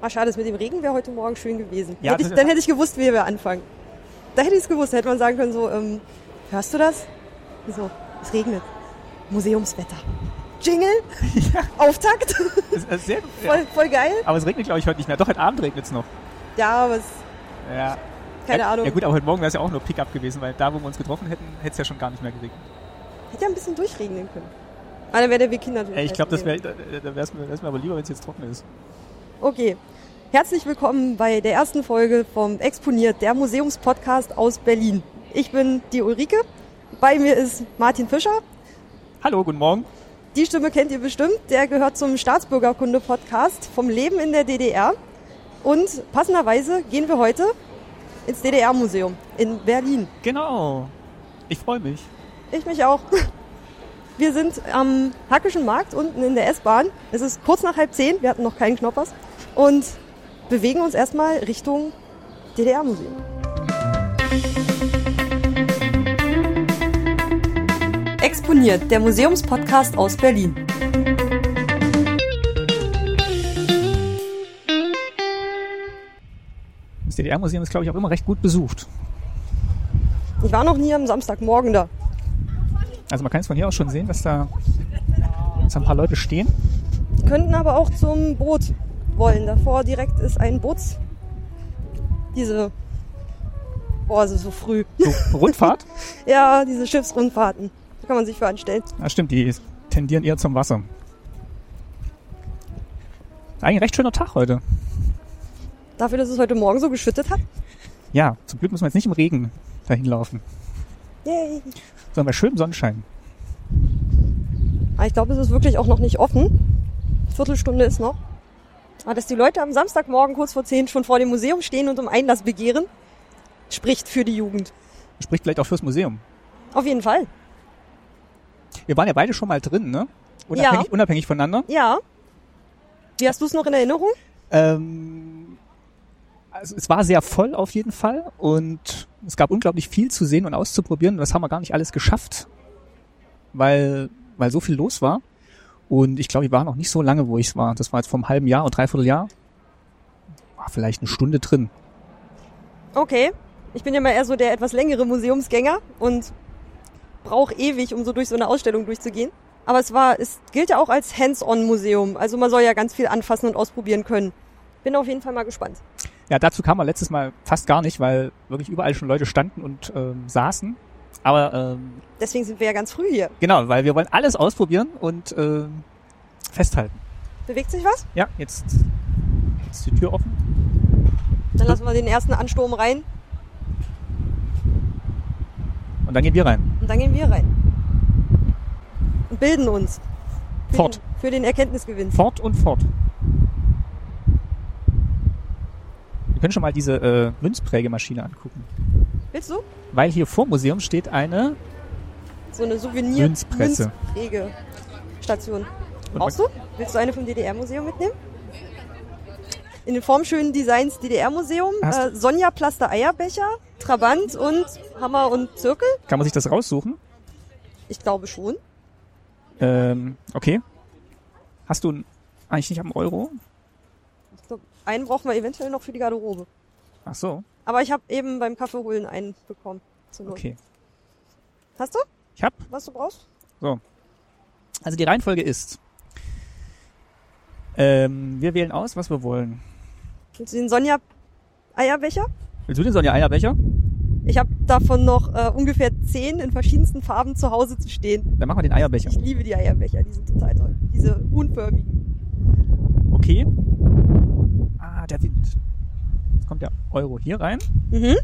Ah, schade, das mit dem Regen wäre heute Morgen schön gewesen. Ja, hätte ich, das ist- dann hätte ich gewusst, wie wir anfangen. Da hätte ich es gewusst. Da hätte man sagen können, so, ähm, hörst du das? So, es regnet. Museumswetter. Jingle, Auftakt, Es ist sehr, voll, voll geil. Aber es regnet, glaube ich, heute nicht mehr. Doch, heute Abend regnet es noch. Ja, aber es, Ja. keine ja, Ahnung, Ja gut, aber heute Morgen wäre es ja auch nur Pickup gewesen, weil da, wo wir uns getroffen hätten, hätte es ja schon gar nicht mehr geregnet. hätte ja ein bisschen durchregnen können. Aber dann wäre der Weg natürlich. Ey, ich glaube, das gewesen. wäre da, da wär's mir, wär's mir aber lieber, wenn es jetzt trocken ist. Okay. Herzlich willkommen bei der ersten Folge vom Exponiert, der Museumspodcast aus Berlin. Ich bin die Ulrike. Bei mir ist Martin Fischer. Hallo, guten Morgen. Die Stimme kennt ihr bestimmt. Der gehört zum Staatsbürgerkunde-Podcast vom Leben in der DDR. Und passenderweise gehen wir heute ins DDR-Museum in Berlin. Genau. Ich freue mich. Ich mich auch. Wir sind am Hackischen Markt unten in der S-Bahn. Es ist kurz nach halb zehn. Wir hatten noch keinen Knoppers. Und bewegen uns erstmal Richtung DDR-Museum. Exponiert, der Museumspodcast aus Berlin. Das DDR-Museum ist, glaube ich, auch immer recht gut besucht. Ich war noch nie am Samstagmorgen da. Also man kann es von hier aus schon sehen, dass da, dass da ein paar Leute stehen. könnten aber auch zum Boot wollen. Davor direkt ist ein Boots. Diese. Boah, es ist so früh. So, Rundfahrt. Ja, diese Schiffsrundfahrten. Da kann man sich für anstellen. Ja, Ah, stimmt, die tendieren eher zum Wasser. Eigentlich ein recht schöner Tag heute. Dafür, dass es heute Morgen so geschüttet hat. Ja, zum Glück müssen wir jetzt nicht im Regen dahin laufen, Yay. sondern bei schönem Sonnenschein. Aber Ah, ich glaube, es ist wirklich auch noch nicht offen. Viertelstunde ist noch. Aber dass die Leute am Samstagmorgen kurz vor 10 schon vor dem Museum stehen und um Einlass begehren, spricht für die Jugend. Spricht vielleicht auch fürs Museum. Auf jeden Fall. Wir waren ja beide schon mal drin, ne? Unabhängig, Ja. unabhängig voneinander. Ja. Wie hast du es noch in Erinnerung? Ähm, also es war sehr voll auf jeden Fall und es gab unglaublich viel zu sehen und auszuprobieren. Das haben wir gar nicht alles geschafft, weil, weil so viel los war. Und ich glaube, ich war noch nicht so lange, wo ich war. Das war jetzt vom halben Jahr und dreiviertel Jahr. War vielleicht eine Stunde drin. Okay. Ich bin ja mal eher so der etwas längere Museumsgänger und brauche ewig, um so durch so eine Ausstellung durchzugehen. Aber es war, es gilt ja auch als Hands-on-Museum. Also man soll ja ganz viel anfassen und ausprobieren können. Bin auf jeden Fall mal gespannt. Ja, dazu kam man letztes Mal fast gar nicht, weil wirklich überall schon Leute standen und ähm, saßen. Aber ähm, Deswegen sind wir ja ganz früh hier. genau, weil wir wollen alles ausprobieren und ähm, festhalten. Bewegt sich was? Ja, jetzt ist die Tür offen. Dann lassen wir den ersten Ansturm rein Und dann gehen wir rein. und dann gehen wir rein. Und bilden uns. Für Fort. Den, für den Erkenntnisgewinn. Fort und fort. Wir können schon mal diese äh, Münzprägemaschine angucken. Willst du? Weil hier vor Museum steht eine So eine souvenir Münzpresse. Station. Und Brauchst du? Willst du eine vom DDR-Museum mitnehmen? In den formschönen Designs DDR-Museum, Hast äh, Sonja Plaster Eierbecher, Trabant und Hammer und Zirkel? Kann man sich das raussuchen? Ich glaube schon. Ähm, okay. Hast du ein, eigentlich nicht am Euro? Ich glaub, einen brauchen wir eventuell noch für die Garderobe. Ach so, Aber ich habe eben beim Kaffee holen einen bekommen. Zur Not. okay. Hast du, Ich hab. was du brauchst? Also die Reihenfolge ist. Ähm, wir wählen aus, was wir wollen. Willst du den Sonja Eierbecher? Willst du den Sonja Eierbecher? Ich habe davon noch äh, ungefähr zehn in verschiedensten Farben zu Hause zu stehen. Dann machen wir den Eierbecher. Ich liebe die Eierbecher, die sind total toll. Diese unförmigen. Okay. Ah, der Wind. Jetzt kommt der Euro hier rein. Mhm.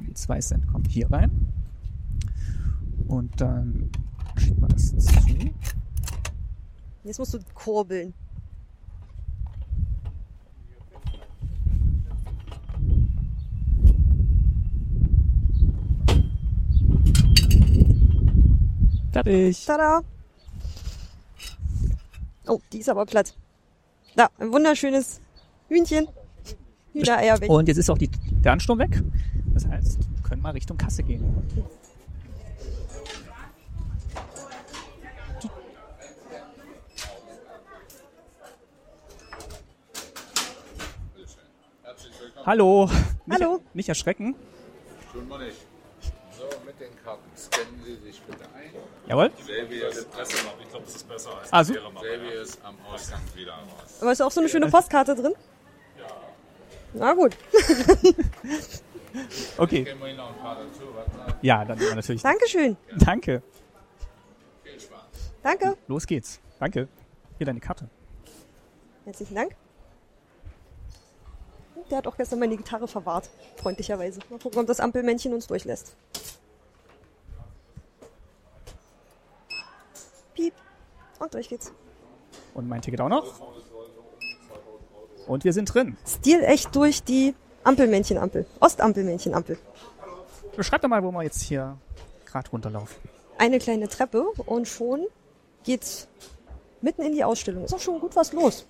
Die 2 Cent kommt hier rein. Und dann schiebt man das zu. Jetzt musst du kurbeln. Fertig. Tada! Oh, die ist aber platt. Da, ein wunderschönes Hühnchen. Hühnereier weg. Und jetzt ist auch die, der Ansturm weg. Das heißt, wir können mal Richtung Kasse gehen. Hallo. Hallo. Nicht, nicht erschrecken. Schon mal nicht. So, mit den Karten scannen Sie sich bitte ein. Jawohl. Selbius, Ich glaube, das ist besser als Ah, so. leere Mappe. Selbius am Ausgang wieder raus. Aber ist auch so eine schöne Postkarte drin? Na gut. Okay. Gehen wir Ihnen noch ein paar dazu. Warten Sie. Ja, dann nehmen wir natürlich. Dankeschön. Danke. Viel Spaß. Danke. Los geht's. Danke. Hier deine Karte. Herzlichen Dank. Der hat auch gestern meine Gitarre verwahrt. Freundlicherweise. Mal gucken, ob das Ampelmännchen uns durchlässt. Piep. Und durch geht's. Und mein Ticket auch noch. Und wir sind drin. Stil echt durch die Ampelmännchen-Ampel. Ostampelmännchen-Ampel. Beschreib doch mal, wo wir jetzt hier gerade runterlaufen. Eine kleine Treppe und schon geht's mitten in die Ausstellung. Ist auch schon gut was los.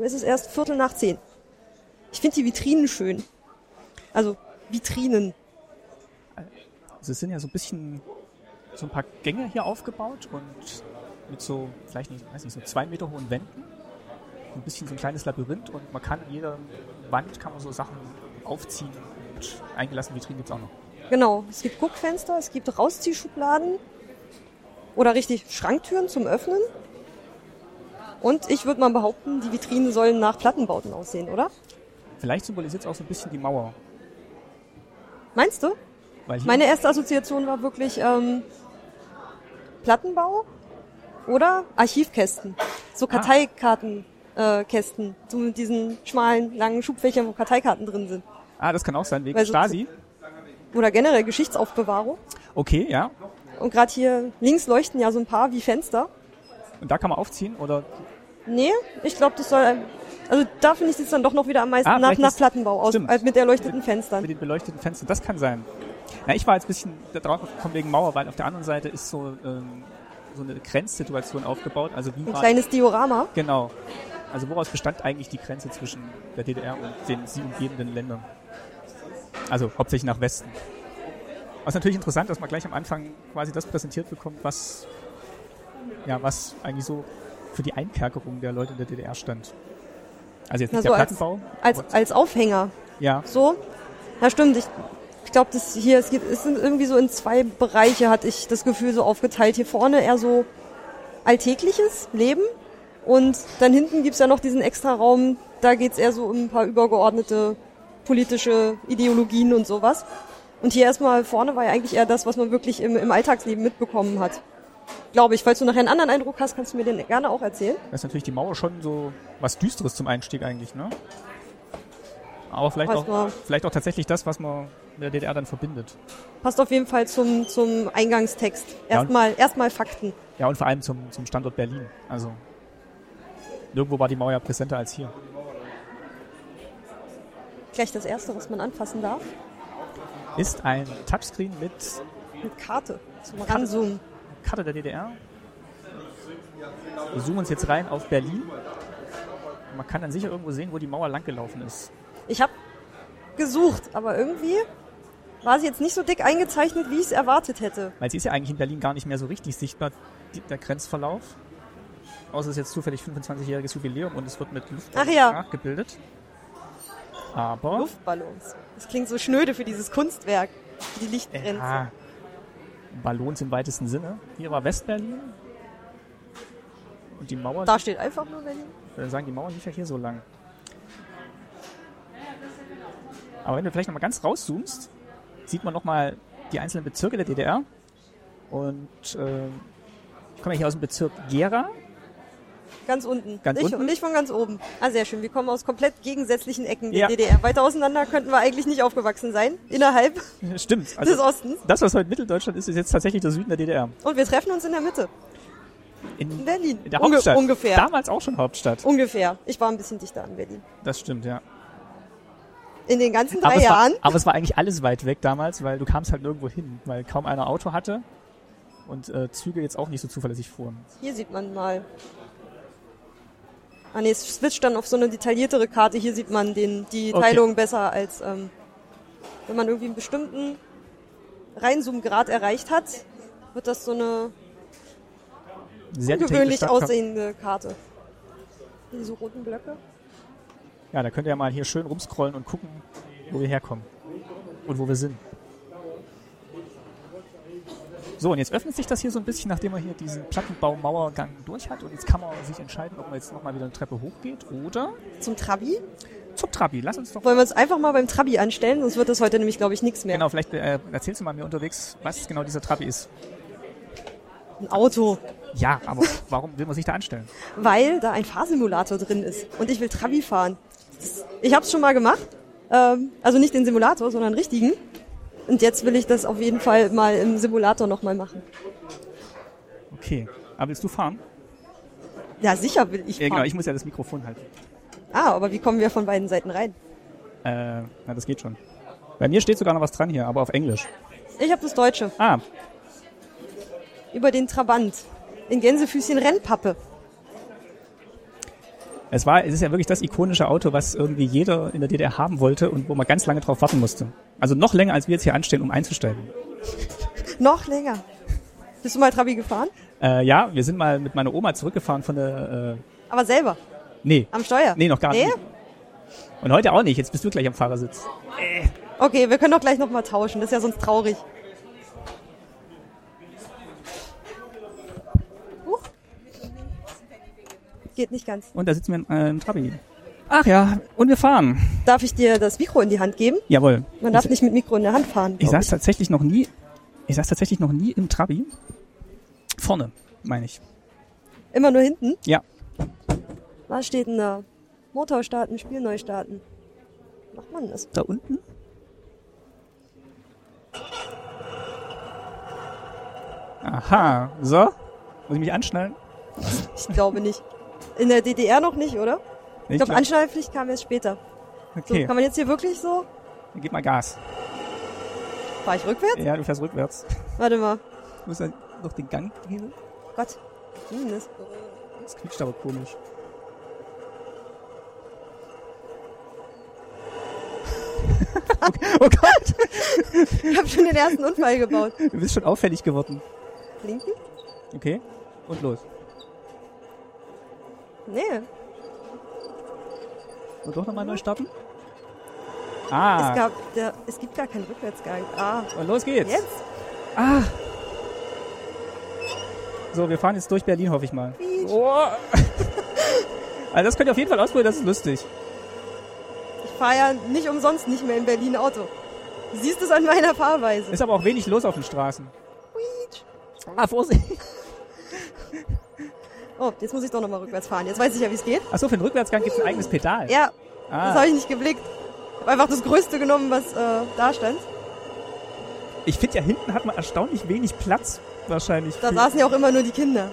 Es ist erst Viertel nach zehn. Ich finde die Vitrinen schön. Also Vitrinen. Also es sind ja so ein bisschen so ein paar Gänge hier aufgebaut und mit so, vielleicht nicht, weiß nicht, so zwei Meter hohen Wänden. Ein bisschen so ein kleines Labyrinth und man kann an jeder Wand kann man so Sachen aufziehen und eingelassene Vitrinen gibt's auch noch. Genau, es gibt Guckfenster, es gibt Rausziehschubladen oder richtig Schranktüren zum Öffnen. Und ich würde mal behaupten, die Vitrinen sollen nach Plattenbauten aussehen, oder? Vielleicht symbolisiert es auch so ein bisschen die Mauer. Meinst du? Weil hier Meine erste Assoziation war wirklich ähm, Plattenbau oder Archivkästen. So Karteikartenkästen. Äh, Kästen. so mit diesen schmalen, langen Schubfächern, wo Karteikarten drin sind. ah, das kann auch sein, wegen Weil so- Stasi. Oder generell Geschichtsaufbewahrung. Okay, ja. Und gerade hier links leuchten ja so ein paar wie Fenster. Und da kann man aufziehen oder Nee, ich glaube, das soll. Also da finde ich es dann doch noch wieder am meisten Ah, nach, vielleicht nach ist- Plattenbau aus, stimmt. als mit erleuchteten mit Fenstern. den beleuchteten Fenstern. Das kann sein. Ja, ich war jetzt ein bisschen darauf gekommen wegen Mauer, weil auf der anderen Seite ist so, ähm, so eine Grenzsituation aufgebaut. Also wie Ein war- kleines Diorama. Genau. Also woraus bestand eigentlich die Grenze zwischen der DDR und den sie umgebenden Ländern? Also hauptsächlich nach Westen. Was natürlich interessant, dass man gleich am Anfang quasi das präsentiert bekommt, was ja was eigentlich so für die Einkerkerung der Leute in der DDR stand. Also jetzt Na, nicht so der als- Plattenbau. Als, als Aufhänger. ja, So. Na stimmt, ich, ich glaube, das hier, es gibt, es sind irgendwie so in zwei Bereiche, hatte ich das Gefühl, so aufgeteilt. Hier vorne eher so alltägliches Leben. Und dann hinten gibt's ja noch diesen extra Raum, da geht's eher so um ein paar übergeordnete politische Ideologien und sowas. Und hier erstmal vorne war ja eigentlich eher das, was man wirklich im, im Alltagsleben mitbekommen hat. Glaube ich. Falls du nachher einen anderen Eindruck hast, kannst du mir den gerne auch erzählen. da ist natürlich die Mauer schon so was Düsteres zum Einstieg eigentlich, ne? Aber vielleicht Was auch, war- vielleicht auch tatsächlich das, was man mit der DDR dann verbindet. Passt auf jeden Fall zum, zum Eingangstext. Ja, und- Erstmal, erstmal Fakten. Ja, und vor allem zum, zum Standort Berlin. Also nirgendwo war die Mauer ja präsenter als hier. Gleich das erste, was man anfassen darf. Ist ein Touchscreen mit Mit Karte zum Ranzoomen. Karte der DDR. Wir zoomen uns jetzt rein auf Berlin. Man kann dann sicher irgendwo sehen, wo die Mauer langgelaufen ist. Ich habe gesucht, aber irgendwie war sie jetzt nicht so dick eingezeichnet, wie ich es erwartet hätte. Weil sie ist ja eigentlich in Berlin gar nicht mehr so richtig sichtbar, die, der Grenzverlauf. Außer es ist jetzt zufällig 25-jähriges Jubiläum und es wird mit Luft Ach ja. nachgebildet. Aber Luftballons. Das klingt so schnöde für dieses Kunstwerk, für die Lichtgrenze. Ja. äh, ah, Ballons im weitesten Sinne. Hier war Westberlin. Und die Mauer, Da steht einfach nur Berlin. äh, sagen die Mauer lief ja hier so lang. Aber wenn du vielleicht nochmal ganz rauszoomst, sieht man nochmal die einzelnen Bezirke der DDR. Und äh, ich komme ja hier aus dem Bezirk Gera. Ganz unten. Ganz nicht, unten? nicht von ganz oben. Ah, sehr schön. Wir kommen aus komplett gegensätzlichen Ecken der Ja. DDR. Weiter auseinander könnten wir eigentlich nicht aufgewachsen sein. Innerhalb Stimmt. des Also Ostens. das, was heute Mitteldeutschland ist, ist jetzt tatsächlich der Süden der DDR. Und wir treffen uns in der Mitte. In In, Berlin. in der Unge- Hauptstadt. Ungefähr. Damals auch schon Hauptstadt. Ungefähr. Ich war ein bisschen dichter an Berlin. Das stimmt, ja. In den ganzen Aber drei es, war, Jahren. aber es war eigentlich alles weit weg damals, weil du kamst halt nirgendwo hin, weil kaum einer Auto hatte und äh, Züge jetzt auch nicht so zuverlässig fuhren. Hier sieht man mal. Ah ne, es switcht dann auf so eine detailliertere Karte. Hier sieht man den, die Okay. Teilung besser als ähm, wenn man irgendwie einen bestimmten Reinzoomgrad erreicht hat, wird das so eine Sehr detaillierte gewöhnlich Stadt- aussehende Karte. Diese roten Blöcke. Ja, da könnt ihr ja mal hier schön rumscrollen und gucken, wo wir herkommen und wo wir sind. So, und jetzt öffnet sich das hier so ein bisschen, nachdem man hier diesen Plattenbaumauergang durch hat. Und jetzt kann man sich entscheiden, ob man jetzt nochmal wieder eine Treppe hochgeht oder Zum Trabi? zum Trabi. Lass uns doch. Wollen wir uns einfach mal beim Trabi anstellen, sonst wird das heute nämlich, glaube ich, nichts mehr. Genau, vielleicht äh, erzählst du mal mir unterwegs, was genau dieser Trabi ist. Ein Auto. Ja, aber warum will man sich da anstellen? weil da ein Fahrsimulator drin ist und ich will Trabi fahren. Das, ich habe es schon mal gemacht, ähm, also nicht den Simulator, sondern einen richtigen. Und jetzt will ich das auf jeden Fall mal im Simulator nochmal machen. Okay. Aber willst du fahren? Ja, sicher will ich Ja, fahren. genau, ich muss ja das Mikrofon halten. ah, aber wie kommen wir von beiden Seiten rein? Äh, na, das geht schon. Bei mir steht sogar noch was dran hier, aber auf Englisch. Ich habe das Deutsche. Ah, Über den Trabant. In Gänsefüßchen Rennpappe. es war, es ist ja wirklich das ikonische Auto, was irgendwie jeder in der DDR haben wollte und wo man ganz lange drauf warten musste. Also noch länger, als wir jetzt hier anstehen, um einzusteigen. Noch länger. Bist du mal Trabi gefahren? Äh, ja, wir sind mal mit meiner Oma zurückgefahren von der, äh, Aber selber. nee, Am Steuer? nee, noch gar Nee? nicht. Und heute auch nicht, jetzt bist du gleich am Fahrersitz. Okay, wir können doch gleich nochmal tauschen. Das ist ja sonst traurig. Huch. Geht nicht ganz. Und da sitzen wir im, äh, im Trabi. Ach ja, und wir fahren. Darf ich dir das Mikro in die Hand geben? Jawohl. Man darf nicht mit Mikro in der Hand fahren. Ich glaub saß tatsächlich noch nie, ich saß tatsächlich noch nie im Trabi. Vorne, meine ich. ich. Immer nur hinten. Ja. Was steht denn da? Motor starten, Spiel neu starten. Macht man das? Da unten? Aha, so. Muss ich mich anschnallen? Ich glaube nicht. In der DDR noch nicht, oder? Ich glaube, glaub- Anschnallpflicht kam erst später. So, okay, kann man jetzt hier wirklich so? dann gib mal Gas. Fahr ich rückwärts? Ja, du fährst rückwärts. Warte mal. Du musst dann noch den Gang heben. Gott. Hm, das Das quietscht aber komisch. oh Gott, Ich habe schon den ersten Unfall gebaut. du bist schon auffällig geworden. Linken? Okay, und los. Nee. Und doch Mhm. nochmal neu starten? Es, Ah, gab, der, es gibt gar keinen Rückwärtsgang. Ah, und los geht's. jetzt? Ah. So, wir fahren jetzt durch Berlin, hoffe ich mal. Quietsch. Oh. Also das könnt ihr auf jeden Fall ausprobieren, das ist lustig. Ich fahre ja nicht umsonst nicht mehr in Berlin Auto. Du siehst es an meiner Fahrweise. Ist aber auch wenig los auf den Straßen. Quietsch. Ah, Vorsicht. Oh, jetzt muss ich doch nochmal rückwärts fahren. Jetzt weiß ich ja, wie es geht. Achso, für den Rückwärtsgang gibt's ein eigenes Pedal. Ja, das ah. habe ich nicht geblickt. Ich habe einfach das Größte genommen, was äh, da stand. Ich finde ja, hinten hat man erstaunlich wenig Platz wahrscheinlich. Da für- Ah. saßen ja auch immer nur die Kinder.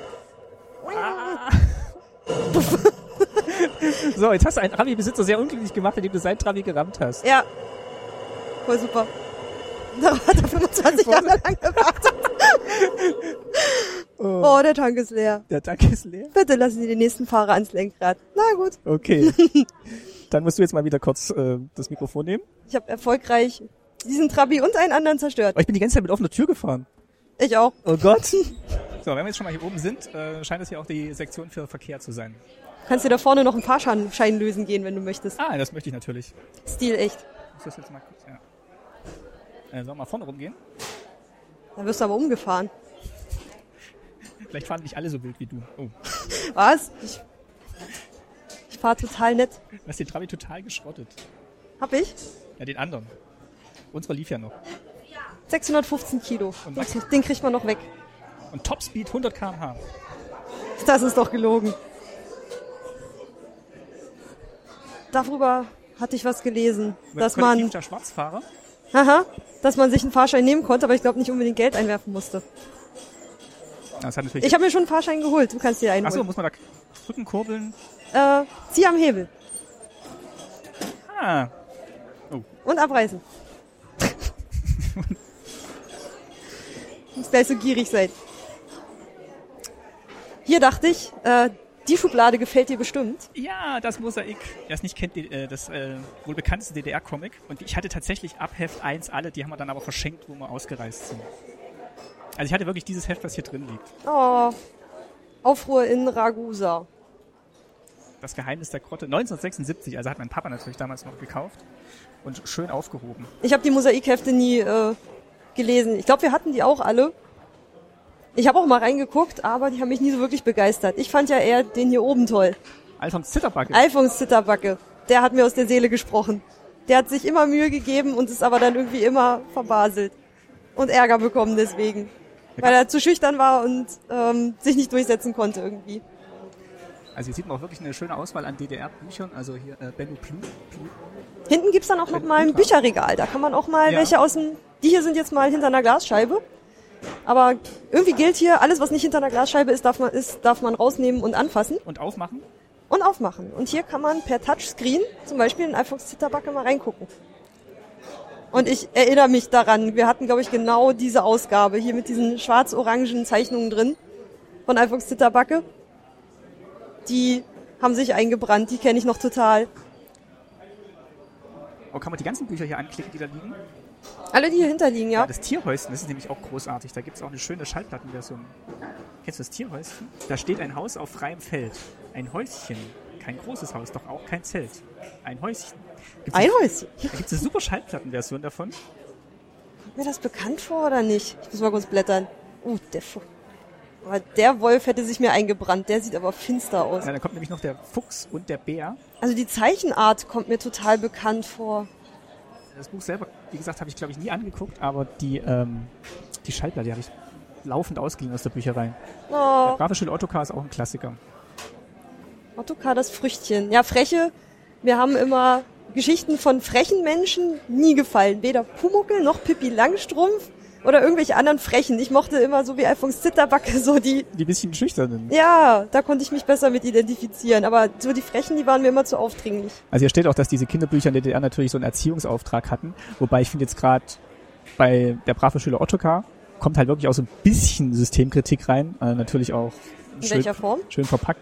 So, jetzt hast du einen Trabi-Besitzer sehr unglücklich gemacht, indem du sein Trabi gerammt hast. Ja. Voll super. Darauf hat er 25 Jahre lang gewartet. Oh, Oh, der Tank ist leer. der Tank ist leer. Bitte lassen Sie den nächsten Fahrer ans Lenkrad. Na gut. Okay. Dann musst du jetzt mal wieder kurz äh, das Mikrofon nehmen. Ich habe erfolgreich diesen Trabi und einen anderen zerstört. Oh, ich bin die ganze Zeit mit offener Tür gefahren. Ich auch. Oh Gott. So, wenn wir jetzt schon mal hier oben sind, äh, scheint es hier auch die Sektion für Verkehr zu sein. Kannst dir da vorne noch einen Fahrschein Schein lösen gehen, wenn du möchtest. Ah, das möchte ich natürlich. Stil echt. Muss das jetzt mal kurz, ja. Äh, sollen wir mal vorne rumgehen? Dann wirst du aber umgefahren. Vielleicht fahren nicht alle so wild wie du. Oh. Was? Ich, ich fahre total nett. Du hast den Trabi total geschrottet. Hab ich? Ja, den anderen. Unsere lief ja noch. 615 Kilo. Und Den, Max- krieg- den kriegt man noch weg. Und Topspeed 100 km/h. Das ist doch gelogen. Darüber hatte ich was gelesen, dass man, Kollektivster Schwarzfahrer. aha, dass man sich einen Fahrschein nehmen konnte, aber ich glaube nicht unbedingt Geld einwerfen musste. Ah, Das hat natürlich. Ich habe mir schon einen Fahrschein geholt. Du kannst dir einen Achso, holen. muss man da drücken, kurbeln. Äh, zieh am Hebel Ah. und abreißen. Muss gleich so gierig sein. Hier dachte ich, äh, die Schublade gefällt dir bestimmt. Ja, das Mosaik. Wer es nicht kennt, die- äh, das äh, wohl bekannteste DDR-Comic. Und ich hatte tatsächlich ab Heft 1 alle, die haben wir dann aber verschenkt, wo wir ausgereist sind. Also ich hatte wirklich dieses Heft, was hier drin liegt. Oh. Aufruhr in Ragusa. Das Geheimnis der Grotte. 1976, also hat mein Papa natürlich damals noch gekauft und schön aufgehoben. Ich habe die Mosaikhefte nie äh, gelesen. Ich glaube, wir hatten die auch alle. Ich habe auch mal reingeguckt, aber die haben mich nie so wirklich begeistert. Ich fand ja eher den hier oben toll. Alfons Zitterbacke. Alfons Zitterbacke. Der hat mir aus der Seele gesprochen. Der hat sich immer Mühe gegeben und ist aber dann irgendwie immer verbaselt. Und Ärger bekommen deswegen. Weil er zu schüchtern war und ähm, sich nicht durchsetzen konnte irgendwie. also hier sieht man auch wirklich eine schöne Auswahl an DDR-Büchern. Also hier äh, Benno Plu. Plu. Hinten gibt's dann auch noch mal ein Bücherregal. Da kann man auch mal Ja. welche aus dem... Die hier sind jetzt mal hinter einer Glasscheibe. Aber irgendwie gilt hier, alles was nicht hinter einer Glasscheibe ist, darf man, ist, darf man rausnehmen und anfassen Und aufmachen. und aufmachen. Und hier kann man per Touchscreen zum Beispiel in Alfons Zitterbacke mal reingucken. Und ich erinnere mich daran, wir hatten, glaube ich, genau diese Ausgabe hier mit diesen schwarz-orangen Zeichnungen drin von Alfons Zitterbacke. Die haben sich eingebrannt, die kenne ich noch total. Oh, kann man die ganzen Bücher hier anklicken, die da liegen? Alle, die hier hinterliegen, ja. Das Tierhäuschen, das ist nämlich auch großartig. Da gibt's auch eine schöne Schallplattenversion. Kennst du das Tierhäuschen? Da steht ein Haus auf freiem Feld. Ein Häuschen. Kein großes Haus, doch auch kein Zelt. Ein Häuschen. Gibt's Ein Häuschen. Da gibt's eine super Schallplattenversion davon. Kommt mir das bekannt vor oder nicht? Ich muss mal kurz blättern. Uh, der Fuchs. Aber der Wolf hätte sich mir eingebrannt. Der sieht aber finster aus. Ja, da kommt nämlich noch der Fuchs und der Bär. Also die Zeichenart kommt mir total bekannt vor. Das Buch selber, wie gesagt, habe ich glaube ich nie angeguckt, aber die, ähm, die Schallplatte, die habe ich laufend ausgeliehen aus der Bücherei. Oh. Der Grafische Ottokar ist auch ein Klassiker. Ottokar das Früchtchen. Ja, Freche. Wir haben immer Geschichten von frechen Menschen nie gefallen. Weder Pumuckel noch Pippi Langstrumpf oder irgendwelche anderen Frechen. Ich mochte immer so wie Alfons Zitterbacke so die, Die bisschen schüchternen. ja, da konnte ich mich besser mit identifizieren. Aber so die Frechen, die waren mir immer zu aufdringlich. Also hier steht auch, dass diese Kinderbücher in der DDR natürlich so einen Erziehungsauftrag hatten. Wobei ich finde jetzt gerade bei der brave Schüler Ottokar kommt halt wirklich auch so ein bisschen Systemkritik rein. Äh, natürlich auch In welcher Form? schön verpackt.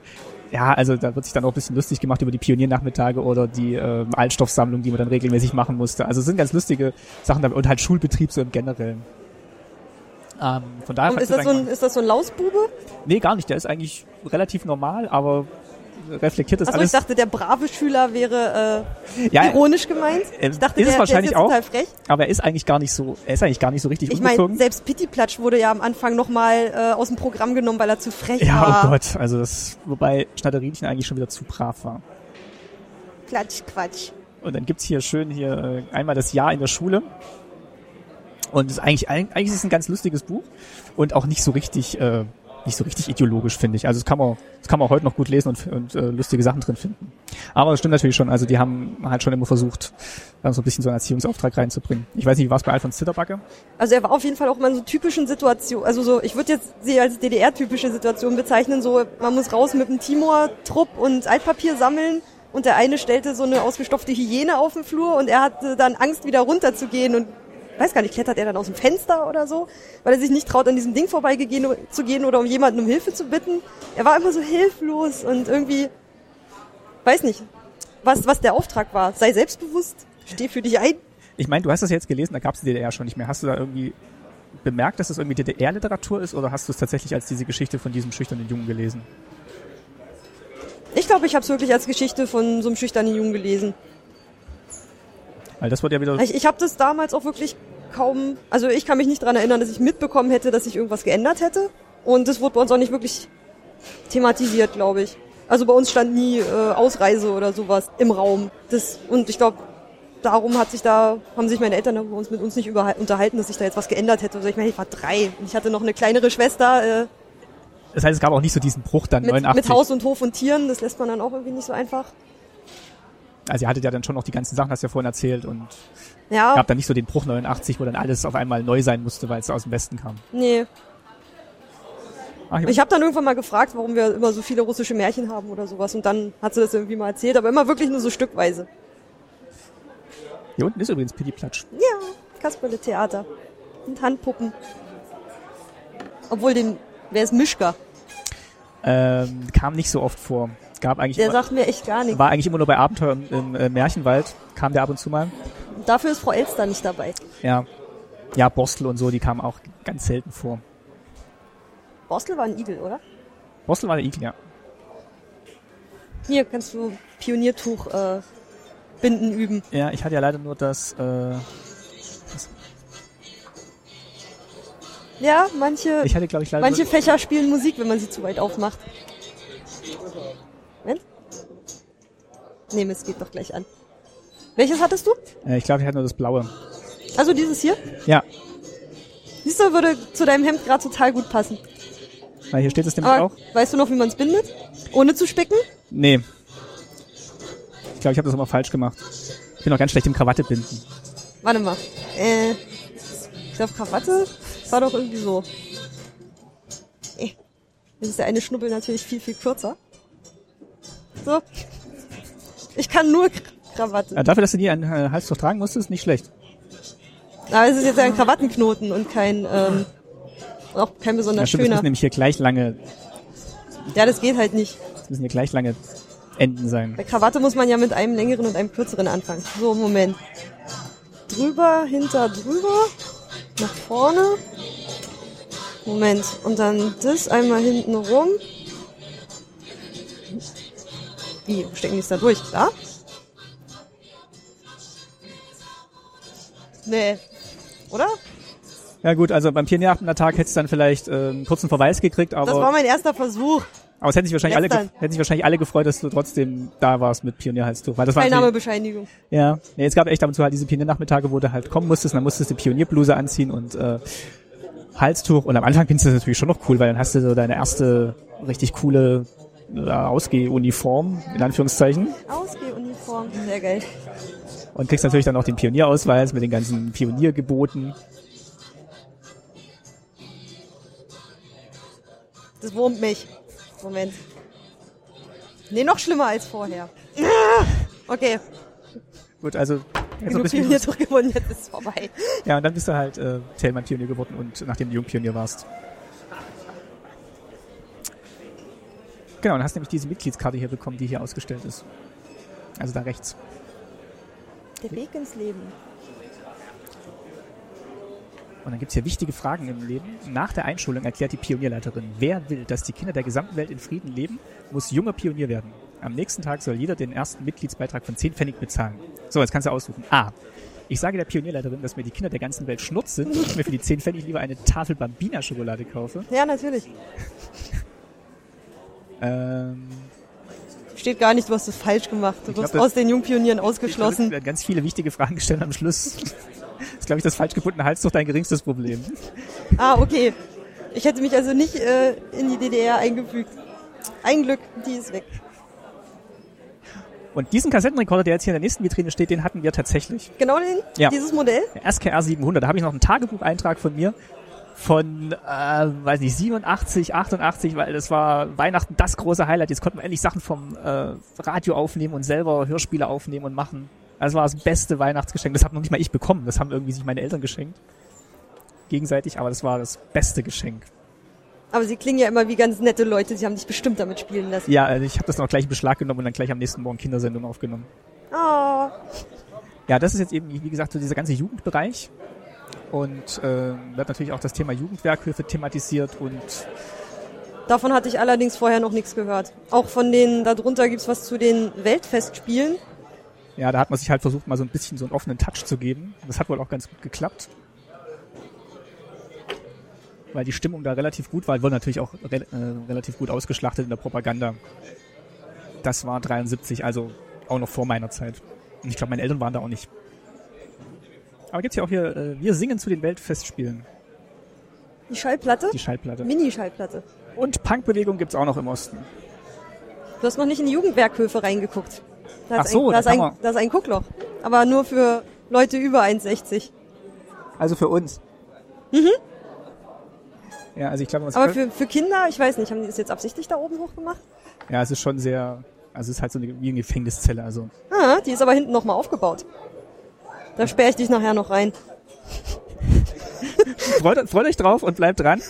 Ja, also da wird sich dann auch ein bisschen lustig gemacht über die Pioniernachmittage oder die äh, Altstoffsammlung, die man dann regelmäßig machen musste. Also es sind ganz lustige Sachen dabei und halt Schulbetrieb so im Generellen. Ähm, von daher Und fand ist ich das das so ein, eigentlich- ist das so ein Lausbube? nee, gar nicht. Der ist eigentlich relativ normal, aber reflektiert das Achso, ich alles. dachte, der brave Schüler wäre äh, ja, ironisch gemeint. ähm, Ich dachte, ist es der, wahrscheinlich der ist jetzt total auch. frech. aber er ist eigentlich gar nicht so, er ist eigentlich gar nicht so richtig Ich meine, unbezogen. selbst Pittiplatsch wurde ja am Anfang nochmal äh, aus dem Programm genommen, weil er zu frech ja, war. oh Gott, also das, wobei Schnatterinchen eigentlich schon wieder zu brav war. Klatsch, Quatsch. Und dann gibt's hier schön hier äh, einmal das Jahr in der Schule. Und es ist eigentlich, eigentlich ist es ein ganz lustiges Buch und auch nicht so richtig, äh, nicht so richtig ideologisch, finde ich. Also das kann man, das kann man auch heute noch gut lesen und, und äh, lustige Sachen drin finden. Aber das stimmt natürlich schon. Also die haben halt schon immer versucht, da so ein bisschen so einen Erziehungsauftrag reinzubringen. Ich weiß nicht, wie war es bei Alfons Zitterbacke? Also er war auf jeden Fall auch mal in so typischen Situationen, also so, ich würde jetzt sie als DDR-typische Situation bezeichnen, so man muss raus mit dem Timor-Trupp und Altpapier sammeln und der eine stellte so eine ausgestopfte Hyäne auf den Flur und er hatte dann Angst, wieder runterzugehen und weiß gar nicht, klettert er dann aus dem Fenster oder so, weil er sich nicht traut, an diesem Ding vorbeigehen zu gehen oder um jemanden um Hilfe zu bitten. Er war immer so hilflos und irgendwie, weiß nicht, was, was der Auftrag war. Sei selbstbewusst, steh für dich ein. Ich meine, du hast das jetzt gelesen, da gab's die DDR schon nicht mehr. Hast du da irgendwie bemerkt, dass das irgendwie DDR-Literatur ist oder hast du es tatsächlich als diese Geschichte von diesem schüchternen Jungen gelesen? Ich glaube, ich habe es wirklich als Geschichte von so einem schüchternen Jungen gelesen. Weil das wird ja wieder Ich, ich habe das damals auch wirklich kaum, also ich kann mich nicht daran erinnern, dass ich mitbekommen hätte, dass sich irgendwas geändert hätte. Und das wurde bei uns auch nicht wirklich thematisiert, glaube ich. Also bei uns stand nie äh, Ausreise oder sowas im Raum. Das, und ich glaube, darum hat sich da, haben sich meine Eltern bei uns mit uns nicht überhal- unterhalten, dass sich da jetzt was geändert hätte. Also ich meine, ich war drei und ich hatte noch eine kleinere Schwester äh, Das heißt, es gab auch nicht so diesen Bruch dann mit, 89. mit Haus und Hof und Tieren. Das lässt man dann auch irgendwie nicht so einfach. Also ihr hattet ja dann schon noch die ganzen Sachen, hast du ja vorhin erzählt und Ja, gab dann nicht so den Bruch 89, wo dann alles auf einmal neu sein musste, weil es aus dem Westen kam. Ah, nee. Ach, Ich habe dann irgendwann mal gefragt, warum wir immer so viele russische Märchen haben oder sowas. Und dann hat sie das irgendwie mal erzählt, aber immer wirklich nur so stückweise. hier unten ist übrigens Pidi Platsch. Ja, Kasperle Theater. Und Handpuppen. Obwohl dem, wer ist Mischka? Ähm, kam nicht so oft vor. Gab eigentlich Der immer, sagt mir echt gar nichts. war eigentlich immer nur bei Abenteuer im, im äh, Märchenwald, kam der ab und zu mal. Dafür ist Frau Elster nicht dabei. Ja. Ja, Borstel und so, die kamen auch ganz selten vor. Borstel war ein Igel, oder? Borstel war der Igel, ja. Hier kannst du Pioniertuch äh, binden üben. Ja, ich hatte ja leider nur das, äh, Ja, manche, ich hatte glaube ich leider manche nur, Fächer spielen Musik, wenn man sie zu weit aufmacht. Moment. Nee, es geht doch gleich an. Welches hattest du? äh, ich glaube ich hatte nur das blaue. Also dieses hier. Ja, Siehst du, würde zu deinem Hemd gerade total gut passen. weil hier steht es nämlich Aber auch. weißt du noch, wie man es bindet? Ohne zu spicken? Nee. Ich glaube, ich habe das nochmal falsch gemacht. Ich bin noch ganz schlecht im Krawatte binden. Warte mal. Äh, ich glaube, Krawatte war doch irgendwie so. Äh, Jetzt ist der eine Schnubbel natürlich viel, viel kürzer. So. Ich kann nur Kr- Krawatte. Äh, dafür, dass du nie einen äh, Halstuch tragen musstest, nicht schlecht. Aber es ist jetzt ein Krawattenknoten und kein, ähm, auch kein Ja, besonders stimmt, das schöner. müssen nämlich hier gleich lange, Ja, das geht halt nicht. das müssen hier gleich lange Enden sein. Bei Krawatte muss man ja mit einem längeren und einem kürzeren anfangen. So, Moment. Drüber, hinter, drüber, nach vorne. Moment. Und dann das einmal hinten rum. Wie? Wo stecken die es da durch? Da? Nee. Oder? Ja gut, also beim Pionierabender-Tag hättest du dann vielleicht äh, einen kurzen Verweis gekriegt, Das war aber, mein erster Versuch. aber es hätten sich, wahrscheinlich alle, Letzter. ge- hätten sich wahrscheinlich alle gefreut, dass du trotzdem da warst mit Pionierhalstuch. Weil das war natürlich- Teilnahmebescheinigung. Ja, nee, es gab echt ab und zu halt diese Pioniernachmittage, wo du halt kommen musstest und dann musstest du die Pionierbluse anziehen und äh, Halstuch. Und am Anfang findest du das natürlich schon noch cool, weil dann hast du so deine erste richtig coole äh, Ausgehuniform, in Anführungszeichen. Ausgehuniform. Sehr geil. Und kriegst natürlich dann auch den Pionierausweis mit den ganzen Pioniergeboten. Das wurmt mich. Moment. Nee, noch schlimmer als vorher. Okay, Gut, also jetzt Ah! noch ein genug bisschen- Pionier durchgewonnen, jetzt ist es vorbei. Ja, und dann bist du halt äh, Thälmann Pionier geworden und nachdem du Jungpionier warst. Genau, und hast nämlich diese Mitgliedskarte hier bekommen, die hier ausgestellt ist. Also da rechts. Der Weg ins Leben. Und dann gibt's hier wichtige Fragen im Leben. Nach der Einschulung erklärt die Pionierleiterin, wer will, dass die Kinder der gesamten Welt in Frieden leben, muss junger Pionier werden. Am nächsten Tag soll jeder den ersten Mitgliedsbeitrag von 10 Pfennig bezahlen. So, jetzt kannst du aussuchen. A. Ich sage der Pionierleiterin, dass mir die Kinder der ganzen Welt schnurz sind und ich mir für die 10 Pfennig lieber eine Tafel Bambina-Schokolade kaufe. Ja, natürlich. Ähm, Steht gar nicht, du hast es falsch gemacht. Du Ich glaub, wirst das- aus den Jungpionieren Ich ausgeschlossen. glaub, Ganz viele wichtige Fragen gestellt am Schluss. ist, glaube ich, das falsch gebundene Halstuch dein geringstes Problem. Ah, okay. Ich hätte mich also nicht äh, in die DDR eingefügt. Ein Glück, die ist weg. Und diesen Kassettenrekorder, der jetzt hier in der nächsten Vitrine steht, den hatten wir tatsächlich. Genau den? Ja. Dieses Modell? Der SKR 700. Da habe ich noch einen Tagebucheintrag von mir von, äh, weiß nicht, 87, 88, weil das war Weihnachten das große Highlight. Jetzt konnten wir endlich Sachen vom äh, Radio aufnehmen und selber Hörspiele aufnehmen und machen. Das war das beste Weihnachtsgeschenk. Das habe noch nicht mal ich bekommen. Das haben irgendwie sich meine Eltern geschenkt. Gegenseitig, aber das war das beste Geschenk. Aber sie klingen ja immer wie ganz nette Leute, sie haben dich bestimmt damit spielen lassen. Ja, also ich habe das dann auch gleich in Beschlag genommen und dann gleich am nächsten Morgen Kindersendung aufgenommen. Oh, Ja, das ist jetzt eben, wie gesagt, so dieser ganze Jugendbereich. Und äh, wird natürlich auch das Thema Jugendwerkhilfe thematisiert und Davon hatte ich allerdings vorher noch nichts gehört. Auch von den, darunter gibt's was zu den Weltfestspielen. ja, da hat man sich halt versucht, mal so ein bisschen so einen offenen Touch zu geben. Das hat wohl auch ganz gut geklappt. Weil die Stimmung da relativ gut war, wurde natürlich auch re äh, relativ gut ausgeschlachtet in der Propaganda. Das war 73, also auch noch vor meiner Zeit. Und ich glaube, meine Eltern waren da auch nicht. Aber gibt's ja auch hier, äh, wir singen zu den Weltfestspielen. Die Schallplatte? Die Schallplatte. Mini-Schallplatte. Und Punkbewegung gibt's auch noch im Osten. Du hast noch nicht in die Jugendwerkhöfe reingeguckt. Da Ach so, ein, da, ist da kann ein, man- da ist ein Guckloch. Aber nur für Leute über 1,60. Also für uns. Mhm. Ja, also ich glaube, was- Aber für, für Kinder, ich weiß nicht, haben die das jetzt absichtlich da oben hochgemacht? ja, es ist schon sehr, also es ist halt so eine, wie eine Gefängniszelle. Also Ah, die ist aber hinten nochmal aufgebaut. Da sperre ich dich nachher noch rein. freut, freut euch drauf und bleibt dran.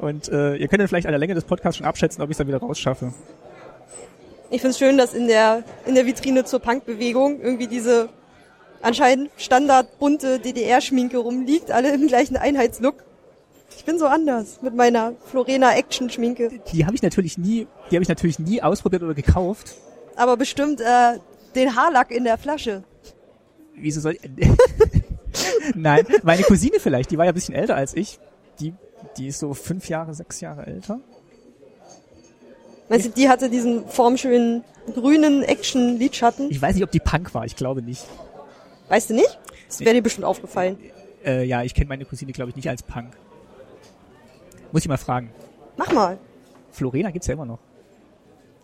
und äh, ihr könnt dann vielleicht an der Länge des Podcasts schon abschätzen, ob ich es dann wieder rausschaffe. Ich find's schön, dass in der, in der Vitrine zur Punkbewegung irgendwie diese anscheinend standardbunte DDR-Schminke rumliegt, alle im gleichen Einheitslook. Ich bin so anders mit meiner Florena Action Schminke. Die habe ich natürlich nie, die habe ich natürlich nie ausprobiert oder gekauft. Aber bestimmt äh, den Haarlack in der Flasche. Wieso soll ich? Nein, meine Cousine vielleicht, die war ja ein bisschen älter als ich. Die, die ist so fünf Jahre, sechs Jahre älter. Meinst du, die hatte diesen formschönen grünen Action Lidschatten? Ich weiß nicht, ob die Punk war, ich glaube nicht. Weißt du nicht? Das wäre dir bestimmt aufgefallen. Äh, ja, ich kenne meine Cousine, glaube ich, nicht als Punk. Muss ich mal fragen. Mach mal. Florena gibt's ja immer noch.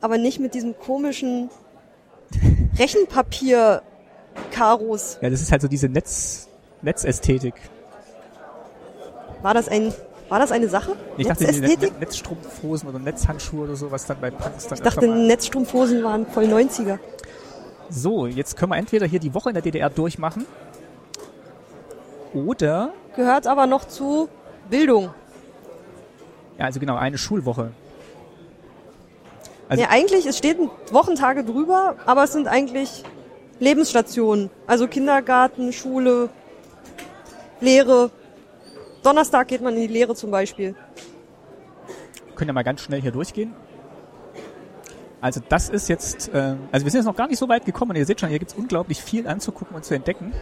Aber nicht mit diesem komischen Rechenpapier Karos. Ja, das ist halt so diese Netz, Netzästhetik. War das ein war das eine Sache? Ich dachte, diese Netzästhetik? Net Netzstrumpfhosen oder Netzhandschuhe oder so, was dann bei Punks dann ich dachte, öfter mal- Netzstrumpfhosen waren voll 90er. So, jetzt können wir entweder hier die Woche in der DDR durchmachen oder, Gehört aber noch zu Bildung. ja, also genau, eine Schulwoche. Also- ja, eigentlich, es steht Wochentage drüber, aber es sind eigentlich Lebensstationen. Also Kindergarten, Schule, Lehre. Donnerstag geht man in die Lehre zum Beispiel. Können ja mal ganz schnell hier durchgehen. Also das ist jetzt, äh, also wir sind jetzt noch gar nicht so weit gekommen. Ihr seht schon, hier gibt's unglaublich viel anzugucken und zu entdecken.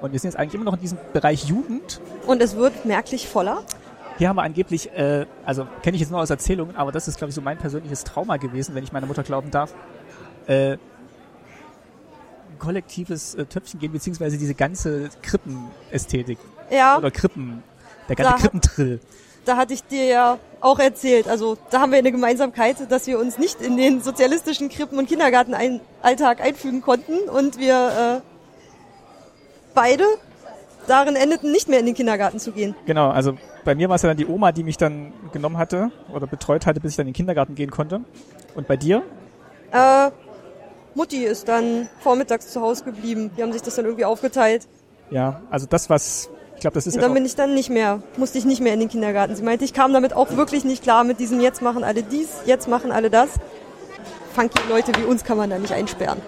Und wir sind jetzt eigentlich immer noch in diesem Bereich Jugend. Und es wird merklich voller. Hier haben wir angeblich, äh, also kenne ich jetzt nur aus Erzählungen, aber das ist, glaube ich, so mein persönliches Trauma gewesen, wenn ich meiner Mutter glauben darf. Äh, kollektives äh, Töpfchen gehen, beziehungsweise diese ganze Krippenästhetik Ja, oder Krippen, der Da ganze hat- Krippentrill. da hatte ich dir ja auch erzählt. Also da haben wir eine Gemeinsamkeit, dass wir uns nicht in den sozialistischen Krippen- und Kindergartenalltag einfügen konnten und wir äh, beide darin endeten, nicht mehr in den Kindergarten zu gehen. Genau, also bei mir war es ja dann die Oma, die mich dann genommen hatte oder betreut hatte, bis ich dann in den Kindergarten gehen konnte. Und bei dir? Äh, Mutti ist dann vormittags zu Hause geblieben. Die haben sich das dann irgendwie aufgeteilt. Ja, also das, was, ich glaube, das ist Und dann einfach- bin ich dann nicht mehr, musste ich nicht mehr in den Kindergarten. Sie meinte, ich kam damit auch wirklich nicht klar mit diesem jetzt machen alle dies, jetzt machen alle das. Funky Leute wie uns kann man da nicht einsperren.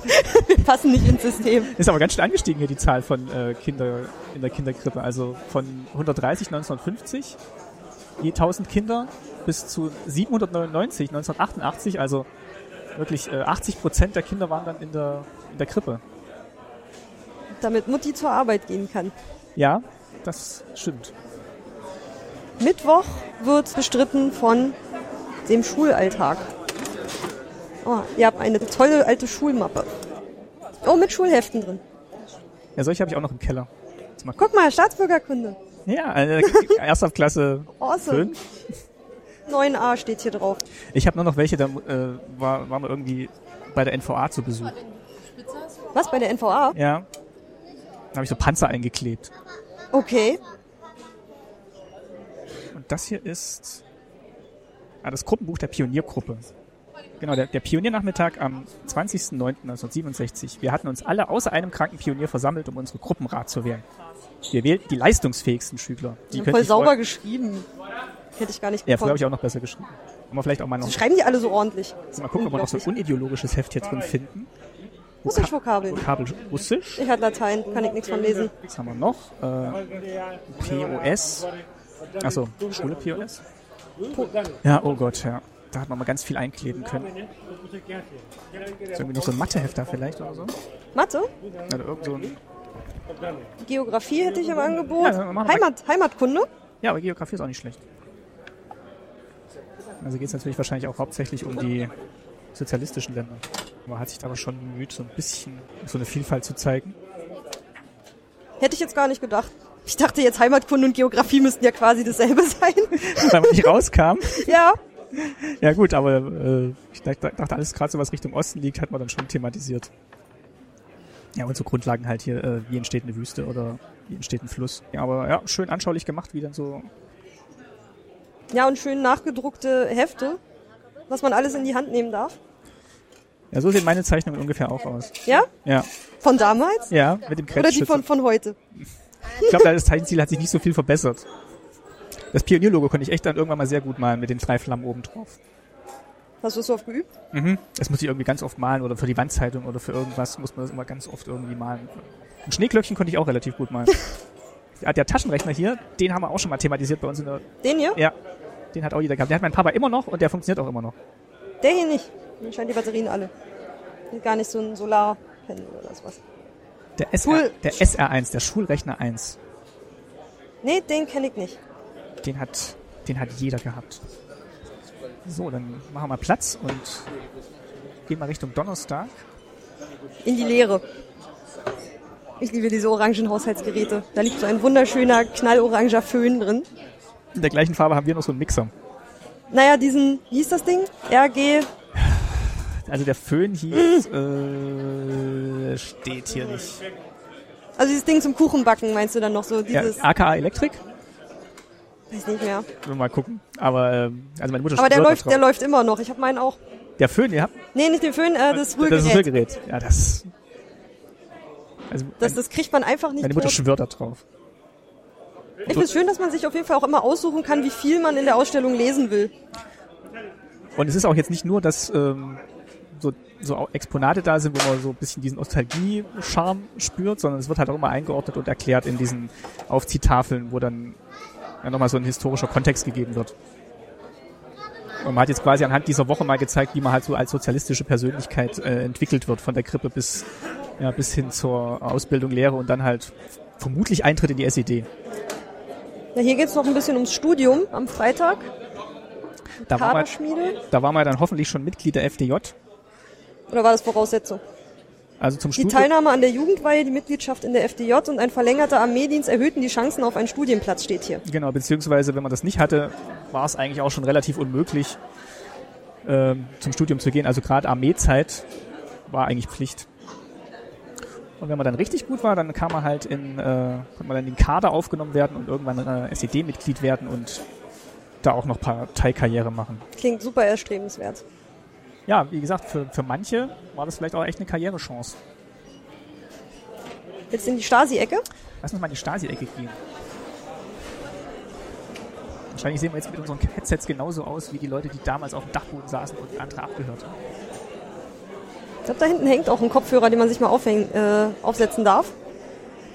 Wir passen nicht ins System. Ist aber ganz schön angestiegen hier die Zahl von äh, Kinder in der Kinderkrippe. Also von 130 1950 je 1000 Kinder bis zu 799 1988. Also wirklich äh, 80 Prozent der Kinder waren dann in der, in der Krippe. Damit Mutti zur Arbeit gehen kann. Ja, das stimmt. Mittwoch wird bestritten von dem Schulalltag. Oh, ihr habt eine tolle alte Schulmappe. Oh, mit Schulheften drin. Ja, solche habe ich auch noch im Keller. Jetzt mal gucken. Guck mal, Staatsbürgerkunde. Ja, äh, erst auf Klasse Awesome. 5. 9a steht hier drauf. Ich habe nur noch welche, da äh, war, waren wir irgendwie bei der NVA zu Besuch. Was, bei der NVA? Ja. Da habe ich so Panzer eingeklebt. Okay. Und das hier ist ah, das Gruppenbuch der Pioniergruppe. Genau, der, der Pioniernachmittag am 20.09.1967. Wir hatten uns alle außer einem kranken Pionier versammelt, um unsere Gruppenrat zu wählen. Wir wählten die leistungsfähigsten Schüler. Die Voll ich sauber Früher, geschrieben. Hätte ich gar nicht ja, früher gekonnt. habe ich auch noch besser geschrieben. Haben wir vielleicht auch mal noch. Sie schreiben die alle so ordentlich. Mal gucken, ob wir noch so ein unideologisches Heft hier drin finden. Russisch-Vokabeln. Vokabel Russisch. Ich hatte Latein, kann ich nichts von lesen. Was haben wir noch? Äh, POS. Achso, Schule POS. Ja, oh Gott, ja. Da hat man mal ganz viel einkleben können. Ist irgendwie noch so ein Matheheft da vielleicht oder so? Mathe, Oder irgend so ein Geografie hätte ich im Angebot. Ja, dann machen wir- Heimat, Heimatkunde. ja, aber Geografie ist auch nicht schlecht. Also geht es natürlich wahrscheinlich auch hauptsächlich um die sozialistischen Länder. Man hat sich da aber schon bemüht, so ein bisschen so eine Vielfalt zu zeigen. Hätte ich jetzt gar nicht gedacht. Ich dachte jetzt Heimatkunde und Geografie müssten ja quasi dasselbe sein. Weil man nicht rauskam. ja, Ja gut, aber äh, ich dachte, dachte alles gerade so, was Richtung Osten liegt, hat man dann schon thematisiert. Ja, und so Grundlagen halt hier, äh, wie entsteht eine Wüste oder wie entsteht ein Fluss. Ja, aber ja, schön anschaulich gemacht, wie dann so. ja und schön nachgedruckte Hefte, was man alles in die Hand nehmen darf. Ja, so sehen meine Zeichnungen ungefähr auch aus. Ja, Ja, von damals ja, mit oder die dem von, Grenzschützer. von heute. Ich glaube, das Zeichenziel hat sich nicht so viel verbessert. Das Pionierlogo konnte ich echt dann irgendwann mal sehr gut malen mit den drei Flammen oben drauf. Hast du es so oft geübt? Mhm. Das muss ich irgendwie ganz oft malen oder für die Wandzeitung oder für irgendwas muss man das immer ganz oft irgendwie malen. Ein Schneeglöckchen konnte ich auch relativ gut malen. ah, der Taschenrechner hier, den haben wir auch schon mal thematisiert bei uns in der, Den hier? ja, den hat auch jeder gehabt. Der hat mein Papa immer noch und der funktioniert auch immer noch. Der hier nicht. Mir scheinen die Batterien alle. Gar nicht so ein Solarpanel oder sowas. Der SR, Cool. der SR1, der Schulrechner 1, Nee, den kenne ich nicht. den hat, den hat jeder gehabt. So, dann machen wir mal Platz und gehen mal Richtung Donnerstag. In die Leere. Ich liebe diese orangen Haushaltsgeräte. Da liegt so ein wunderschöner, knalloranger Föhn drin. In der gleichen Farbe haben wir noch so einen Mixer. Naja, diesen, wie hieß das Ding? RG. Also der Föhn hieß, äh, steht hier nicht. Also dieses Ding zum Kuchenbacken, meinst du dann noch so? Ja, Dieses, AKA Elektrik? weiß nicht mehr. Wollen wir Mal gucken. Aber, ähm, also meine Mutter Aber der stolz läuft, drauf. der läuft immer noch. Ich habe meinen auch. Der Föhn, ja. Nee, nicht den Föhn, äh, das Rührgerät. Das Das, ist Rührgerät. Ja, das. Also, das, kriegt man einfach nicht meine Mutter tot. schwört da drauf. Ich finde es schön, dass man sich auf jeden Fall auch immer aussuchen kann, wie viel man in der Ausstellung lesen will. Und es ist auch jetzt nicht nur, dass ähm, so, so auch Exponate da sind, wo man so ein bisschen diesen Nostalgie-Charme spürt, sondern es wird halt auch immer eingeordnet und erklärt in diesen Aufziehtafeln, wo dann ja nochmal so ein historischer Kontext gegeben wird. Und man hat jetzt quasi anhand dieser Woche mal gezeigt, wie man halt so als sozialistische Persönlichkeit äh, entwickelt wird, von der Krippe bis, ja, bis hin zur Ausbildung, Lehre und dann halt vermutlich Eintritt in die E SED. Ja, hier geht's noch ein bisschen ums Studium am Freitag. Da war, man, Kaderschmiede. da war man dann hoffentlich schon Mitglied der FDJ. Oder war das Voraussetzung? Also zum Die Studium. Teilnahme an der Jugendweihe, die Mitgliedschaft in der FDJ und ein verlängerter Armeedienst erhöhten die Chancen auf einen Studienplatz, steht hier. Genau, beziehungsweise wenn man das nicht hatte, war es eigentlich auch schon relativ unmöglich, ähm, zum Studium zu gehen. Also gerade Armeezeit war eigentlich Pflicht. Und wenn man dann richtig gut war, dann kam man halt in, äh, konnte man dann in den Kader aufgenommen werden und irgendwann äh, SED-Mitglied werden und da auch noch Parteikarriere machen. Klingt super erstrebenswert. Ja, wie gesagt, für, für manche war das vielleicht auch echt eine Karrierechance. Jetzt in die Stasi-Ecke. Lass uns mal in die Stasi-Ecke gehen. Wahrscheinlich sehen wir jetzt mit unseren Headsets genauso aus wie die Leute, die damals auf dem Dachboden saßen und andere abgehört haben. Ich glaube, da hinten hängt auch ein Kopfhörer, den man sich mal aufhängen, äh, aufsetzen darf.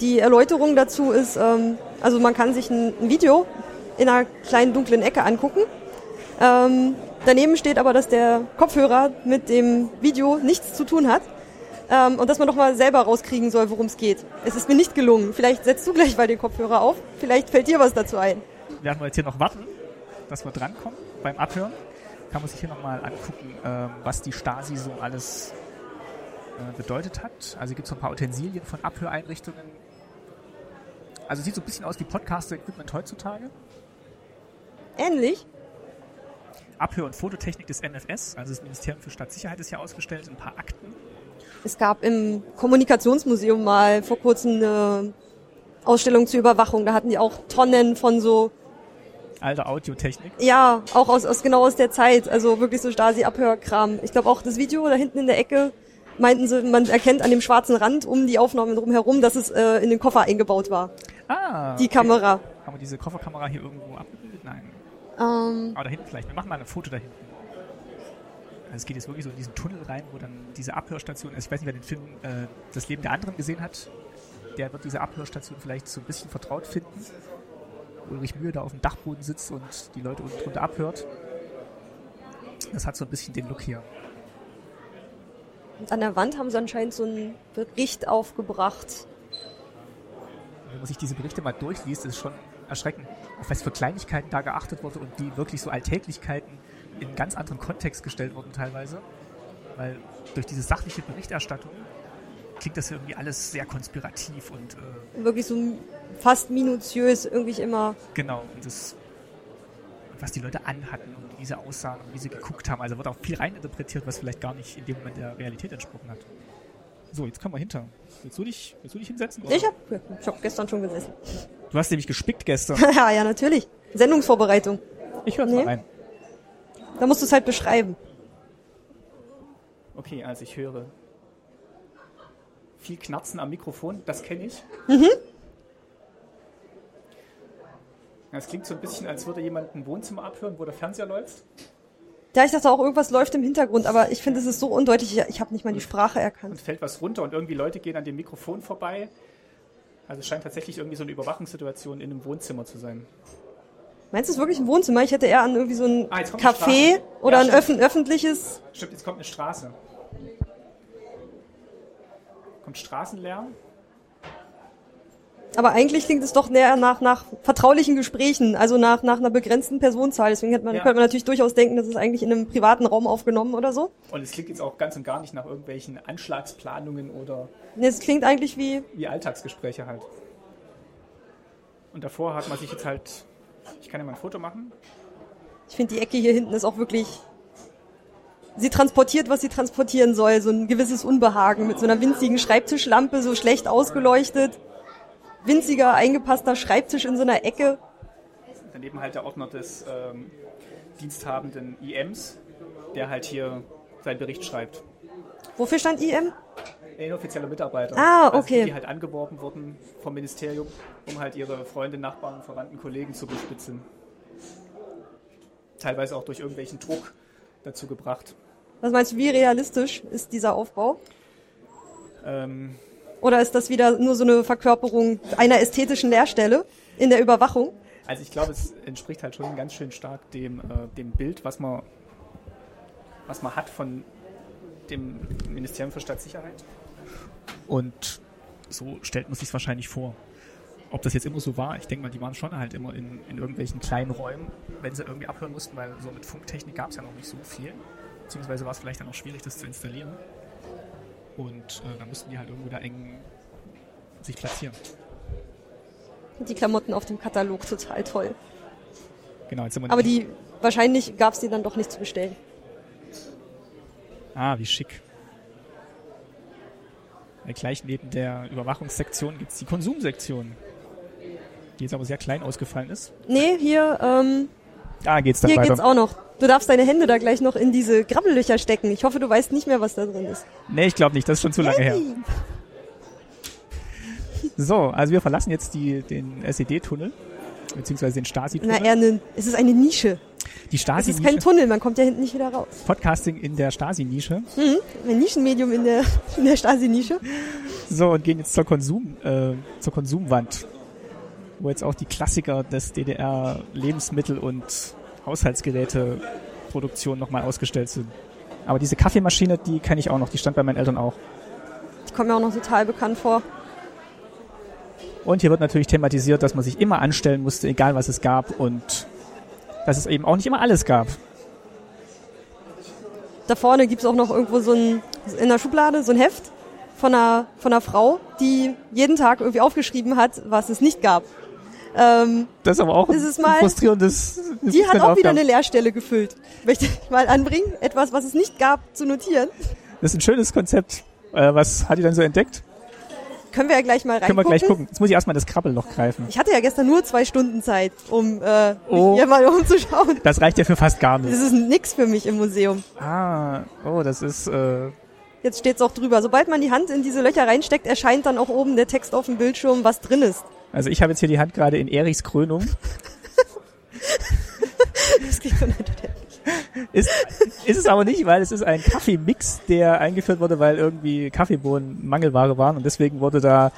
Die Erläuterung dazu ist, ähm, also man kann sich ein, ein Video in einer kleinen dunklen Ecke angucken. Ähm, daneben steht aber, dass der Kopfhörer mit dem Video nichts zu tun hat. Ähm, und dass man doch mal selber rauskriegen soll, worum es geht. Es ist mir nicht gelungen. Vielleicht setzt du gleich mal den Kopfhörer auf. Vielleicht fällt dir was dazu ein. Werden wir jetzt hier noch warten, dass wir drankommen beim Abhören. Kann man sich hier nochmal angucken, ähm, was die Stasi so alles äh, bedeutet hat. Also gibt es so ein paar Utensilien von Abhöreinrichtungen. Also sieht so ein bisschen aus wie Podcaster-Equipment heutzutage. Ähnlich. Abhör- und Fototechnik des NFS, also das Ministerium für Staatssicherheit ist hier ausgestellt, ein paar Akten. Es gab im Kommunikationsmuseum mal vor kurzem eine Ausstellung zur Überwachung. Da hatten die auch Tonnen von so, Alte Audiotechnik. ja, auch aus, aus genau aus der Zeit. Also wirklich so Stasi-Abhörkram. Ich glaube auch das Video da hinten in der Ecke meinten sie, man erkennt an dem schwarzen Rand um die Aufnahmen drumherum, dass es äh, in den Koffer eingebaut war. Ah, Die Kamera. Haben wir diese Kofferkamera hier irgendwo abgebildet? Nein. Ähm, Aber da hinten vielleicht. Wir machen mal ein Foto da hinten. Also es geht jetzt wirklich so in diesen Tunnel rein, wo dann diese Abhörstation, also ich weiß nicht, wer den Film äh, Das Leben der anderen gesehen hat, der wird diese Abhörstation vielleicht so ein bisschen vertraut finden. Wo Ulrich Mühe da auf dem Dachboden sitzt und die Leute unten drunter abhört. Das hat so ein bisschen den Look hier. und an der Wand haben sie anscheinend so einen Bericht aufgebracht. Und Wenn man sich diese Berichte mal durchliest, ist es schon erschreckend, auf was für Kleinigkeiten da geachtet wurde und die wirklich so Alltäglichkeiten in einen ganz anderen Kontext gestellt wurden teilweise. Weil durch diese sachliche Berichterstattung klingt das ja irgendwie alles sehr konspirativ und äh, Wirklich so fast minutiös, irgendwie immer. genau. Und das, und was die Leute anhatten und wie sie aussahen und wie sie geguckt haben. Also wird auch viel reininterpretiert, was vielleicht gar nicht in dem Moment der Realität entsprochen hat. So, jetzt können wir hinter. Willst du dich, willst du dich hinsetzen? Ich hab, ich hab gestern schon gesessen. Du hast nämlich gespickt gestern. ja, ja, natürlich. Sendungsvorbereitung. Ich höre Nee. mal rein. Da musst du es halt beschreiben. Okay, also ich höre viel Knarzen am Mikrofon, das kenne ich. Das klingt so ein bisschen, als würde jemand ein Wohnzimmer abhören, wo der Fernseher läuft. Ja, ich dachte auch, irgendwas läuft im Hintergrund, aber ich finde, es ist so undeutlich. Ich, ich habe nicht mal die Sprache und erkannt. fällt was runter und irgendwie Leute gehen an dem Mikrofon vorbei Also es scheint tatsächlich irgendwie so eine Überwachungssituation in einem Wohnzimmer zu sein. Meinst du es ist wirklich ein Wohnzimmer? Ich hätte eher an irgendwie so ein Ah, jetzt kommt die Café Straße. oder Ja, ein öffn öffentliches. Stimmt, jetzt kommt eine Straße. Kommt Straßenlärm? Aber eigentlich klingt es doch näher nach, nach vertraulichen Gesprächen, also nach, nach einer begrenzten Personenzahl. Deswegen hätte man, Ja. könnte man natürlich durchaus denken, das ist eigentlich in einem privaten Raum aufgenommen oder so. Und es klingt jetzt auch ganz und gar nicht nach irgendwelchen Anschlagsplanungen oder Nee, es klingt eigentlich wie, wie Alltagsgespräche halt. Und davor hat man sich jetzt halt. Ich kann ja mal ein Foto machen. ich finde die Ecke hier hinten ist auch wirklich, sie transportiert, was sie transportieren soll. So ein gewisses Unbehagen mit so einer winzigen Schreibtischlampe, so schlecht ausgeleuchtet. Winziger, eingepasster Schreibtisch in so einer Ecke. Daneben halt der Ordner des ähm, diensthabenden IMs, der halt hier seinen Bericht schreibt. Wofür stand IM? Inoffizieller Mitarbeiter. Ah, Also okay. Die, die halt angeworben wurden vom Ministerium, um halt ihre Freunde, Nachbarn, Verwandten, Kollegen zu bespitzeln. Teilweise auch durch irgendwelchen Druck dazu gebracht. Was meinst du, wie realistisch ist dieser Aufbau? Ähm, Oder ist das wieder nur so eine Verkörperung einer ästhetischen Leerstelle in der Überwachung? also ich glaube, es entspricht halt schon ganz schön stark dem, äh, dem Bild, was man, was man hat von dem Ministerium für Staatssicherheit. Und so stellt man sich wahrscheinlich vor. Ob das jetzt immer so war, ich denke mal, die waren schon halt immer in, in irgendwelchen kleinen Räumen, wenn sie irgendwie abhören mussten, weil so mit Funktechnik gab es ja noch nicht so viel. Beziehungsweise war es vielleicht dann auch schwierig, das zu installieren. Und äh, da mussten die halt irgendwo da eng sich platzieren. Die Klamotten auf dem Katalog total toll. Genau, jetzt sind wir Aber nicht- die wahrscheinlich gab's die dann doch nicht zu bestellen. Ah, wie schick. Weil gleich neben der Überwachungssektion gibt's die Konsumsektion, die jetzt aber sehr klein ausgefallen ist. Nee, hier, ähm, Da geht's dann hier weiter. geht's auch noch. Du darfst deine Hände da gleich noch in diese Grabbellöcher stecken. Ich hoffe, du weißt nicht mehr, was da drin ist. Nee, ich glaube nicht, das ist schon zu lange her. Hey, So, also wir verlassen jetzt die, den SED-Tunnel, beziehungsweise den na, Stasi-Tunnel. eher eine, es ist eine Nische. Ah, Die Es ist kein Stasi-Nische, Tunnel, man kommt ja hinten nicht wieder raus. Podcasting in der Stasi-Nische. Ein Nischenmedium in der, in der Stasi-Nische. So, und gehen jetzt zur, Konsum, äh, zur Konsumwand, wo jetzt auch die Klassiker des DDR Lebensmittel- und Haushaltsgeräteproduktion nochmal ausgestellt sind. Aber diese Kaffeemaschine, die kenne ich auch noch, die stand bei meinen Eltern auch. Die kommt mir auch noch total bekannt vor. Und hier wird natürlich thematisiert, dass man sich immer anstellen musste, egal was es gab und dass es eben auch nicht immer alles gab. Da vorne gibt's auch noch irgendwo so ein, in der Schublade so ein Heft von einer, von einer Frau, die jeden Tag irgendwie aufgeschrieben hat, was es nicht gab. Ähm, Das ist aber auch Das ein ist mal- frustrierendes. die hat auch wieder Aufgabe. eine Leerstelle gefüllt. Möchte ich mal anbringen, etwas, was es nicht gab, zu notieren. Das ist ein schönes Konzept. Äh, was hat die dann so entdeckt? Können wir ja gleich mal reingucken. Können wir gleich gucken. Jetzt muss ich erstmal das Krabbelloch greifen. Ich hatte ja gestern nur zwei Stunden Zeit, um äh, Oh. mich hier mal umzuschauen. Das reicht ja für fast gar nichts. Das ist nix für mich im Museum. Ah, oh, das ist. Äh, Jetzt steht's auch drüber. Sobald man die Hand in diese Löcher reinsteckt, erscheint dann auch oben der Text auf dem Bildschirm, was drin ist. also ich habe jetzt hier die Hand gerade in Erichs Krönung. Das geht halt so nicht. Ist, ist es aber nicht, weil es ist ein Kaffeemix, der eingeführt wurde, weil irgendwie Kaffeebohnen Mangelware waren und deswegen wurde da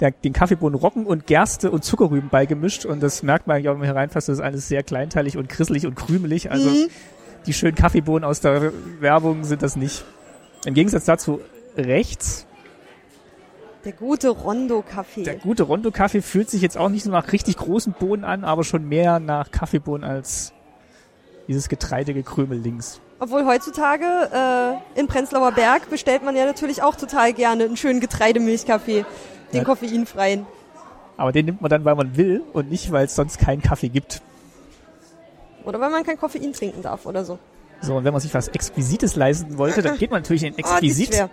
der, den Kaffeebohnen Roggen und Gerste und Zuckerrüben beigemischt und das merkt man eigentlich auch, wenn man hier reinfasst, das ist alles sehr kleinteilig und grisselig und krümelig. Also Mhm. die schönen Kaffeebohnen aus der Werbung sind das nicht. Im Gegensatz dazu rechts Der gute Rondo-Kaffee. Der gute Rondo-Kaffee fühlt sich jetzt auch nicht so nach richtig großen Bohnen an, aber schon mehr nach Kaffeebohnen als dieses Getreidegekrümel links. Obwohl heutzutage äh, in Prenzlauer Berg bestellt man ja natürlich auch total gerne einen schönen Getreidemilchkaffee, den Ja. koffeinfreien. Aber den nimmt man dann, weil man will und nicht, weil es sonst keinen Kaffee gibt. Oder weil man kein Koffein trinken darf oder so. So, und wenn man sich was Exquisites leisten wollte, dann geht man natürlich in den Ah, die ist Exquisit. schwer.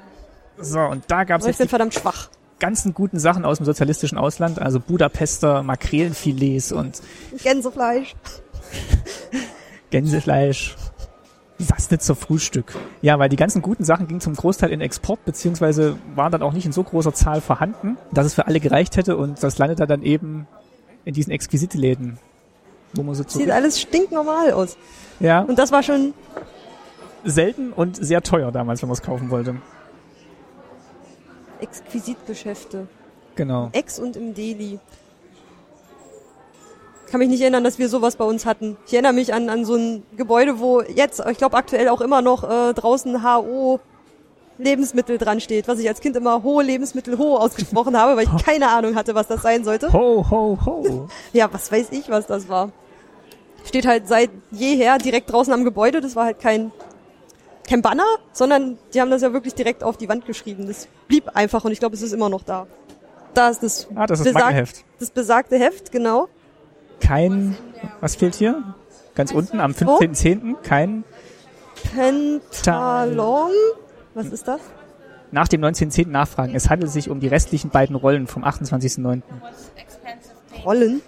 So, und da gab es Aber ich jetzt bin die verdammt schwach. ganzen guten Sachen aus dem sozialistischen Ausland, also Budapester, Makrelenfilets und Gänsefleisch. Gänsefleisch. Sastnitzer Frühstück. Ja, weil die ganzen guten Sachen gingen zum Großteil in Export, beziehungsweise waren dann auch nicht in so großer Zahl vorhanden, dass es für alle gereicht hätte und das landete dann eben in diesen exquisite Läden, wo man so Sieht zurück... alles stinknormal aus. Ja, Und das war schon, selten und sehr teuer damals, wenn man es kaufen wollte. Exquisitgeschäfte. Genau. Ex und im Delhi. Kann mich nicht erinnern, dass wir sowas bei uns hatten. Ich erinnere mich an, an so ein Gebäude, wo jetzt, ich glaube aktuell auch immer noch äh, draußen HO Lebensmittel dran steht, was ich als Kind immer hohe Lebensmittel ho ausgesprochen habe, weil ich keine Ahnung hatte, was das sein sollte. Ho, ho, ho. Ja, was weiß ich, was das war. Steht halt seit jeher direkt draußen am Gebäude. Das war halt kein, kein Banner, sondern die haben das ja wirklich direkt auf die Wand geschrieben. Das blieb einfach und ich glaube, es ist immer noch da. Da ist das, Ah, das ist Markenheft. das besagte Heft, genau. Kein, was fehlt hier? Ganz unten am 15.10. kein, Pentalon. Was ist das? nach dem 19.10. nachfragen. Es handelt sich um die restlichen beiden Rollen vom 28.09. Rollen?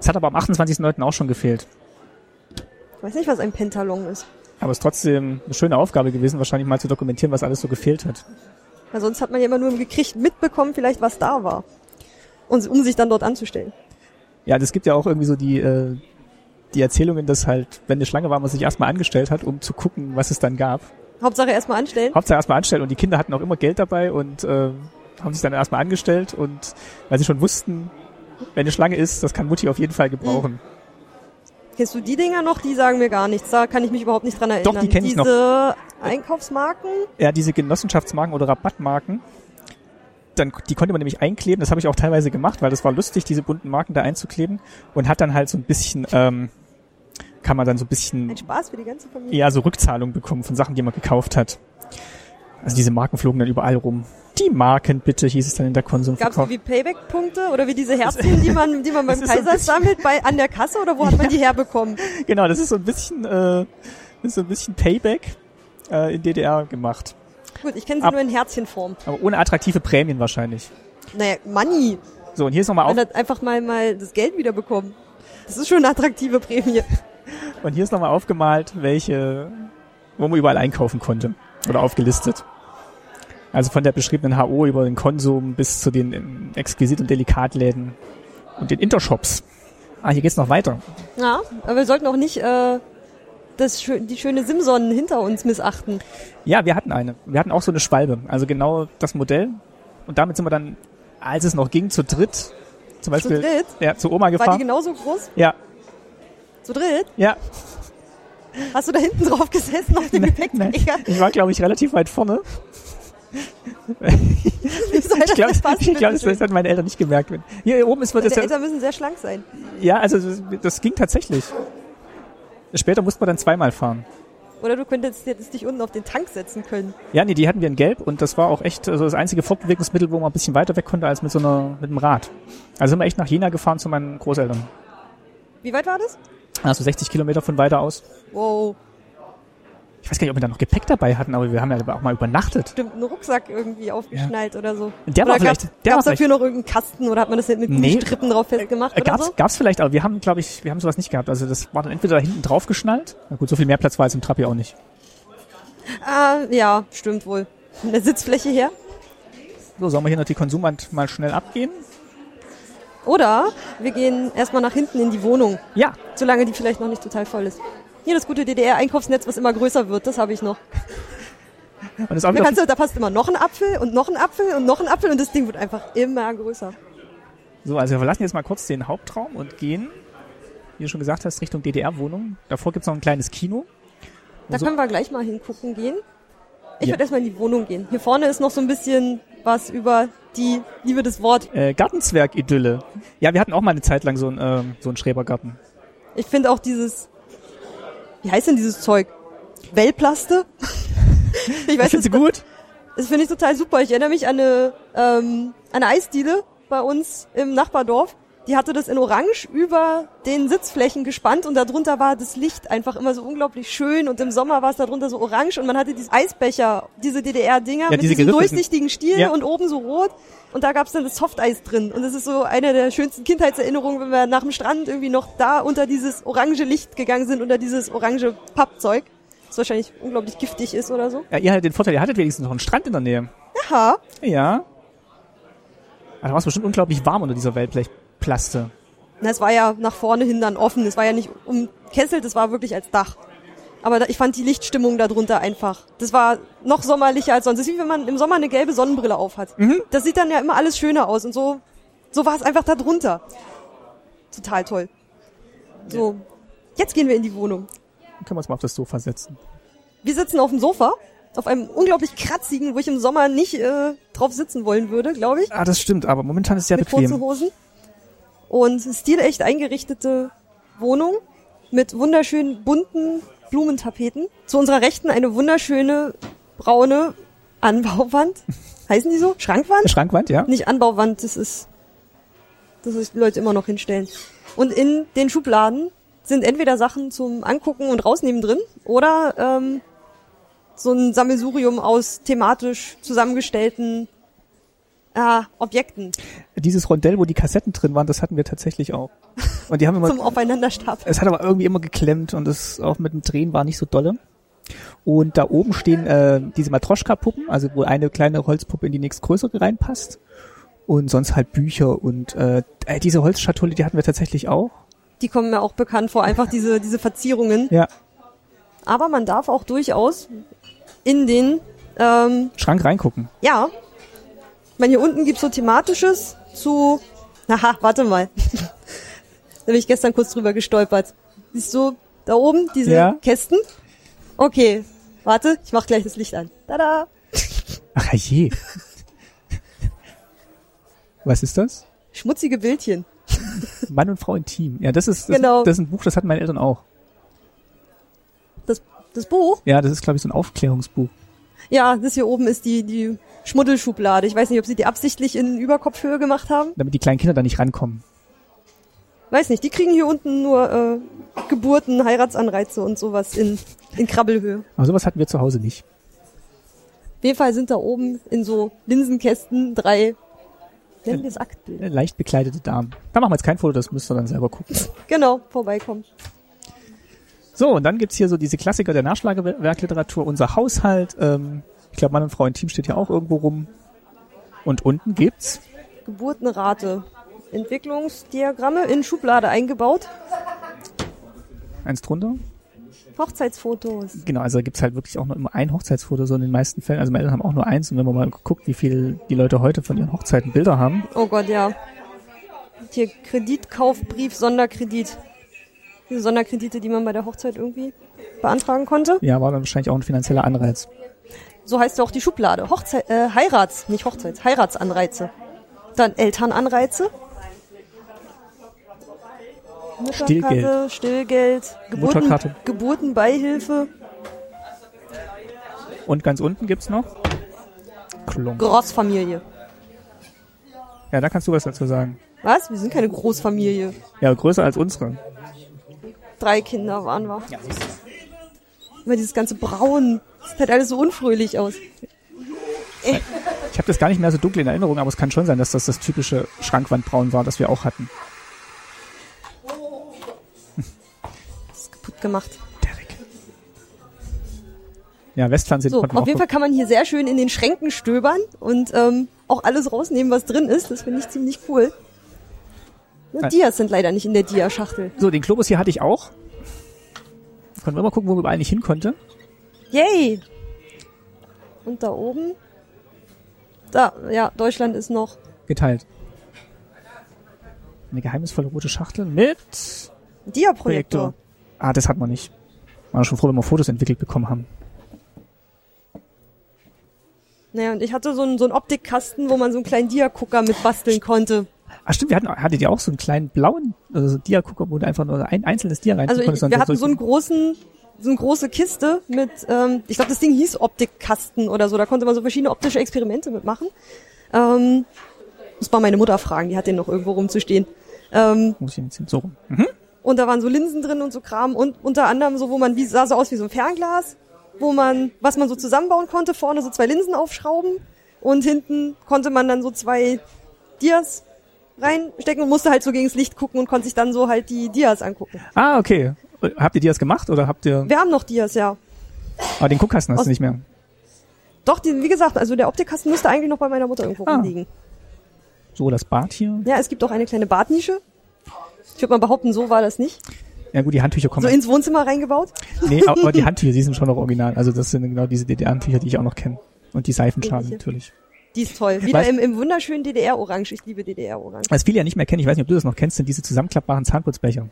Es hat aber am 28.09. auch schon gefehlt. Ich weiß nicht, was ein Pentalon ist. Aber es ist trotzdem eine schöne Aufgabe gewesen, wahrscheinlich mal zu dokumentieren, was alles so gefehlt hat. Weil sonst hat man ja immer nur gekriegt, mitbekommen vielleicht, was da war. Und um sich dann dort anzustellen. Ja, das gibt ja auch irgendwie so die, äh, die Erzählungen, dass halt, wenn eine Schlange war, man sich erstmal angestellt hat, um zu gucken, was es dann gab. Hauptsache erstmal anstellen. Hauptsache erstmal anstellen und die Kinder hatten auch immer Geld dabei und äh, haben sich dann erstmal angestellt und weil sie schon wussten, wenn eine Schlange ist, das kann Mutti auf jeden Fall gebrauchen. Kennst du die Dinger noch? Die sagen mir gar nichts. Da kann ich mich überhaupt nicht dran erinnern. Doch, die kenn ich noch. Diese Einkaufsmarken? Ja, diese Genossenschaftsmarken oder Rabattmarken, dann, die konnte man nämlich einkleben. Das habe ich auch teilweise gemacht, weil das war lustig, diese bunten Marken da einzukleben und hat dann halt so ein bisschen, ähm, kann man dann so ein bisschen Ein Spaß für die ganze Familie. eher so Rückzahlung bekommen von Sachen, die man gekauft hat. Also diese Marken flogen dann überall rum. Die Marken bitte, hieß es dann in der Konsum. Gab es wie Payback-Punkte oder wie diese Herzchen, die man, die man beim Das ist so ein Kaiser sammelt, bei, an der Kasse oder wo hat man die herbekommen? Genau, das ist so ein bisschen, äh, das ist so ein bisschen Payback äh, in DDR gemacht. Gut, ich kenne sie Ab- nur in Herzchenform. Aber ohne attraktive Prämien wahrscheinlich. Naja, Money. So, und hier ist nochmal auf, Man hat einfach mal, mal das Geld wiederbekommen. Das ist schon eine attraktive Prämie. Und hier ist nochmal aufgemalt, welche, wo man überall einkaufen konnte. Oder aufgelistet. Also von der beschriebenen HO über den Konsum bis zu den ähm, Exquisit- und Delikatläden und den Intershops. Ah, hier geht's noch weiter. Ja, aber wir sollten auch nicht äh, das, schö- die schöne Simson hinter uns missachten. Ja, wir hatten eine. Wir hatten auch so eine Schwalbe. Also genau das Modell. Und damit sind wir dann, als es noch ging, zu dritt, zum Beispiel, dritt? ja, zu Oma War die gefahren. genauso groß? Ja, Zu dritt? ja. Hast du da hinten drauf gesessen auf dem Nein, Gepäckträger? ich war, glaube ich, relativ weit vorne. Wie soll Ich glaube, das passen? ich glaub, das bitteschön? das hat meine Eltern nicht gemerkt. Hier oben ist man das Deine ja Eltern müssen sehr schlank sein. Ja, also das, das ging tatsächlich. Später musste man dann zweimal fahren. Oder du könntest jetzt dich unten auf den Tank setzen können. Ja, nee, die hatten wir in Gelb und das war auch echt also das einzige Fortbewegungsmittel, wo man ein bisschen weiter weg konnte als mit so einer mit dem Rad. Also sind wir echt nach Jena gefahren zu meinen Großeltern. Wie weit war das? Also 60 Kilometer von weiter aus. Wow, Ich weiß gar nicht, ob wir da noch Gepäck dabei hatten, aber wir haben ja auch mal übernachtet. bestimmt einen Rucksack irgendwie aufgeschnallt oder so. Der oder war vielleicht- Gab's, der war gab's dafür noch irgendeinen Kasten oder hat man das mit Nee. nee. Strippen drauf festgemacht Äh, oder gab's, so? gab's vielleicht, aber wir haben, glaube ich, wir haben sowas nicht gehabt. Also das war dann entweder da hinten drauf geschnallt. Na gut, so viel mehr Platz war jetzt im Trapp ja auch nicht. Ah, ja, stimmt wohl. Von der Sitzfläche her. So, sollen wir hier noch die Konsumwand mal schnell abgehen? Oder wir gehen erstmal nach hinten in die Wohnung, Ja, solange die vielleicht noch nicht total voll ist. Hier das gute DDR-Einkaufsnetz, was immer größer wird, das habe ich noch. und das auch Da, wieder kannst du, da passt immer noch ein Apfel und noch ein Apfel und noch ein Apfel und das Ding wird einfach immer größer. So, also wir verlassen jetzt mal kurz den Hauptraum und gehen, wie du schon gesagt hast, Richtung DDR-Wohnung. Davor gibt's noch ein kleines Kino. Da So. können wir gleich mal hingucken gehen. Ich Ja. würde erstmal in die Wohnung gehen. Hier vorne ist noch so ein bisschen was über die Liebe des Wort. Äh, Gartenzwerg-Idylle. Ja, wir hatten auch mal eine Zeit lang so einen, ähm, so einen Schrebergarten. Ich finde auch dieses, wie heißt denn dieses Zeug? Wellplaste? ich weiß Findest nicht, du gut? das finde ich total super. Ich erinnere mich an eine, ähm, an eine Eisdiele bei uns im Nachbardorf. Die hatte das in Orange über den Sitzflächen gespannt und darunter war das Licht einfach immer so unglaublich schön und im Sommer war es darunter so orange und man hatte diese Eisbecher, diese DDR-Dinger mit diese diesem geriffelten- durchsichtigen Stiel Ja. und oben so rot und da gab es dann das Softeis drin und das ist so eine der schönsten Kindheitserinnerungen, wenn wir nach dem Strand irgendwie noch da unter dieses orange Licht gegangen sind, unter dieses orange Pappzeug, das wahrscheinlich unglaublich giftig ist oder so. Ja, ihr hattet den Vorteil, ihr hattet wenigstens noch einen Strand in der Nähe. Aha. Ja. Aber da war es bestimmt unglaublich warm unter dieser Wellblechplaste. Na, es war ja nach vorne hin dann offen. Es war ja nicht umkesselt, es war wirklich als Dach. Aber da, ich fand die Lichtstimmung darunter einfach. Das war noch sommerlicher als sonst. Das ist wie wenn man im Sommer eine gelbe Sonnenbrille aufhat. Das sieht dann ja immer alles schöner aus. Und so, so war es einfach da drunter. Total toll. So, jetzt gehen wir in die Wohnung. Dann können wir uns mal auf das Sofa setzen. Wir sitzen auf dem Sofa, auf einem unglaublich kratzigen, wo ich im Sommer nicht äh, drauf sitzen wollen würde, glaube ich. Ah, das stimmt, aber momentan ist es sehr mit kurzen bequem. Hosen. Und stilecht eingerichtete Wohnung mit wunderschönen bunten Blumentapeten. Zu unserer Rechten eine wunderschöne braune Anbauwand. Heißen die so? Schrankwand? Schrankwand, ja? Nicht Anbauwand, das ist, das ist die Leute immer noch hinstellen. Und in den Schubladen sind entweder Sachen zum Angucken und Rausnehmen drin oder ähm, so ein Sammelsurium aus thematisch zusammengestellten äh, Objekten Dieses Rondell, wo die Kassetten drin waren, das hatten wir tatsächlich auch. Und die haben zum immer, Aufeinanderstapeln. es hat aber irgendwie immer geklemmt und es auch mit dem Drehen war nicht so dolle. Und da oben stehen äh, diese Matroschka-Puppen, also wo eine kleine Holzpuppe in die nächstgrößere reinpasst. Und sonst halt Bücher und äh, äh, diese Holzschatulle, die hatten wir tatsächlich auch. Die kommen mir auch bekannt vor, einfach diese, diese Verzierungen. Ja. Aber man darf auch durchaus in den, ähm, Schrank reingucken. ja, ich meine, hier unten gibt's so thematisches zu, haha, warte mal. da bin ich gestern kurz drüber gestolpert. Siehst du da oben diese Ja. Kästen? Okay, warte, ich mach gleich das Licht an. Tada! Ach je. Was ist das? Schmutzige Bildchen. Mann und Frau intim. Ja, das ist das, Genau. das ist ein Buch, das hatten meine Eltern auch. Das, das Buch, Ja, das ist glaube ich so ein Aufklärungsbuch. ja, das hier oben ist die, die Schmuddelschublade. Ich weiß nicht, ob sie die absichtlich in Überkopfhöhe gemacht haben. damit die kleinen Kinder da nicht rankommen. weiß nicht, die kriegen hier unten nur äh, Geburten, Heiratsanreize und sowas in, in Krabbelhöhe. Aber sowas hatten wir zu Hause nicht. Auf jeden Fall sind da oben in so Linsenkästen drei, nennen wir es Aktbilder. Eine Leicht bekleidete Damen. Da machen wir jetzt kein Foto, das müsst ihr dann selber gucken. Genau, vorbeikommen. So, und dann gibt's hier so diese Klassiker der Nachschlagewerkliteratur, unser Haushalt. Ähm, ich glaube, Mann und Frau intim steht hier auch irgendwo rum. Und unten gibt's Geburtenrate. Entwicklungsdiagramme in Schublade eingebaut. eins drunter. Hochzeitsfotos. Genau, also da gibt's halt wirklich auch nur immer ein Hochzeitsfoto, so in den meisten Fällen. Also meine Eltern haben auch nur eins. Und wenn man mal guckt, wie viel die Leute heute von ihren Hochzeiten Bilder haben, Oh Gott, ja. Und Hier Kreditkaufbrief, Sonderkredit. Diese Sonderkredite, die man bei der Hochzeit irgendwie beantragen konnte. ja, war dann wahrscheinlich auch ein finanzieller Anreiz. So heißt ja auch die Schublade. Hochzei äh, Heirats, nicht Hochzeits, Heiratsanreize. Dann Elternanreize. Mutterkarte, Stillgeld. Stillgeld, Geburten, Mutterkarte. Geburtenbeihilfe, Und ganz unten gibt's noch Klump. Großfamilie. Ja, da kannst du was dazu sagen. Was? Wir sind keine Großfamilie. Ja, größer als unsere. Drei Kinder waren wir. Immer dieses ganze Braun. Das sieht halt alles so unfröhlich aus. Ich habe das gar nicht mehr so dunkel in Erinnerung, aber es kann schon sein, dass das das typische Schrankwandbraun war, das wir auch hatten. Das ist kaputt gemacht. Derek. Ja, Westfernsehen So, konnten wir auf jeden auch Fall kann man hier sehr schön in den Schränken stöbern und ähm, auch alles rausnehmen, was drin ist. Das finde ich ziemlich cool. Nur Nein. Dias sind leider nicht in der Dia-Schachtel. So, den Globus hier hatte ich auch. Konnten wir mal gucken, wo wir überall nicht hin konnte. Yay! Und da oben? Da, ja, Deutschland ist noch. Geteilt. Eine geheimnisvolle rote Schachtel mit Dia-Projektor. Projektor. Ah, das hat man nicht. War schon froh, wenn wir Fotos entwickelt bekommen haben. Naja, und ich hatte so einen, so einen Optikkasten, wo man so einen kleinen Dia-Gucker mit basteln konnte. Ah, stimmt, wir hatten, hattet ihr auch so einen kleinen blauen, also so einen Dia-Gucker, wo du einfach nur ein einzelnes Dia rein Also ich, konntest, wir sonst hatten so einen großen, so eine große Kiste mit, ähm, ich glaube, das Ding hieß Optikkasten oder so. Da konnte man so verschiedene optische Experimente mitmachen. Ähm, muss mal meine Mutter fragen, die hat den noch irgendwo rumzustehen. Ähm, Muss ich jetzt hin, so rum. und da waren so Linsen drin und so Kram und unter anderem so, wo man, wie sah so aus wie so ein Fernglas, wo man, was man so zusammenbauen konnte, vorne so zwei Linsen aufschrauben und hinten konnte man dann so zwei Dias reinstecken und musste halt so gegen das Licht gucken und konnte sich dann so halt die Dias angucken. Ah, okay. Habt ihr die das gemacht oder habt ihr. Wir haben noch Dias, ja. Ah, den Guckkasten hast Aus- du nicht mehr. Doch, die, wie gesagt, also der Optikkasten müsste eigentlich noch bei meiner Mutter irgendwo Ah. rumliegen. So, das Bad hier. Ja, es gibt auch eine kleine Badnische. Ich würde mal behaupten, so war das nicht. Ja gut, die Handtücher kommen. So ins Wohnzimmer reingebaut? nee, aber die Handtücher, die sind schon noch original. Also das sind genau diese DDR-Handtücher, die ich auch noch kenne. Und die Seifenschalen Ähnliche. natürlich. Die ist toll. Wieder Weiß- im, im wunderschönen DDR-Orange. Ich liebe DDR-Orange. Was viele ja nicht mehr kennen, ich weiß nicht, ob du das noch kennst, sind diese zusammenklappbaren Zahnputzbecher.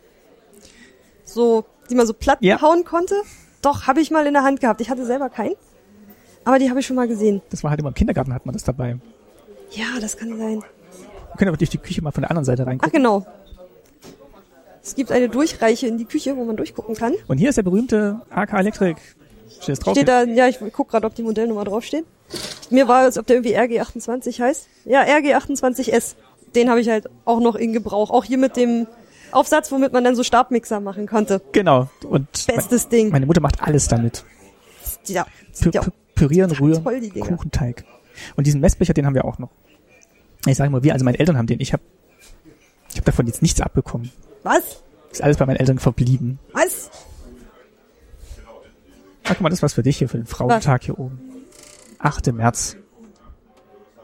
So, die man so platt Ja. hauen konnte. Doch, habe ich mal in der Hand gehabt. Ich hatte selber keinen. Aber die habe ich schon mal gesehen. Das war halt immer im Kindergarten hat man das dabei. Wir Ja, das kann sein. können aber durch die Küche mal von der anderen Seite Ach reingucken. genau. Es gibt eine Durchreiche in die Küche, wo man durchgucken kann. Und hier ist der berühmte AK Elektrik. Steht das drauf? Steht da, ja, ich guck gerade, ob die Modellnummer draufsteht. Mir war es, ob der irgendwie RG28 heißt. Ja, RG28S. Den habe ich halt auch noch in Gebrauch. Auch hier mit dem Aufsatz, womit man dann so Stabmixer machen konnte. Genau. Und Bestes Ding. meine Mutter macht alles damit. Ja, Pü ja. pü- pürieren, rühren, toll, die Dinger. Kuchenteig. Und diesen Messbecher, den haben wir auch noch. Ich sage mal, wir, also meine Eltern haben den. Ich habe ich hab davon jetzt nichts abbekommen. Was? Ist alles bei meinen Eltern verblieben. Was? Ach, guck mal, das ist was für dich hier, für den Frauentag hier oben. 8. März.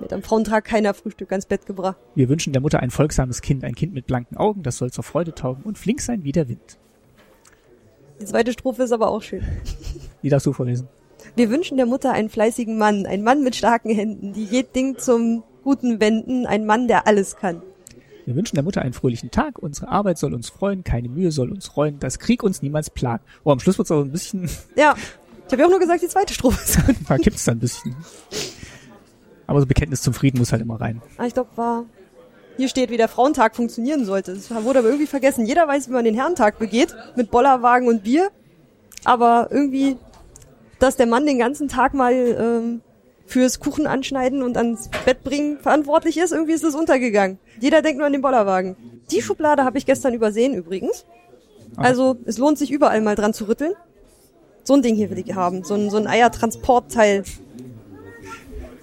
Mit am Frauentag keiner Frühstück ans Bett gebracht. Wir wünschen der Mutter ein folgsames Kind, ein Kind mit blanken Augen, das soll zur Freude taugen und flink sein wie der Wind. Die zweite Strophe ist aber auch schön. Die darfst du vorlesen. Wir wünschen der Mutter einen fleißigen Mann, einen Mann mit starken Händen, die jed Ding zum Guten wenden, ein Mann, der alles kann. Wir wünschen der Mutter einen fröhlichen Tag, unsere Arbeit soll uns freuen, keine Mühe soll uns reuen, dass Krieg uns niemals plagt. Oh, am Schluss wird's auch ein bisschen, Ja, ich habe ja auch nur gesagt, die zweite Strophe ist gut. da kippt's dann ein bisschen. Aber so Bekenntnis zum Frieden muss halt immer rein. Ah, ich glaube, war. Hier steht, wie der Frauentag funktionieren sollte. Das wurde aber irgendwie vergessen. Jeder weiß, wie man den Herrentag begeht, mit Bollerwagen und Bier. Aber irgendwie, dass der Mann den ganzen Tag mal ähm, fürs Kuchen anschneiden und ans Bett bringen verantwortlich ist, irgendwie ist es untergegangen. Jeder denkt nur an den Bollerwagen. Die Schublade habe ich gestern übersehen übrigens. Also es lohnt sich überall mal dran zu rütteln. So ein Ding hier will ich haben, so ein, so ein Eiertransportteil.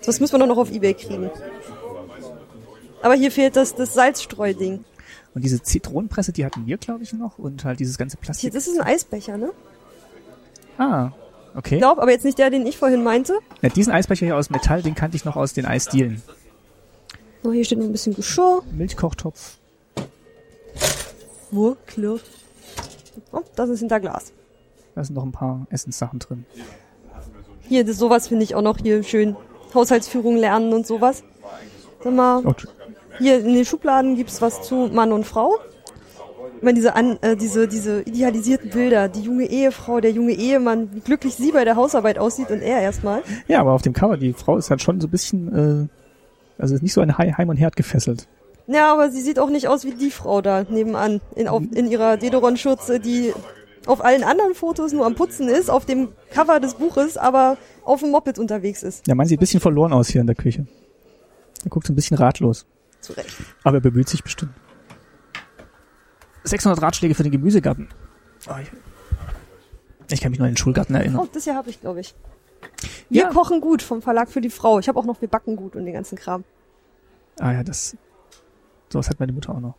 Das müssen wir doch noch auf Ebay kriegen. Aber hier fehlt das, das Salzstreuding. Und diese Zitronenpresse, die hatten wir, glaube ich, noch und halt dieses ganze Hier, Plastik. das ist ein Eisbecher, ne? Ah, okay. Ich glaube, aber jetzt nicht der, den ich vorhin meinte. Na, diesen Eisbecher hier aus Metall, den kannte ich noch aus den Eisdielen. Oh, hier steht noch ein bisschen Geschirr. Milchkochtopf. Wo? Klirr. Oh, das ist hinter Glas. Da sind noch ein paar Essenssachen drin. Hier, das, sowas finde ich auch noch hier schön. Haushaltsführung lernen und sowas. Sag mal, Oh, tsch- hier in den Schubladen gibt's was zu Mann und Frau. Ich meine, diese, an, äh, diese, diese idealisierten Bilder, die junge Ehefrau, der junge Ehemann, wie glücklich sie bei der Hausarbeit aussieht und er erstmal. Ja, aber auf dem Cover, die Frau ist halt schon so ein bisschen, äh, also ist nicht so an He- Heim und Herd gefesselt. Ja, aber sie sieht auch nicht aus wie die Frau da nebenan in, auf, in ihrer Dederon-Schürze, die auf allen anderen Fotos nur am Putzen ist, auf dem Cover des Buches, aber auf dem Moped unterwegs ist. Ja, man sieht ein bisschen verloren aus hier in der Küche. Er guckt so ein bisschen ratlos. Zu Recht. Aber er bemüht sich bestimmt. 600 Ratschläge für den Gemüsegarten. Ah, Oh, ich, ich kann mich nur an den Schulgarten Oh, erinnern. das hier habe ich, glaube ich. Wir Ja. kochen gut vom Verlag für die Frau. Ich habe auch noch Wir backen gut und den ganzen Kram. Ah ja, das. Sowas hat meine Mutter auch noch.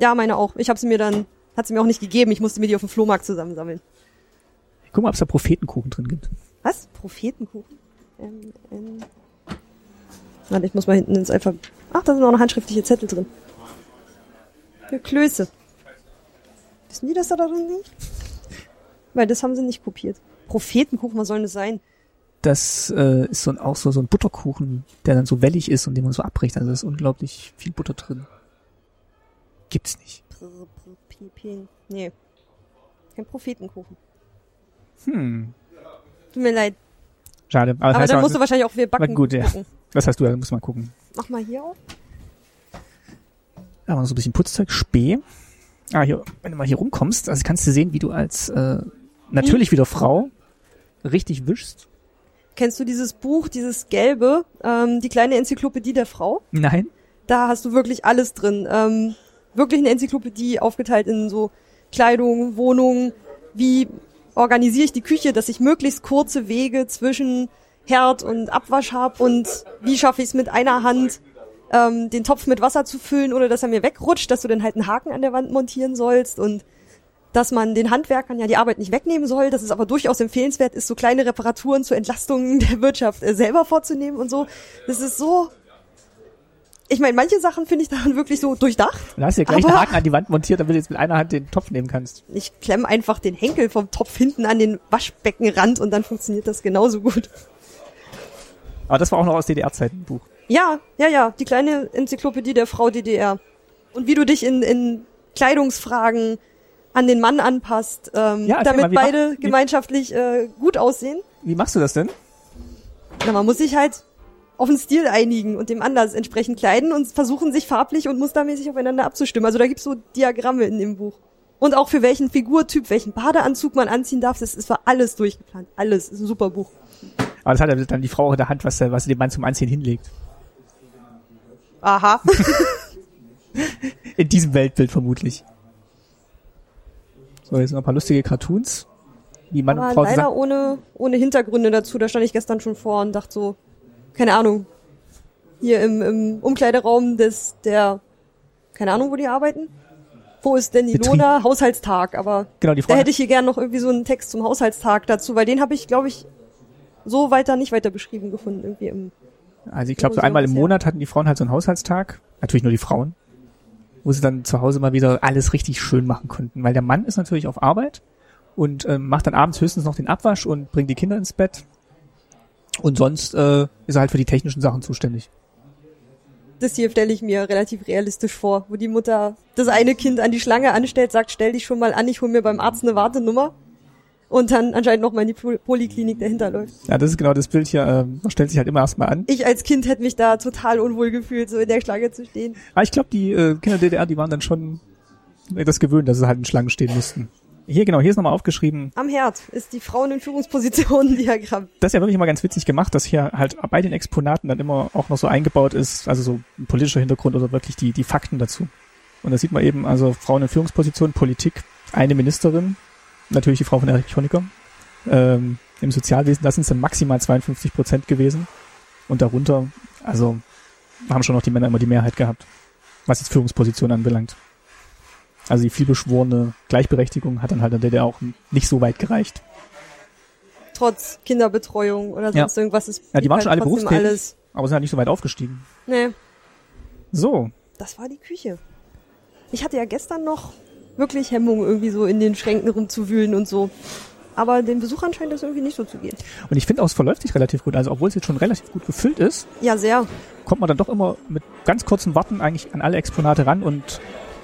Ja, meine auch. Ich habe sie mir dann, hat sie mir auch nicht gegeben. Ich musste mir die auf dem Flohmarkt zusammensammeln. Guck mal, ob es da Prophetenkuchen drin gibt. Was? Prophetenkuchen? Ähm, ähm. Warte, ich muss mal hinten ins Alphabet. Ach, da sind auch noch handschriftliche Zettel drin. Für Klöße. Wissen die, dass da da drin liegt? Weil das haben sie nicht kopiert. Prophetenkuchen, was soll denn das sein? Das äh, ist so ein, auch so, so ein Butterkuchen, der dann so wellig ist und den man so abbricht. Also da ist unglaublich viel Butter drin. Gibt's nicht. Pr- pr- pi- pi- Nee. Kein Prophetenkuchen. Hm. Tut mir leid. Schade. Aber, das Aber heißt dann auch- musst du wahrscheinlich auch wir backen. Na gut, ja. gucken. Das heißt du, da muss man gucken. Mach mal hier auf. Aber noch so ein bisschen Putzzeug, Spee. Ah, hier, wenn du mal hier rumkommst, also kannst du sehen, wie du als äh, natürlich wieder Frau richtig wischst. Kennst du dieses Buch, dieses gelbe, ähm, die kleine Enzyklopädie der Frau? Nein. da hast du wirklich alles drin. Ähm, wirklich eine Enzyklopädie aufgeteilt in so Kleidung, Wohnung, wie organisiere ich die Küche, dass ich möglichst kurze Wege zwischen Herd und Abwasch habe und wie schaffe ich es mit einer Hand, ähm, den Topf mit Wasser zu füllen oder dass er mir wegrutscht, dass du dann halt einen Haken an der Wand montieren sollst und dass man den Handwerkern ja die Arbeit nicht wegnehmen soll, dass es aber durchaus empfehlenswert ist, so kleine Reparaturen zur Entlastung der Wirtschaft äh, selber vorzunehmen und so. Das ist so ich meine, manche Sachen finde ich daran wirklich so durchdacht. Und da hast du ja gleich Aber- einen Haken an die Wand montiert, damit du jetzt mit einer Hand den Topf nehmen kannst. Ich klemme einfach den Henkel vom Topf hinten an den Waschbeckenrand und dann funktioniert das genauso gut. Aber das war auch noch aus DDR-Zeiten ein Buch. Ja, ja, ja, die kleine Enzyklopädie der Frau DDR. Und wie du dich in, in Kleidungsfragen an den Mann anpasst, ähm, Ja, erzähl damit mal, wie beide mach- wie- gemeinschaftlich äh, gut aussehen. Wie machst du das denn? Na, man muss sich halt auf den Stil einigen und dem Anlass entsprechend kleiden und versuchen sich farblich und mustermäßig aufeinander abzustimmen. Also da gibt's so Diagramme in dem Buch. Und auch für welchen Figurtyp, welchen Badeanzug man anziehen darf, das ist war alles durchgeplant. Alles. Ist ein super Buch. Aber das hat ja dann die Frau auch in der Hand, was, er- was sie dem Mann zum Anziehen hinlegt. Aha. In diesem Weltbild vermutlich. So, jetzt noch ein paar lustige Cartoons. Die Mann und Aber Frau leider zusammen. ohne, ohne Hintergründe dazu. Da stand ich gestern schon vor und dachte so, keine Ahnung. Hier im, im Umkleideraum des, der, keine Ahnung, wo die arbeiten. Wo ist denn Betrieb. Ilona? Haushaltstag, aber Genau, die Frau. Da hätte ich hier gern noch irgendwie so einen Text zum Haushaltstag dazu, weil den habe ich, glaube ich, so weiter nicht weiter beschrieben gefunden irgendwie im. also ich glaube, so einmal im Museum, ja. Monat hatten die Frauen halt so einen Haushaltstag. Natürlich nur die Frauen. Wo sie dann zu Hause mal wieder alles richtig schön machen konnten. Weil der Mann ist natürlich auf Arbeit und ähm, macht dann abends höchstens noch den Abwasch und bringt die Kinder ins Bett. Und sonst äh, ist er halt für die technischen Sachen zuständig. Das hier stelle ich mir relativ realistisch vor, wo die Mutter das eine Kind an die Schlange anstellt, sagt, stell dich schon mal an, ich hole mir beim Arzt eine Wartenummer und dann anscheinend nochmal in die Pol- Poliklinik dahinter läuft. Ja, das ist genau das Bild hier. Ähm, man stellt sich halt immer erstmal an. Ich als Kind hätte mich da total unwohl gefühlt, so in der Schlange zu stehen. Aber ich glaube, die äh, Kinder DDR, die waren dann schon das gewöhnt, dass sie halt in Schlangen stehen mussten. Hier genau, hier ist nochmal aufgeschrieben. Am Herd ist die Frauen in Führungspositionen Diagramm. Das ist ja wirklich immer ganz witzig gemacht, dass hier halt bei den Exponaten dann immer auch noch so eingebaut ist, also so ein politischer Hintergrund oder wirklich die, die Fakten dazu. Und da sieht man eben, also Frauen in Führungspositionen, Politik, eine Ministerin, natürlich die Frau von Erich Honecker. Ähm, Im Sozialwesen, das sind dann maximal 52 Prozent gewesen. Und darunter, also haben schon noch die Männer immer die Mehrheit gehabt, was jetzt Führungspositionen anbelangt. Also die vielbeschworene Gleichberechtigung hat dann halt in der DDR auch nicht so weit gereicht. Trotz Kinderbetreuung oder sonst irgendwas ist Ja, die waren halt schon alle trotzdem berufstätig. alles. Aber sind halt nicht so weit aufgestiegen. Nee. So, das war die Küche. Ich hatte ja gestern noch wirklich Hemmung, irgendwie so in den Schränken rumzuwühlen und so. Aber den Besuchern scheint das irgendwie nicht so zu gehen. Und ich finde auch, es verläuft sich relativ gut. Also obwohl es jetzt schon relativ gut gefüllt ist, Ja, sehr. kommt man dann doch immer mit ganz kurzem Warten eigentlich an alle Exponate ran und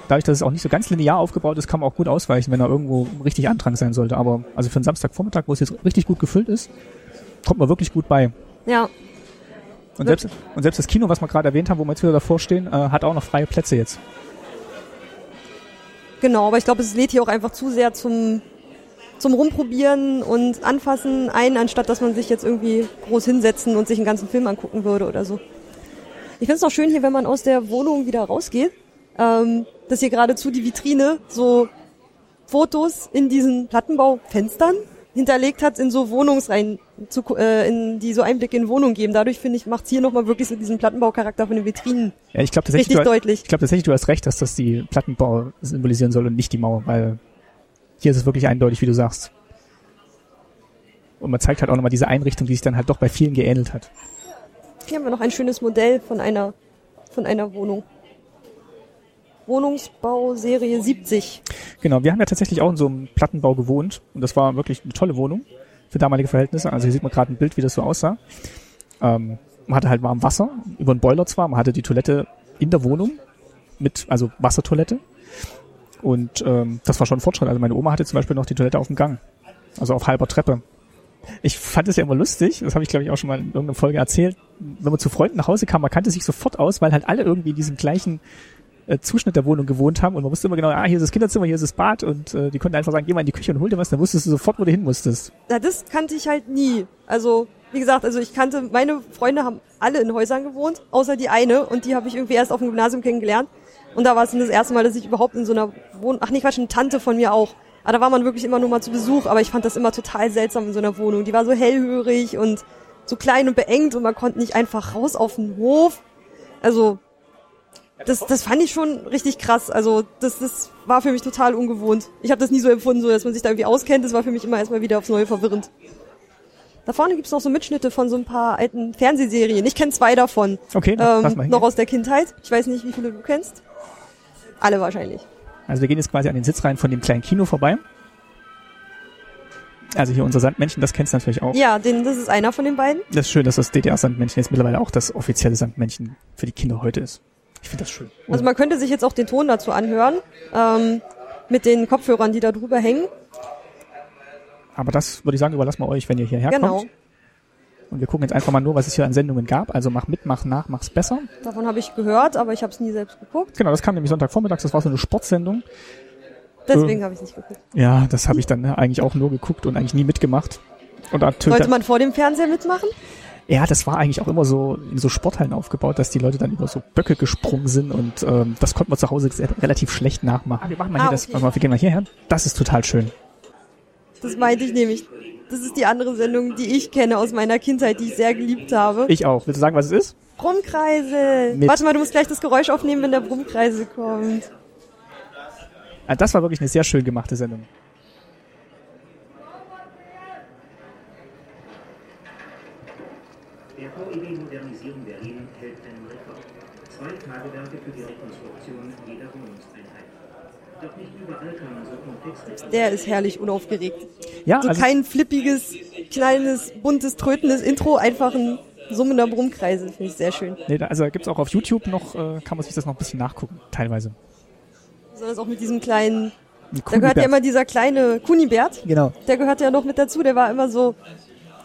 dadurch, dass es auch nicht so ganz linear aufgebaut ist, kann man auch gut ausweichen, wenn er irgendwo richtig Andrang sein sollte. Aber also für einen Samstagvormittag, wo es jetzt richtig gut gefüllt ist, kommt man wirklich gut bei. Ja, Und selbst, und selbst das Kino, was wir gerade erwähnt haben, wo wir jetzt wieder davor stehen, äh, hat auch noch freie Plätze jetzt. genau. Aber ich glaube, es lädt hier auch einfach zu sehr zum, zum Rumprobieren und Anfassen ein, anstatt dass man sich jetzt irgendwie groß hinsetzen und sich einen ganzen Film angucken würde oder so. Ich finde es noch schön hier, wenn man aus der Wohnung wieder rausgeht, ähm, dass hier geradezu die Vitrine so Fotos in diesen Plattenbaufenstern hinterlegt hat, in so Wohnungsreihen, zu, gu- äh, in, die so Einblicke in Wohnungen geben. Dadurch, finde ich, macht's hier nochmal wirklich so diesen Plattenbaucharakter von den Vitrinen Ja, ich glaube tatsächlich, richtig du, deutlich. ich glaube tatsächlich, du hast recht, dass das die Plattenbau symbolisieren soll und nicht die Mauer, weil hier ist es wirklich eindeutig, wie du sagst. Und man zeigt halt auch nochmal diese Einrichtung, die sich dann halt doch bei vielen geähnelt hat. Hier haben wir noch ein schönes Modell von einer, von einer Wohnung. Wohnungsbau Serie 70. Genau, wir haben ja tatsächlich auch in so einem Plattenbau gewohnt und das war wirklich eine tolle Wohnung für damalige Verhältnisse. Also hier sieht man gerade ein Bild, wie das so aussah. Ähm, man hatte halt warm Wasser, über einen Boiler zwar, man hatte die Toilette in der Wohnung mit, also Wassertoilette. Und ähm, das war schon ein Fortschritt. Also meine Oma hatte zum Beispiel noch die Toilette auf dem Gang, also auf halber Treppe. Ich fand es ja immer lustig, das habe ich glaube ich auch schon mal in irgendeiner Folge erzählt. Wenn man zu Freunden nach Hause kam, man kannte sich sofort aus, weil halt alle irgendwie in diesem gleichen äh, Zuschnitt der Wohnung gewohnt haben und man wusste immer genau, ah, hier ist das Kinderzimmer, hier ist das Bad und äh, die konnten einfach sagen, geh mal in die Küche und hol dir was, dann wusstest du sofort, wo du hin musstest. Na, das kannte ich halt nie. Also, wie gesagt, also ich kannte, meine Freunde haben alle in Häusern gewohnt, außer die eine und die habe ich irgendwie erst auf dem Gymnasium kennengelernt. Und da war es dann das erste Mal, dass ich überhaupt in so einer Wohnung, ach nee, Quatsch, eine Tante von mir auch. Aber da war man wirklich immer nur mal zu Besuch, aber ich fand das immer total seltsam in so einer Wohnung. Die war so hellhörig und so klein und beengt und man konnte nicht einfach raus auf den Hof. Also, das, das fand ich schon richtig krass. Also das, das war für mich total ungewohnt. Ich habe das nie so empfunden, so dass man sich da irgendwie auskennt. Das war für mich immer erstmal wieder aufs Neue verwirrend. Da vorne gibt's noch so Mitschnitte von so ein paar alten Fernsehserien. Ich kenne zwei davon. Okay, dann lass mal Ähm, hingehen. noch aus der Kindheit. Ich weiß nicht, wie viele du kennst. Alle wahrscheinlich. Also wir gehen jetzt quasi an den Sitzreihen von dem kleinen Kino vorbei. Also hier unser Sandmännchen, das kennst du natürlich auch. Ja, den, das ist einer von den beiden. Das ist schön, dass das DDR-Sandmännchen jetzt mittlerweile auch das offizielle Sandmännchen für die Kinder heute ist. Ich finde das schön. Also man könnte sich jetzt auch den Ton dazu anhören. Ähm, mit den Kopfhörern, die da drüber hängen. Aber das würde ich sagen, überlassen wir euch, wenn ihr hierher Genau. kommt. Und wir gucken jetzt einfach mal nur, was es hier an Sendungen gab. Also mach mit, mach nach, mach's besser. Davon habe ich gehört, aber ich habe es nie selbst geguckt. Genau, das kam nämlich Sonntagvormittags, das war so eine Sportsendung. Deswegen habe ich nicht geguckt. Ja, das habe ich dann ne, eigentlich auch nur geguckt und eigentlich nie mitgemacht. Und natürlich Sollte man vor dem Fernseher mitmachen? Ja, das war eigentlich auch immer so in so Sporthallen aufgebaut, dass die Leute dann über so Böcke gesprungen sind und ähm, das konnten wir zu Hause sehr, relativ schlecht nachmachen. Ah, wir machen mal Ah, hier das, okay. warte mal, wir gehen mal hierher. Das ist total schön. Das meinte ich nämlich. Das ist die andere Sendung, die ich kenne aus meiner Kindheit, die ich sehr geliebt habe. Ich auch. Willst du sagen, was es ist? Brummkreisel. Mit- Warte mal, du musst gleich das Geräusch aufnehmen, wenn der Brummkreisel kommt. Ah, Das war wirklich eine sehr schön gemachte Sendung. Der VEB Modernisierung Berlin hält einen Rekord. Zwei Tagewerke für die Rekonstruktion jeder Wohnungseinheit. Doch nicht überall kann man so komplexe Der ist herrlich unaufgeregt. Ja, So also kein flippiges, knallendes, buntes, trötendes Intro, einfach ein summender Brummkreisel. Finde ich sehr schön. nee, da- also gibt's auch auf YouTube noch, äh, kann man sich das noch ein bisschen nachgucken, teilweise. Besonders auch mit diesem kleinen, Ein da gehört ja Kunibert. immer dieser kleine Kunibert. genau. Der gehörte ja noch mit dazu. Der war immer so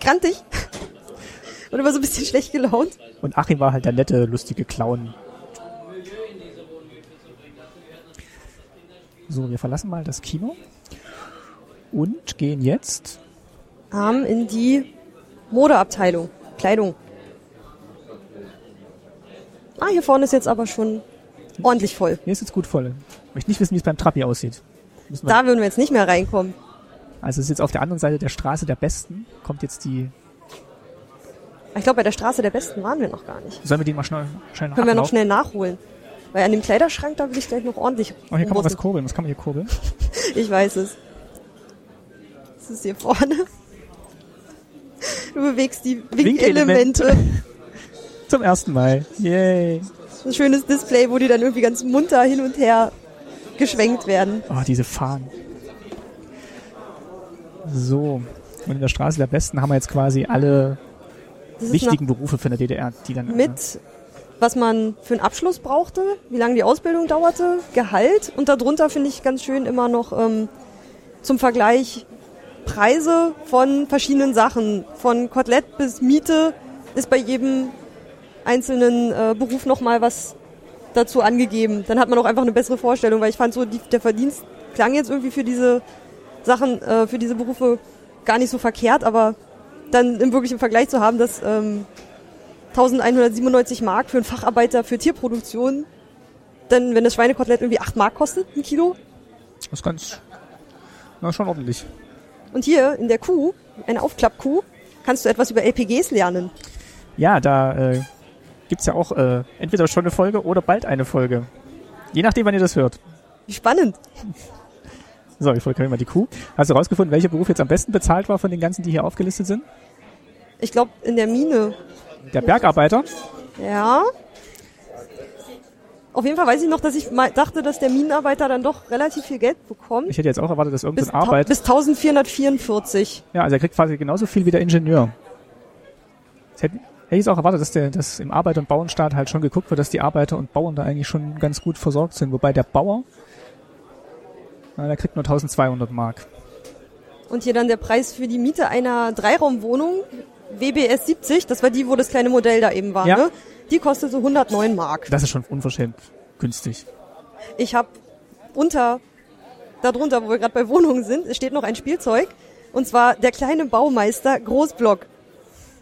grantig. Und immer so ein bisschen schlecht gelaunt. Und Achim war halt der nette, lustige Clown. So, wir verlassen mal das Kino und gehen jetzt Arm in die Modeabteilung. Kleidung. Ah, hier vorne ist jetzt aber schon ordentlich voll. Hier ist jetzt gut voll. Möchte nicht wissen, wie es beim Trappi aussieht. Müssen wir- Da würden wir jetzt nicht mehr reinkommen. Also es ist jetzt auf der anderen Seite der Straße der Besten. Kommt jetzt die. Ich glaube, bei der Straße der Besten waren wir noch gar nicht. Sollen wir den mal schnell, schnell Können wir noch nachlaufen? schnell nachholen. Weil an dem Kleiderschrank, da will ich gleich noch ordentlich Oh, hier kann man was rumrütteln. kurbeln. Was kann man hier kurbeln? Ich weiß es. Das ist hier vorne. Du bewegst die Winkelemente. Winkelemente. Zum ersten Mal. Yay. Ein schönes Display, wo die dann irgendwie ganz munter hin und her geschwenkt werden. Oh, diese Fahnen. So. Und in der Straße der Besten haben wir jetzt quasi alle Das ist wichtigen Berufe von der DDR, die dann. äh, noch mit, was man für einen Abschluss brauchte, wie lange die Ausbildung dauerte, Gehalt und darunter finde ich ganz schön immer noch ähm, zum Vergleich Preise von verschiedenen Sachen. Von Kotelett bis Miete ist bei jedem einzelnen äh, Beruf nochmal was dazu angegeben. Dann hat man auch einfach eine bessere Vorstellung, weil ich fand so, die, der Verdienst klang jetzt irgendwie für diese Sachen, äh, für diese Berufe gar nicht so verkehrt, aber dann im wirklichen Vergleich zu haben, dass ähm, 1197 Mark für einen Facharbeiter für Tierproduktion, dann wenn das Schweinekotelett irgendwie 8 Mark kostet, ein Kilo, Das ist ganz. Na, schon ordentlich. und hier in der Kuh, eine Aufklappkuh, kannst du etwas über LPGs lernen. Ja, da äh, gibt's ja auch äh, entweder schon eine Folge oder bald eine Folge. Je nachdem, wann ihr das hört. Wie spannend. So, ich folge mal die Kuh. Hast du rausgefunden, welcher Beruf jetzt am besten bezahlt war von den ganzen, die hier aufgelistet sind? Ich glaube, in der Mine. Der Bergarbeiter. Ja. Auf jeden Fall weiß ich noch, dass ich mal dachte, dass der Minenarbeiter dann doch relativ viel Geld bekommt. Ich hätte jetzt auch erwartet, dass Bis, irgendein tau- Arbeit. bis 1444. Ja, also er kriegt quasi genauso viel wie der Ingenieur. Das hätte, hätte ich jetzt auch erwartet, dass, der, dass im Arbeiter- und Bauernstaat halt schon geguckt wird, dass die Arbeiter und Bauern da eigentlich schon ganz gut versorgt sind. Wobei der Bauer, na, der kriegt nur 1200 Mark. Und hier dann der Preis für die Miete einer Dreiraumwohnung, WBS 70, das war die, wo das kleine Modell da eben war, Ja. ne? Die kostete 109 Mark. Das ist schon unverschämt günstig. Ich habe unter, darunter, wo wir gerade bei Wohnungen sind, es steht noch ein Spielzeug. Und zwar der kleine Baumeister Großblock.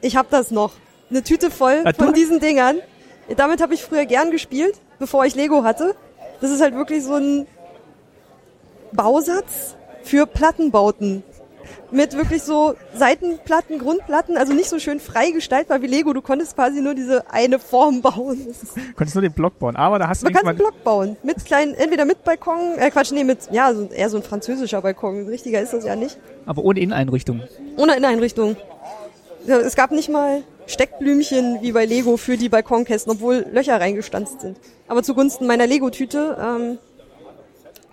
Ich habe das noch. Eine Tüte voll Ah, du von hast- diesen Dingern. Damit habe ich früher gern gespielt, bevor ich Lego hatte. Das ist halt wirklich so ein Bausatz für Plattenbauten. Mit wirklich so Seitenplatten, Grundplatten, also nicht so schön frei gestaltbar wie Lego. Du konntest quasi nur diese eine Form bauen. Das ist Konntest nur den Block bauen, aber da hast du man kann einen wenigstens mal- Block bauen. Mit kleinen, entweder mit Balkon, äh Quatsch, nee, mit, ja, so, eher so ein französischer Balkon. Ein richtiger ist das ja nicht. aber ohne Inneneinrichtung. Ohne Inneneinrichtung. Es gab nicht mal Steckblümchen wie bei Lego für die Balkonkästen, obwohl Löcher reingestanzt sind. Aber zugunsten meiner Lego-Tüte ähm,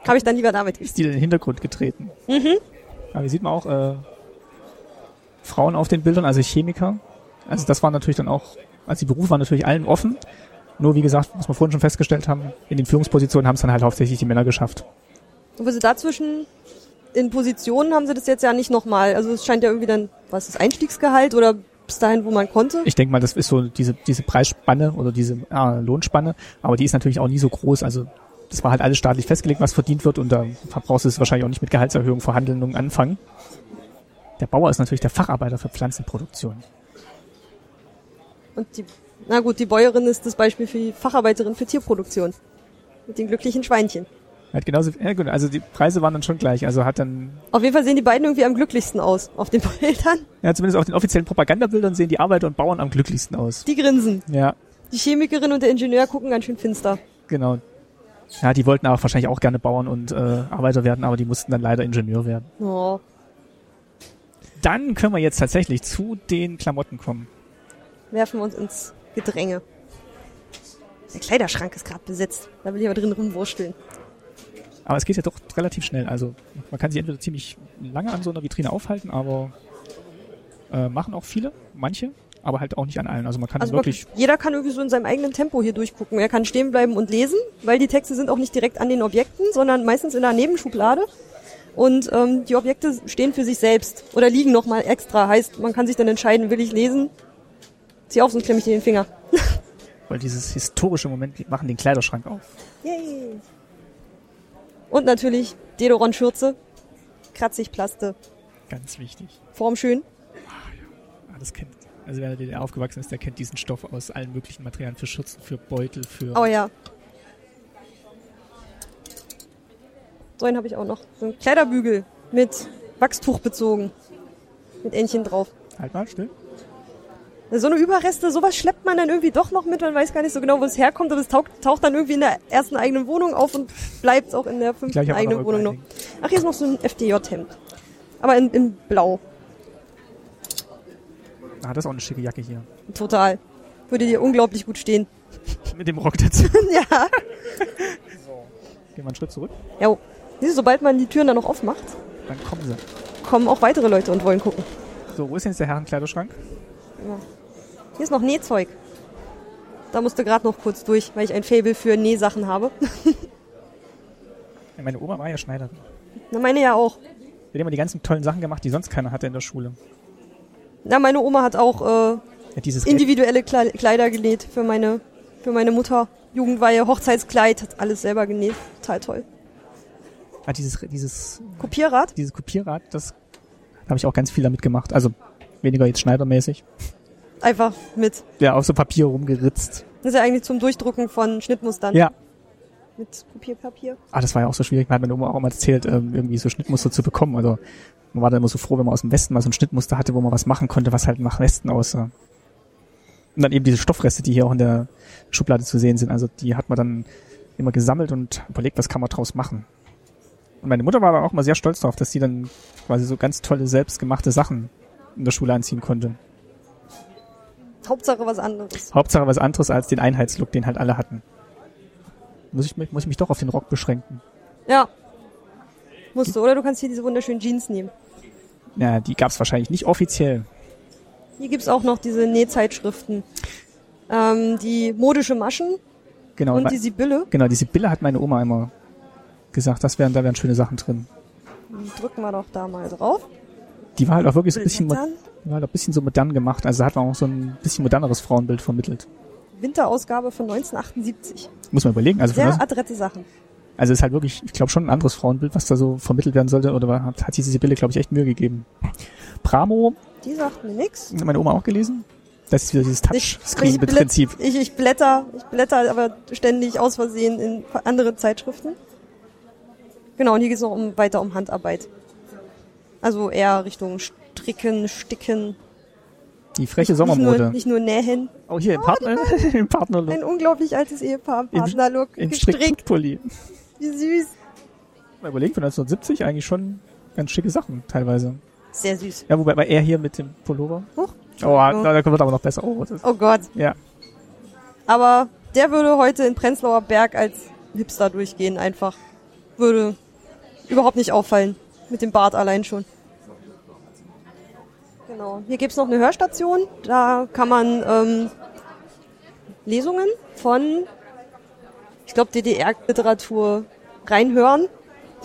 habe ich dann lieber damit Ist die in den Hintergrund getreten. Aber hier sieht man auch äh, Frauen auf den Bildern, also Chemiker. Also das war natürlich dann auch, also die Berufe waren natürlich allen offen. Nur wie gesagt, was wir vorhin schon festgestellt haben, in den Führungspositionen haben es dann halt hauptsächlich die Männer geschafft. Obwohl sie dazwischen in Positionen haben sie das jetzt ja nicht nochmal. Also es scheint ja irgendwie dann, was ist das Einstiegsgehalt oder bis dahin, wo man konnte. Ich denke mal, das ist so diese, diese Preisspanne oder diese äh, Lohnspanne, aber die ist natürlich auch nie so groß. Also das war halt alles staatlich festgelegt, was verdient wird und da brauchst du es wahrscheinlich auch nicht mit Gehaltserhöhung, Verhandlungen anfangen. Der Bauer ist natürlich der Facharbeiter für Pflanzenproduktion. Und die, na gut, die Bäuerin ist das Beispiel für die Facharbeiterin für Tierproduktion. Mit den glücklichen Schweinchen. Er Hat genauso, ja gut, also die Preise waren dann schon gleich. Also hat dann, Auf jeden Fall sehen die beiden irgendwie am glücklichsten aus auf den Bildern. ja zumindest auf den offiziellen Propagandabildern sehen die Arbeiter und Bauern am glücklichsten aus. Die grinsen. Ja, Die Chemikerin und der Ingenieur gucken ganz schön finster. genau. Ja, die wollten auch wahrscheinlich auch gerne Bauern und äh, Arbeiter werden, aber die mussten dann leider Ingenieur werden. Oh. Dann können wir jetzt tatsächlich zu den Klamotten kommen. werfen wir uns ins Gedränge. Der Kleiderschrank ist gerade besetzt. Da will ich aber drin rumwursteln. Aber es geht ja doch relativ schnell. Also man kann sich entweder ziemlich lange an so einer Vitrine aufhalten, aber äh, machen auch viele, manche, aber halt auch nicht an allen. Also man kann Also wirklich, man- jeder kann irgendwie so in seinem eigenen Tempo hier durchgucken. Er kann stehen bleiben und lesen, weil die Texte sind auch nicht direkt an den Objekten, sondern meistens in einer Nebenschublade. Und ähm, die Objekte stehen für sich selbst oder liegen nochmal extra. Heißt, man kann sich dann entscheiden, will ich lesen? Zieh auf, sonst klemme ich dir den Finger. weil dieses historische Moment, wir machen den Kleiderschrank auf. Yay. Und natürlich Dedoron-Schürze, kratzig Plaste, Ganz wichtig. formschön. Ah, das kennt, also wer in der DDR aufgewachsen ist, der kennt diesen Stoff aus allen möglichen Materialien für Schürzen, für Beutel, für... Oh ja. So einen habe ich auch noch. So einen Kleiderbügel mit Wachstuch bezogen. Mit Entchen drauf. Halt mal, still. So eine Überreste, sowas schleppt man dann irgendwie doch noch mit. Man weiß gar nicht so genau, wo es herkommt, aber es taucht, taucht dann irgendwie in der ersten eigenen Wohnung auf und bleibt auch in der fünften Gleich aber eigenen noch Wohnung noch. irgendwo Ach, hier ist noch so ein FDJ-Hemd. Aber in, in Blau. Ah, das ist auch eine schicke Jacke hier. Total. Würde dir unglaublich gut stehen. Mit dem Rock dazu. ja. Gehen wir einen Schritt zurück, Ja. Siehst du, sobald man die Türen dann noch aufmacht, dann kommen sie. kommen auch weitere Leute und wollen gucken. So, wo ist denn jetzt der Herrenkleiderschrank? Hier ist noch Nähzeug. Da musste gerade noch kurz durch, weil ich ein Faible für Nähsachen habe. Ja, Meine Oma war ja Schneiderin. Na, meine ja auch. Die hat immer die ganzen tollen Sachen gemacht, die sonst keiner hatte in der Schule. Na, meine Oma hat auch äh, Ja, dieses individuelle Kle- Kleider genäht für meine, für meine Mutter. Jugendweihe, Hochzeitskleid, hat alles selber genäht. Total toll. Ah, dieses, dieses, Kopierrad? dieses Kopierrad, das da habe ich auch ganz viel damit gemacht. Also weniger jetzt schneidermäßig. Einfach mit. Ja, auf so Papier rumgeritzt. Das ist ja eigentlich zum Durchdrucken von Schnittmustern. Ja. Mit Kopierpapier. Ah, das war ja auch so schwierig. Man hat meine Oma auch immer erzählt, ähm, irgendwie so Schnittmuster zu bekommen. Also man war dann immer so froh, wenn man aus dem Westen mal so ein Schnittmuster hatte, wo man was machen konnte, was halt nach Westen aussah. Und dann eben diese Stoffreste, die hier auch in der Schublade zu sehen sind. Also die hat man dann immer gesammelt und überlegt, was kann man draus machen. Und meine Mutter war da auch mal sehr stolz drauf, dass sie dann quasi so ganz tolle, selbstgemachte Sachen in der Schule anziehen konnte. Hauptsache was anderes. Hauptsache was anderes als den Einheitslook, den halt alle hatten. Muss ich, mich- muss ich mich doch auf den Rock beschränken. Ja. Musst du, oder du kannst hier diese wunderschönen Jeans nehmen. Ja, die gab's wahrscheinlich nicht offiziell. Hier gibt's auch noch diese Nähzeitschriften. Ähm, die modische Maschen Genau, und ma- die Sibylle. genau, die Sibylle hat meine Oma immer gesagt, das wären, da wären schöne Sachen drin. Drücken wir doch da mal drauf. Die war halt auch wirklich so ein bisschen, mo- Dann die war halt auch ein bisschen so modern gemacht. Also da hat man auch so ein bisschen moderneres Frauenbild vermittelt. Winterausgabe von 1978. Muss man überlegen. Also, von Sehr das- adrette Sachen. also ist halt wirklich, ich glaube schon ein anderes Frauenbild, was da so vermittelt werden sollte. Oder war- hat, hat diese Sibylle, glaube ich, echt Mühe gegeben. Bramo, Die sagt mir nix. hat meine Oma auch gelesen. Das ist wieder dieses Ich, Touchscreen-Prinzip. ich, ich blätter, ich blätter aber ständig aus Versehen in andere Zeitschriften. Genau, und hier geht's noch um, weiter um Handarbeit. Also eher Richtung Stricken, Sticken. Die freche Nicht nur, Sommermode. nicht nur nähen. Oh, hier im Partner, im Partnerlook, Ein unglaublich altes Ehepaar im Im- Partnerlook. im gestrickt. Strickpulli. Wie süß. Mal überlegen, von 1970 eigentlich schon ganz schicke Sachen teilweise. Sehr süß. Ja, wobei war er hier mit dem Pullover. Huch. Oh, da wird aber noch besser. Oh, das ist, Oh Gott. Ja. Aber der würde heute in Prenzlauer Berg als Hipster durchgehen einfach. Würde überhaupt nicht auffallen. Mit dem Bart allein schon. Genau. Hier gibt's noch eine Hörstation. Da kann man ähm, Lesungen von, ich glaube, DDR-Literatur reinhören.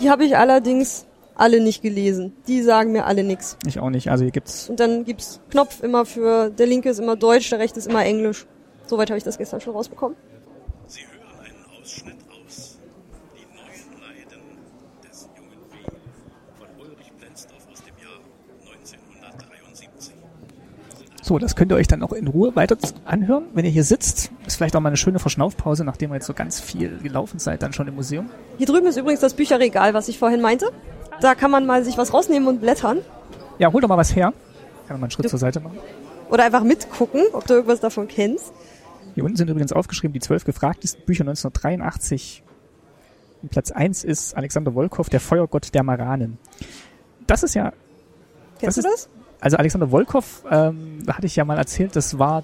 Die habe ich allerdings alle nicht gelesen. Die sagen mir alle nichts. ich auch nicht. Also hier gibt's Und dann gibt's Knopf immer für, der linke ist immer Deutsch, der rechte ist immer Englisch. Soweit habe ich das gestern schon rausbekommen. Sie hören einen Ausschnitt aus Die neuen Leiden des jungen W. von Ulrich Blenzdorf aus dem Jahr 1973. so, das könnt ihr euch dann auch in Ruhe weiter z- anhören, wenn ihr hier sitzt. Ist vielleicht auch mal eine schöne Verschnaufpause, nachdem ihr jetzt so ganz viel gelaufen seid, dann schon im Museum. Hier drüben ist übrigens das Bücherregal, was ich vorhin meinte. Da kann man mal sich was rausnehmen und blättern. Ja, hol doch mal was her. Kann man mal einen Schritt zur Seite machen. Oder einfach mitgucken, ob du irgendwas davon kennst. Hier unten sind übrigens aufgeschrieben die zwölf gefragtesten Bücher 1983. Und Platz eins ist Alexander Wolkow, der Feuergott der Maranen. Das ist ja, Kennst Das du ist- das? also Alexander Wolkow, ähm, da hatte ich ja mal erzählt, das war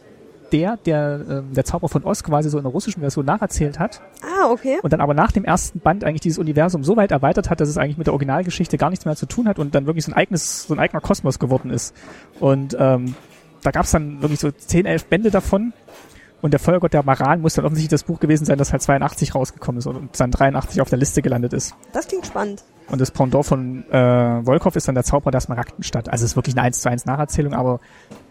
der, der ähm, der Zauber von Oz quasi so in der russischen Version nacherzählt hat Ah, okay. und dann aber nach dem ersten Band eigentlich dieses Universum so weit erweitert hat, dass es eigentlich mit der Originalgeschichte gar nichts mehr zu tun hat und dann wirklich so ein eigenes, so ein eigener Kosmos geworden ist. Und ähm, da gab es dann wirklich so 10, 11 Bände davon. Und der Feuergott der Maran muss dann offensichtlich das Buch gewesen sein, das halt 82 rausgekommen ist und- und dann 83 auf der Liste gelandet ist. Das klingt spannend. Und das Pendant von äh, Wolkow ist dann der Zauberer der Smaragdenstadt. Also es ist wirklich eine 1 zu 1 Nacherzählung, aber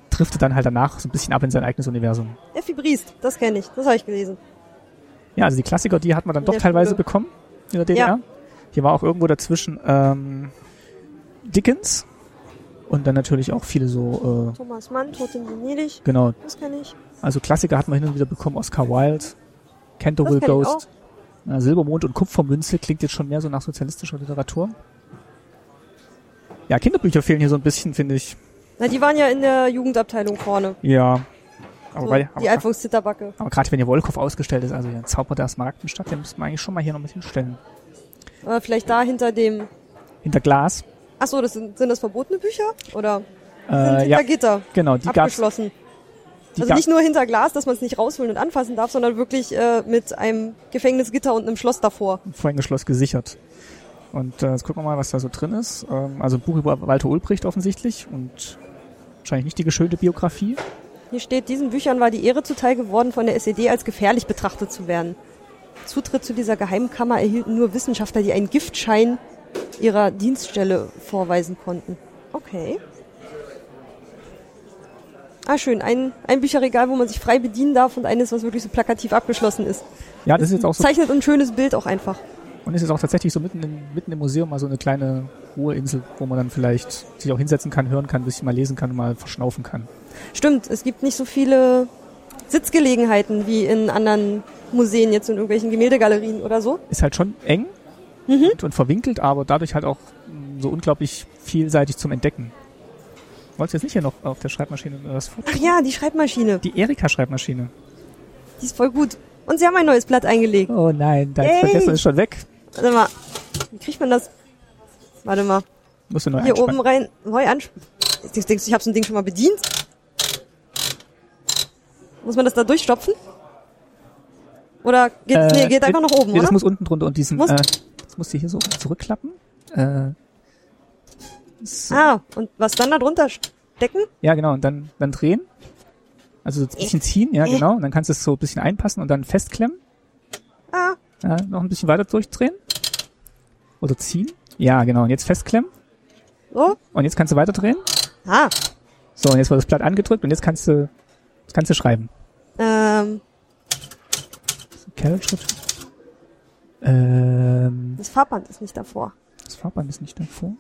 driftet dann halt danach so ein bisschen ab in sein eigenes Universum. Effi Briest, das kenne ich. Das habe ich gelesen. Ja, also die Klassiker, die hat man dann doch der teilweise Schule. bekommen in der DDR. Ja. Hier war auch irgendwo dazwischen ähm, Dickens und dann natürlich auch viele so, äh, Thomas Mann, Tod in Venedig, genau, das kenne ich. also Klassiker hat man hin und wieder bekommen, Oscar Wilde, Canterville Das kenn ich Ghost, äh, Silbermond und Kupfermünze klingt jetzt schon mehr so nach sozialistischer Literatur. Ja, Kinderbücher fehlen hier so ein bisschen, finde ich. Na, die waren ja in der Jugendabteilung vorne. Ja. Aber, So, weil, die aber, Alfons Zitterbacke. aber gerade wenn hier Wolkow ausgestellt ist, also hier ein Zauber der Smaragdenstadt, den müssten wir eigentlich schon mal hier noch mit hinstellen. Aber Äh, vielleicht da hinter dem. Hinter Glas. Ach so, das sind, sind das verbotene Bücher? Oder sind Äh, hinter ja, Gitter? genau, die gab's, abgeschlossen. Die also gab- nicht nur hinter Glas, dass man es nicht rausholen und anfassen darf, sondern wirklich äh, mit einem Gefängnisgitter und einem Schloss davor. vorhin geschlossen gesichert. Und äh, jetzt gucken wir mal, was da so drin ist. Ähm, also ein Buch über Walter Ulbricht offensichtlich und wahrscheinlich nicht die geschönte Biografie. Hier steht, diesen Büchern war die Ehre zuteil geworden, von der SED als gefährlich betrachtet zu werden. Zutritt zu dieser Geheimkammer erhielten nur Wissenschaftler, die einen Giftschein ihrer Dienststelle vorweisen konnten. Okay. Ah, schön. Ein, ein Bücherregal, wo man sich frei bedienen darf und eines, was wirklich so plakativ abgeschlossen ist. Ja, das ist jetzt auch so Zeichnet ein schönes Bild auch einfach. und ist jetzt auch tatsächlich so mitten, in, mitten im Museum mal so eine kleine Ruheinsel, wo man dann vielleicht sich auch hinsetzen kann, hören kann, ein bisschen mal lesen kann, mal verschnaufen kann. Stimmt, es gibt nicht so viele Sitzgelegenheiten wie in anderen Museen, jetzt in irgendwelchen Gemäldegalerien oder so. Ist halt schon eng Mhm. und, und verwinkelt, aber dadurch halt auch mh, so unglaublich vielseitig zum Entdecken. Wolltest du jetzt nicht hier noch auf der Schreibmaschine was vor? Ach ja, die Schreibmaschine, Die Erika-Schreibmaschine. die ist voll gut. Und sie haben ein neues Blatt eingelegt. Oh nein, da ist Yay. vergessen, ist schon weg. Warte mal, wie kriegt man das? Warte mal, Musst du neu hier einspannen. oben rein, neu ansp... Denkst, denkst du, ich habe so ein Ding schon mal bedient? Muss man das da durchstopfen? Oder geht, nee, geht einfach nach oben, Äh, nee, oder? Das muss unten drunter und diesen. Muss- äh, das musst du hier so zurückklappen. Äh, so. ah, und was dann da drunter stecken? Ja, genau. Und dann, dann drehen. Also so ein bisschen ziehen, ja, genau. Und dann kannst du es so ein bisschen einpassen und dann festklemmen. Ah, Äh, noch ein bisschen weiter durchdrehen. Oder ziehen. Ja, genau. Und jetzt festklemmen. so? Und jetzt kannst du weiterdrehen. Ah, So, und jetzt wird das Blatt angedrückt und jetzt kannst du, jetzt kannst du schreiben. ähm, Carrot-Schrift. Ähm, das Farbband ist nicht davor. das Farbband ist nicht davor.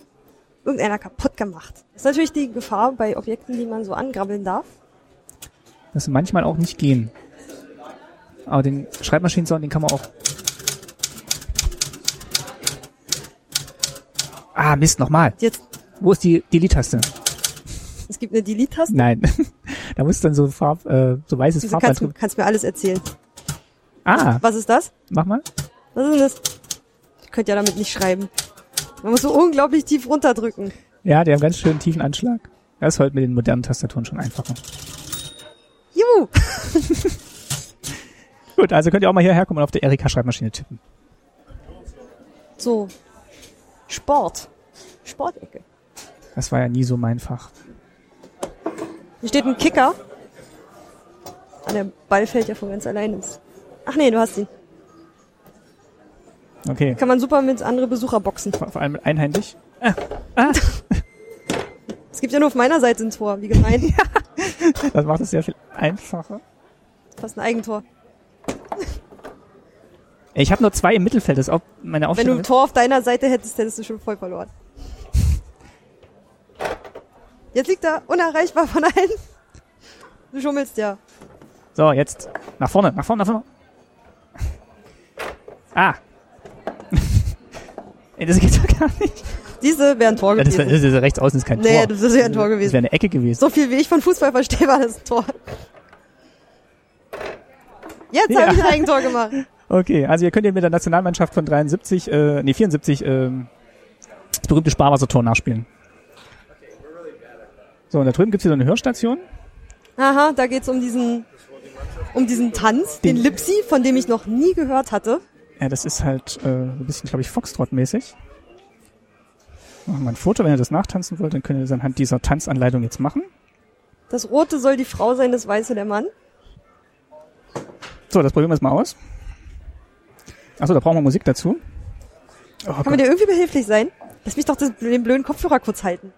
irgendeiner kaputt gemacht. Das ist natürlich die Gefahr bei Objekten, die man so angrabbeln darf. dass sie manchmal auch nicht gehen. Aber den Schreibmaschinensound, den kann man auch. Ah, Mist, nochmal. Jetzt, Wo ist die Delete-Taste? es gibt eine Delete-Taste. Nein. da muss dann so Farb, äh, so weißes Wieso Farbband kannst du drin. kannst mir alles erzählen? Ah, Was ist das? mach mal. Was ist denn das? Ich könnte ja damit nicht schreiben. Man muss so unglaublich tief runterdrücken. Ja, die haben ganz schön tiefen Anschlag. Das ist heute mit den modernen Tastaturen schon einfacher. Juhu! Gut, also könnt ihr auch mal hierher kommen und auf der Erika-Schreibmaschine tippen. So. Sport. Sportecke. Das war ja nie so mein Fach. Hier steht ein Kicker. Ah, der Ball fällt ja von ganz allein ist. Ach nee, du hast ihn. Okay, Kann man super mit andere Besucher boxen. vor vor allem mit einhändig. Es gibt ja nur auf meiner Seite ein Tor, wie gemein. Das macht es sehr viel einfacher. Fast ein Eigentor. Ich habe nur zwei im Mittelfeld, das ist auch meine Wenn du Aufstellung. ein Tor auf deiner Seite hättest, hättest du schon voll verloren. Jetzt liegt er unerreichbar von allen. Du schummelst ja. ist- so, jetzt nach vorne, nach vorne, nach vorne. Ah. Ey, das geht doch gar nicht. Diese wären Tor Ja, das, wär, gewesen. das ist rechts außen ist kein Nee, Tor. das ist ja ein Tor Das gewesen. wäre eine Ecke gewesen. So viel wie ich von Fußball verstehe, war das ein Tor. Jetzt Ja. habe ich ein Eigentor gemacht. Okay, also ihr könnt ihr mit der Nationalmannschaft von 73, äh, nee 74, ähm, das berühmte Sparwassertor nachspielen. So, und da drüben gibt's hier so eine Hörstation. Aha, da geht's um diesen um diesen Tanz, den Den- Lipsi, von dem ich noch nie gehört hatte. Ja, das ist halt äh, ein bisschen, glaube ich, Foxtrot-mäßig. Machen wir ein Foto, wenn ihr das nachtanzen wollt, dann könnt ihr das anhand dieser Tanzanleitung jetzt machen. Das Rote soll die Frau sein, das Weiße der Mann. So, das probieren wir jetzt mal aus. Achso, da brauchen wir Musik dazu. Oh Kann man dir irgendwie behilflich sein? Lass mich doch das, den blöden Kopfhörer kurz halten.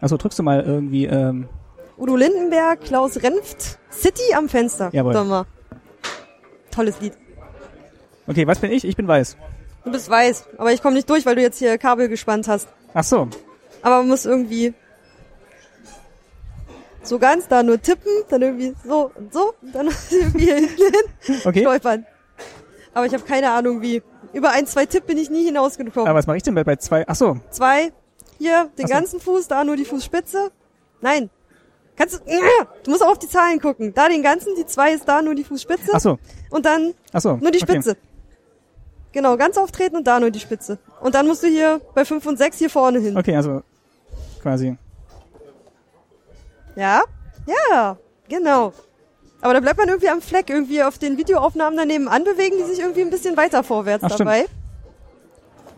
Achso, drückst du mal irgendwie, ähm, Udo Lindenberg, Klaus Renft, City am Fenster. Jawohl. Sag mal. Tolles Lied. okay, was bin ich? Ich bin weiß. Du bist weiß, aber ich komme nicht durch, weil du jetzt hier Kabel gespannt hast. Achso, Aber man muss irgendwie so ganz da nur tippen, dann irgendwie so und so und dann irgendwie hin okay. stolpern. Aber ich habe keine Ahnung wie. Über ein, zwei Tipp bin ich nie hinausgekommen. Aber was mache ich denn bei, bei zwei? Achso, zwei, hier den Ach so. ganzen Fuß, da nur die Fußspitze. Nein. Kannst du, du musst auch auf die Zahlen gucken. Da den ganzen, die zwei ist da nur die Fußspitze. achso, Und dann achso. nur die Spitze. Genau, ganz auftreten und da nur die Spitze. Und dann musst du hier bei fünf und sechs hier vorne hin. Okay, also quasi. Ja, ja, genau. Aber da bleibt man irgendwie am Fleck, irgendwie auf den Videoaufnahmen daneben anbewegen, die sich irgendwie ein bisschen weiter vorwärts Ach, stimmt. dabei.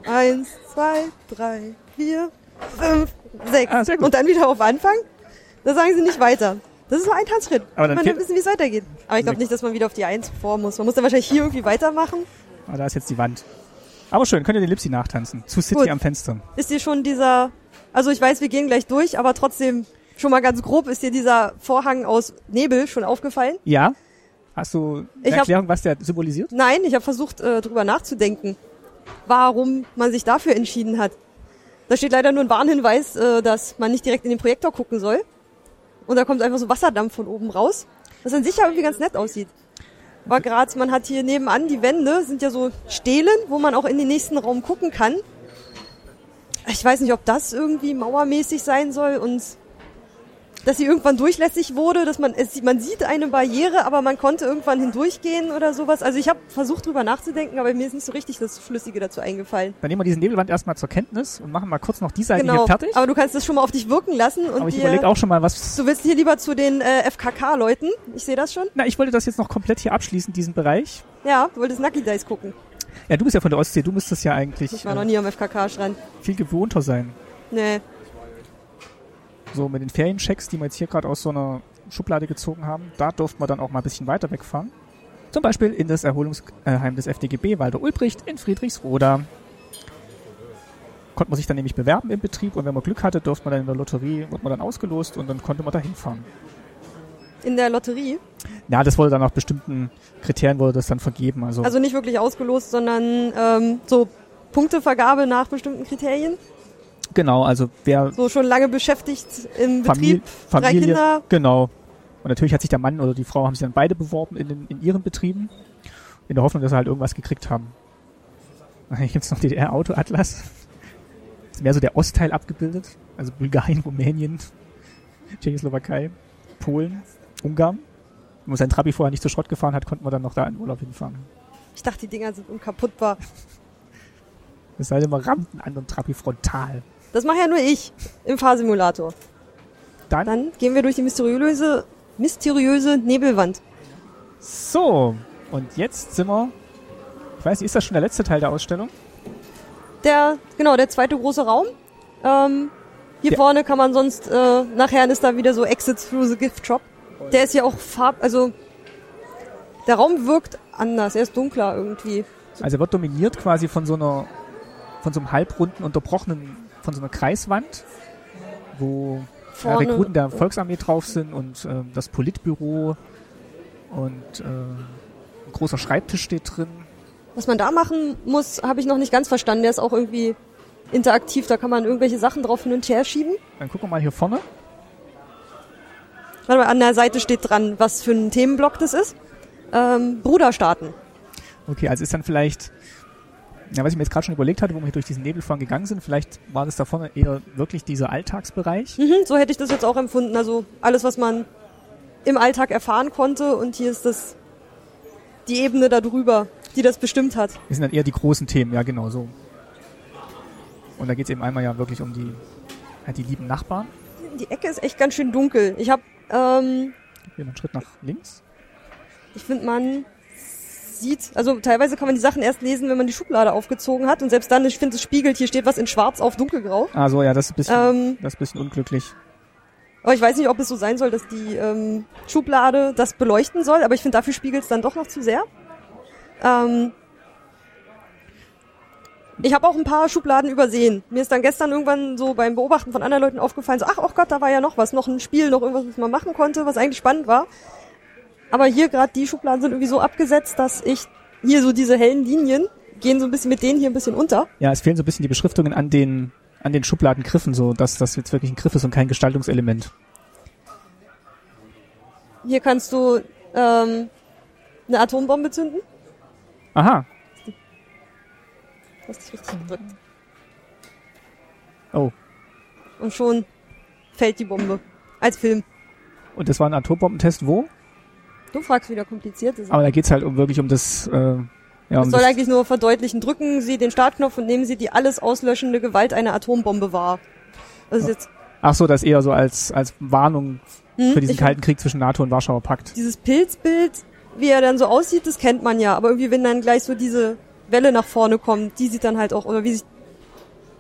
Eins, zwei, drei, vier, fünf, sechs. Ah, sehr gut. Und dann wieder auf Anfang. Da sagen sie nicht weiter. Das ist nur ein Tanzschritt. Aber dann man fehlt- will wissen, wie es weitergeht. Aber ich glaube nicht, dass man wieder auf die Eins vor muss. Man muss dann wahrscheinlich hier irgendwie weitermachen. Ah, da ist jetzt die Wand. Aber schön, könnt ihr den Lipsi nachtanzen. Zu City Gut. am Fenster. Ist dir schon dieser, also ich weiß, wir gehen gleich durch, aber trotzdem schon mal ganz grob, ist dir dieser Vorhang aus Nebel schon aufgefallen? Ja? Hast du Ich eine hab- Erklärung, was der symbolisiert? Nein, ich habe versucht, äh, drüber nachzudenken, warum man sich dafür entschieden hat. Da steht leider nur ein Warnhinweis, äh, dass man nicht direkt in den Projektor gucken soll. Und da kommt einfach so Wasserdampf von oben raus, was an sich ja irgendwie ganz nett aussieht. War Graz, man hat hier nebenan die Wände, sind ja so Stelen, wo man auch in den nächsten Raum gucken kann. Ich weiß nicht, ob das irgendwie mauermäßig sein soll und dass sie irgendwann durchlässig wurde, dass man es sieht, man sieht eine Barriere, aber man konnte irgendwann hindurchgehen oder sowas. Also ich habe versucht drüber nachzudenken, aber mir ist nicht so richtig das Schlüssige dazu eingefallen. Dann nehmen wir diesen Nebelwand erstmal zur Kenntnis und machen mal kurz noch die Seite hier Genau. fertig. Aber du kannst das schon mal auf dich wirken lassen und Aber ich dir, überlege auch schon mal, was. du willst hier lieber zu den äh, FKK-Leuten. Ich sehe das schon. Na, ich wollte das jetzt noch komplett hier abschließen, diesen Bereich. Ja, du wolltest Nucky Dice gucken. Ja, du bist ja von der Ostsee, du müsstest ja Ich eigentlich war noch äh, nie am FKK-Strand. viel gewohnter sein. Nee. So mit den Ferienchecks, die wir jetzt hier gerade aus so einer Schublade gezogen haben, da durften wir dann auch mal ein bisschen weiter wegfahren. Zum Beispiel in das Erholungsheim des FDGB Walter Ulbricht in Friedrichsroda. Konnte man sich dann nämlich bewerben im Betrieb und wenn man Glück hatte, durfte man dann in der Lotterie, wurde man dann ausgelost und dann konnte man da hinfahren. In der Lotterie. Ja, das wurde dann nach bestimmten Kriterien wurde das dann vergeben. Also, Also nicht wirklich ausgelost, sondern ähm, so Punktevergabe nach bestimmten Kriterien. genau, also wer So schon lange beschäftigt im Famil- Betrieb. drei Kinder. Genau. Und natürlich hat sich der Mann oder die Frau haben sich dann beide beworben in, den, in ihren Betrieben. In der Hoffnung, dass sie halt irgendwas gekriegt haben. Hier gibt's noch DDR-Autoatlas. Ist mehr so der Ostteil abgebildet. Also Bulgarien, Rumänien, Tschechoslowakei, Polen, Ungarn. Wenn man sein Trabi vorher nicht zu Schrott gefahren hat, konnten wir dann noch da in Urlaub hinfahren. Ich dachte, die Dinger sind unkaputtbar. Es sei denn, man rammt einen anderen Trabi frontal. Das mache ja nur ich im Fahrsimulator. Dann, Dann gehen wir durch die mysteriöse, mysteriöse Nebelwand. so. Und jetzt sind wir. Ich weiß nicht, ist das schon der letzte Teil der Ausstellung? Der, genau, der zweite große Raum. Ähm, hier Ja. vorne kann man sonst, äh, nachher ist da wieder so Exit through the Gift Shop. Der ist ja auch farb, also der Raum wirkt anders, er ist dunkler irgendwie. Also er wird dominiert quasi von so einer, von so einem halbrunden, unterbrochenen, von so einer Kreiswand, wo ja, Vorne- Rekruten der Volksarmee drauf sind und ähm, das Politbüro und ähm, ein großer Schreibtisch steht drin. Was man da machen muss, habe ich noch nicht ganz verstanden. Der ist auch irgendwie interaktiv, da kann man irgendwelche Sachen drauf hin und her schieben. Dann gucken wir mal hier vorne. Warte mal, an der Seite steht dran, was für ein Themenblock das ist. Ähm, Bruderstaaten. Okay, also ist dann vielleicht, ja, was ich mir jetzt gerade schon überlegt hatte, wo wir hier durch diesen Nebel vorhin gegangen sind, vielleicht war das da vorne eher wirklich dieser Alltagsbereich. Mhm, so hätte ich das jetzt auch empfunden. Also alles, was man im Alltag erfahren konnte und hier ist das die Ebene darüber, die das bestimmt hat. Das sind dann eher die großen Themen, ja genau so. Und da geht es eben einmal ja wirklich um die, halt die lieben Nachbarn. Die Ecke ist echt ganz schön dunkel. Ich habe, ähm, Hier noch einen Schritt nach links. ich finde, man sieht, also teilweise kann man die Sachen erst lesen, wenn man die Schublade aufgezogen hat und selbst dann, ich finde, es spiegelt, hier steht was in Schwarz auf dunkelgrau. Ah so, ja, das ist ein bisschen, Ähm. das ist ein bisschen unglücklich. Aber ich weiß nicht, ob es so sein soll, dass die ähm, Schublade das beleuchten soll, aber ich finde, dafür spiegelt es dann doch noch zu sehr. Ähm, ich habe auch ein paar Schubladen übersehen. Mir ist dann gestern irgendwann so beim Beobachten von anderen Leuten aufgefallen, so, ach, oh Gott, da war ja noch was, noch ein Spiel, noch irgendwas, was man machen konnte, was eigentlich spannend war. Aber hier gerade die Schubladen sind irgendwie so abgesetzt, dass ich hier so diese hellen Linien gehen so ein bisschen mit denen hier ein bisschen unter. Ja, es fehlen so ein bisschen die Beschriftungen an den, an den Schubladengriffen, so dass das jetzt wirklich ein Griff ist und kein Gestaltungselement. Hier kannst du ähm, eine Atombombe zünden. Aha. Du hast dich richtig gedrückt. Oh. Und schon fällt die Bombe. Als Film. Und das war ein Atombombentest wo? Du fragst wieder komplizierte Sachen. Aber da geht's halt um wirklich um das, äh, ja, um Es soll eigentlich nur verdeutlichen, drücken Sie den Startknopf und nehmen Sie die alles auslöschende Gewalt einer Atombombe wahr. Das ist jetzt Ach so, das eher so als, als Warnung Hm, für diesen ich- kalten Krieg zwischen NATO und Warschauer Pakt. dieses Pilzbild, wie er dann so aussieht, das kennt man ja. Aber irgendwie, wenn dann gleich so diese Welle nach vorne kommt, die sieht dann halt auch, oder wie sich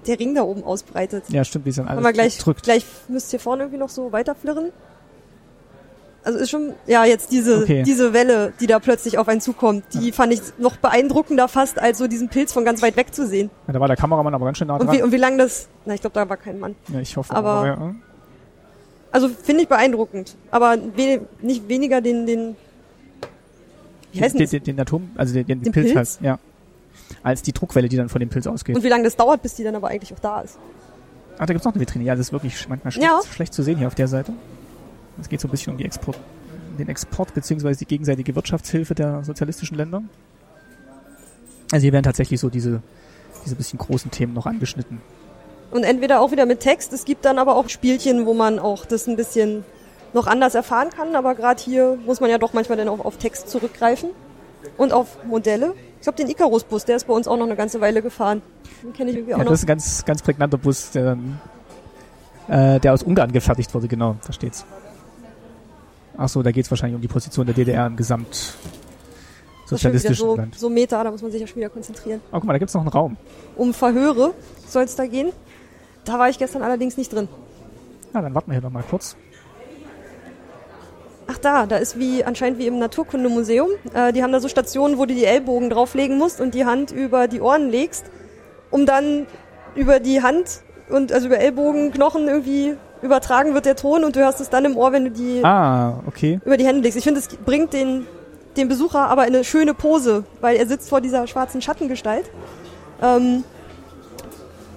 der Ring da oben ausbreitet. Ja, stimmt, wie es dann alles Wenn wir gleich, drückt. gleich müsst ihr vorne irgendwie noch so weiterflirren. Also ist schon, ja, jetzt diese, Okay. diese Welle, die da plötzlich auf einen zukommt, die fand ich noch beeindruckender fast, als so diesen Pilz von ganz weit weg zu sehen. Ja, da war der Kameramann aber ganz schön nah Und wie, dran. und wie lang das, na, ich glaube, da war kein Mann. Ja, ich hoffe, aber- ja. Also finde ich beeindruckend, aber we nicht weniger den, den, wie heißt denn den, das? den, den Atom, also den, den, Den Pilz, Pilz? halt, ja. Als die Druckwelle, die dann von dem Pilz ausgeht. Und wie lange das dauert, bis die dann aber eigentlich auch da ist. Ach, Ah, da gibt's noch eine Vitrine. Ja, das ist wirklich sch- manchmal schlecht, Ja. schlecht zu sehen hier auf der Seite. Es geht so ein bisschen um die Export, den Export beziehungsweise die gegenseitige Wirtschaftshilfe der sozialistischen Länder. Also hier werden tatsächlich so diese, diese bisschen großen Themen noch angeschnitten. Und entweder auch wieder mit Text, es gibt dann aber auch Spielchen, wo man auch das ein bisschen noch anders erfahren kann, aber gerade hier muss man ja doch manchmal dann auch auf Text zurückgreifen und auf Modelle. Ich glaube, den Icarus-Bus, der ist bei uns auch noch eine ganze Weile gefahren. Den kenne ich irgendwie auch Ja, noch. das ist ein ganz, ganz prägnanter Bus, der, dann, äh, der aus Ungarn gefertigt wurde, genau, da steht's. Ach so, da geht's wahrscheinlich um die Position der DDR im gesamt Das ist schon wieder sozialistischen so, Land. so Meta, da muss man sich ja schon wieder konzentrieren. Oh, guck mal, da gibt's noch einen Raum. Um Verhöre soll es da gehen. Da war ich gestern allerdings nicht drin. Na, Ah, dann warten wir hier noch mal kurz. Ach da, da ist wie anscheinend wie im Naturkundemuseum. Äh, die haben da so Stationen, wo du die Ellbogen drauflegen musst und die Hand über die Ohren legst, um dann über die Hand und also über Ellbogen, Knochen irgendwie übertragen wird der Ton und du hörst es dann im Ohr, wenn du die Ah, okay. über die Hände legst. Ich finde, es bringt den, den Besucher aber in eine schöne Pose, weil er sitzt vor dieser schwarzen Schattengestalt, ähm,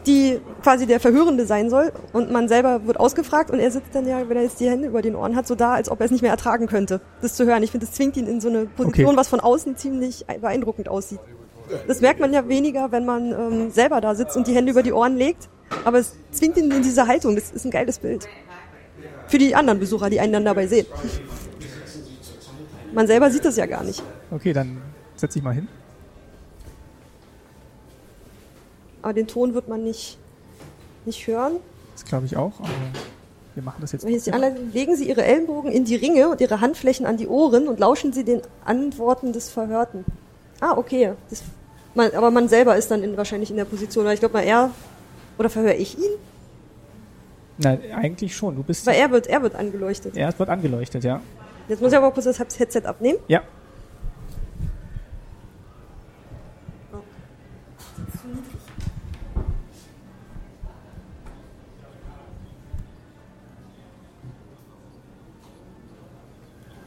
die quasi der Verhörende sein soll und man selber wird ausgefragt und er sitzt dann ja, wenn er jetzt die Hände über den Ohren hat, so da, als ob er es nicht mehr ertragen könnte, das zu hören. Ich finde, das zwingt ihn in so eine Position, Okay. was von außen ziemlich beeindruckend aussieht. Das merkt man ja weniger, wenn man ähm, selber da sitzt und die Hände über die Ohren legt, aber es zwingt ihn in diese Haltung. Das ist ein geiles Bild. Für die anderen Besucher, die einen dann dabei sehen. Man selber sieht das ja gar nicht. Okay, dann setz dich mal hin. Aber den Ton wird man nicht, nicht hören. Das glaube ich auch. Aber wir machen das jetzt. Wenn ich jetzt die Anleitung, legen Sie Ihre Ellenbogen in die Ringe und Ihre Handflächen an die Ohren und lauschen Sie den Antworten des Verhörten. Ah, okay. Das, man, aber man selber ist dann in, wahrscheinlich in der Position, weil ich glaube mal er, oder verhöre ich ihn? Nein, eigentlich schon. Du bist. Weil er wird, er wird angeleuchtet. Ja, es wird angeleuchtet, ja. Jetzt muss ich aber kurz das Headset abnehmen. Ja.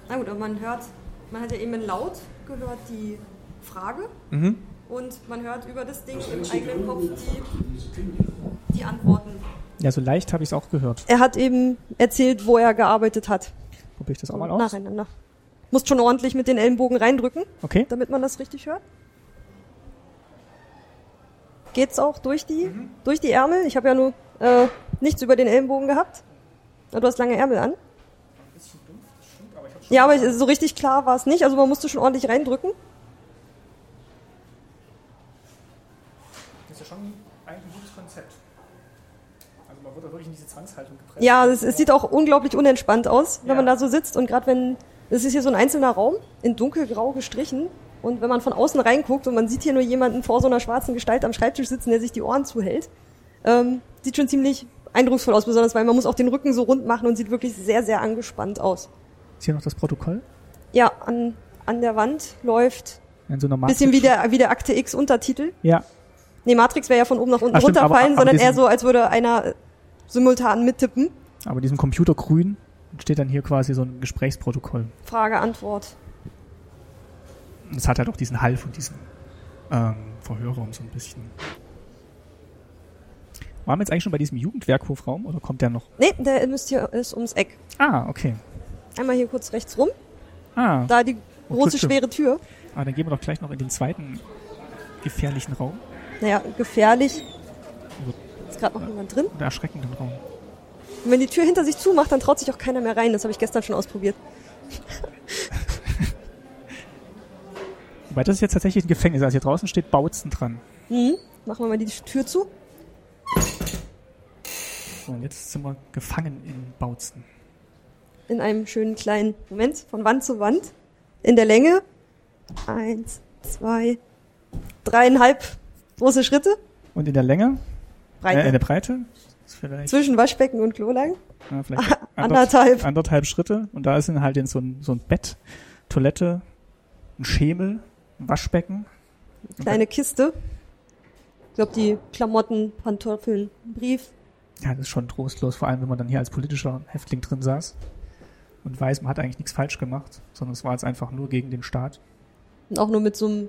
Na gut, aber man hört, man hat ja eben laut gehört die Frage und man hört über das Ding im eigenen Kopf die, die Antworten. Ja, so leicht habe ich es auch gehört. Er hat eben erzählt, wo er gearbeitet hat. Probiere ich das auch mal aus. Nacheinander. Musst schon ordentlich mit den Ellenbogen reindrücken, Okay. damit man das richtig hört. Geht's auch durch die, durch die Ärmel? Ich habe ja nur äh, nichts über den Ellenbogen gehabt. Na, Du hast lange Ärmel an. Ja, aber ich- so richtig klar war es nicht. Also man musste schon ordentlich reindrücken. Das ist ja schon eigentlich ein gutes Konzept. Also man wird da wirklich in diese Zwangshaltung gepresst. Ja, es, es sieht auch unglaublich unentspannt aus, wenn Ja. man da so sitzt und gerade wenn es ist hier so ein einzelner Raum in dunkelgrau gestrichen und wenn man von außen reinguckt und man sieht hier nur jemanden vor so einer schwarzen Gestalt am Schreibtisch sitzen, der sich die Ohren zuhält, ähm, sieht schon ziemlich eindrucksvoll aus, besonders weil man muss auch den Rücken so rund machen und sieht wirklich sehr sehr angespannt aus. Ist hier noch das Protokoll? Ja, an an der Wand läuft In so einer Matrix- bisschen wie der wie der Akte X Untertitel. Ja. Nee, Matrix wäre ja von oben nach unten Ah, stimmt, aber- runterfallen, aber sondern eher diesen- so als würde einer äh, simultan mittippen. Aber diesem Computer grün steht dann hier quasi so ein Gesprächsprotokoll. Frage Antwort. Und Es hat halt auch diesen Hall von diesem ähm, Verhörraum so ein bisschen. Waren wir jetzt eigentlich schon bei diesem Jugendwerkhofraum oder kommt der noch? Nee, der müsst hier ist ums Eck. Ah, okay. Einmal hier kurz rechts rum, Ah, da die Oh, große stimmt. schwere Tür. ah, dann gehen wir doch gleich noch in den zweiten gefährlichen Raum Naja, gefährlich. Ist gerade noch jemand drin. oder erschreckenden Raum. Und wenn die Tür hinter sich zumacht, dann traut sich auch keiner mehr rein. Das habe ich gestern schon ausprobiert. Wobei das ist jetzt tatsächlich ein Gefängnis. Also hier draußen steht Bautzen dran. Mhm. Machen wir mal die Tür zu. So, und jetzt sind wir gefangen in Bautzen. In einem schönen kleinen Moment, von Wand zu Wand. In der Länge. Eins, zwei, dreieinhalb große Schritte. Und in der Länge, Breite. Äh, in der Breite, ist vielleicht, Zwischen Waschbecken und Klo lang. ja, vielleicht Anderthalb. anderthalb Schritte. Und da ist dann halt in so, ein, so ein Bett, Toilette, ein Schemel, ein Waschbecken. Kleine Kiste. Ich glaube, die Klamotten, Pantoffeln, ein Brief. Ja, das ist schon trostlos, vor allem wenn man dann hier als politischer Häftling drin saß und weiß, man hat eigentlich nichts falsch gemacht, sondern es war jetzt einfach nur gegen den Staat. Und auch nur mit so einem,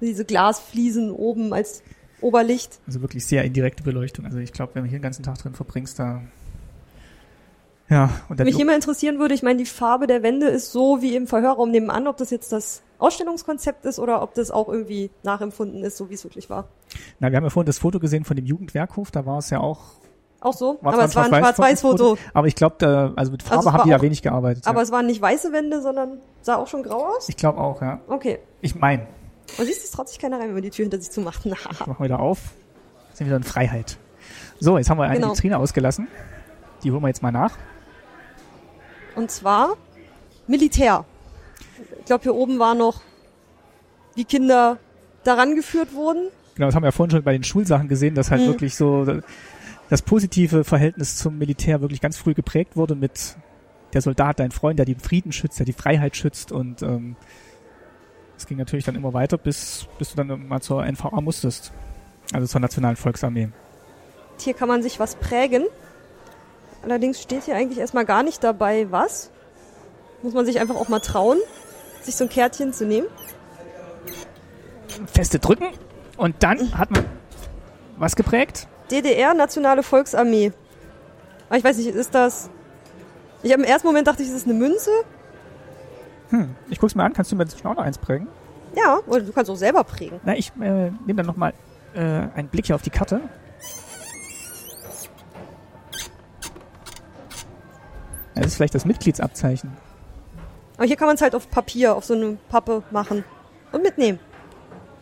diese Glasfliesen oben als Oberlicht. Also wirklich sehr indirekte Beleuchtung. Also ich glaube, wenn du hier den ganzen Tag drin verbringst, da. Ja, und dann. Mich immer interessieren würde, ich meine, die Farbe der Wände ist so wie im Verhörraum nebenan, ob das jetzt das Ausstellungskonzept ist oder ob das auch irgendwie nachempfunden ist, so wie es wirklich war. Na, wir haben ja vorhin das Foto gesehen von dem Jugendwerkhof, da war es ja auch. Auch so, war aber es zwar war ein Schwarz-Weiß-Foto. Aber ich glaube, da- also mit Farbe Also es haben war die ja auch- wenig gearbeitet. Aber ja. es waren nicht weiße Wände, sondern sah auch schon grau aus. Ich glaube auch, ja. Okay. Ich meine, Man siehst, es traut sich keiner rein, wenn man die Tür hinter sich zumacht. Na, machen wir wieder auf. Sind wieder in Freiheit. So, jetzt haben wir eine Genau. Vitrine ausgelassen. Die holen wir jetzt mal nach. Und zwar Militär. Ich glaube, hier oben war noch, wie Kinder daran geführt wurden. Genau, das haben wir ja vorhin schon bei den Schulsachen gesehen, dass halt wirklich so das positive Verhältnis zum Militär wirklich ganz früh geprägt wurde mit der Soldat, dein Freund, der den Frieden schützt, der die Freiheit schützt und ähm, es ging natürlich dann immer weiter, bis, bis du dann mal zur NVA musstest. Also zur Nationalen Volksarmee. Hier kann man sich was prägen. Allerdings steht hier eigentlich erstmal gar nicht dabei, was. Muss man sich einfach auch mal trauen, sich so ein Kärtchen zu nehmen. Feste drücken und dann hat man was geprägt? DDR, Nationale Volksarmee. Aber ich weiß nicht, ist das... Ich habe im ersten Moment dachte ich, es ist eine Münze. Hm, ich guck's mir an, kannst du mir inzwischen auch noch eins prägen? Ja, oder du kannst auch selber prägen. Na, ich äh, nehme dann nochmal äh, einen Blick hier auf die Karte. Ja, Das ist vielleicht das Mitgliedsabzeichen. Aber hier kann man es halt auf Papier, auf so eine Pappe machen und mitnehmen.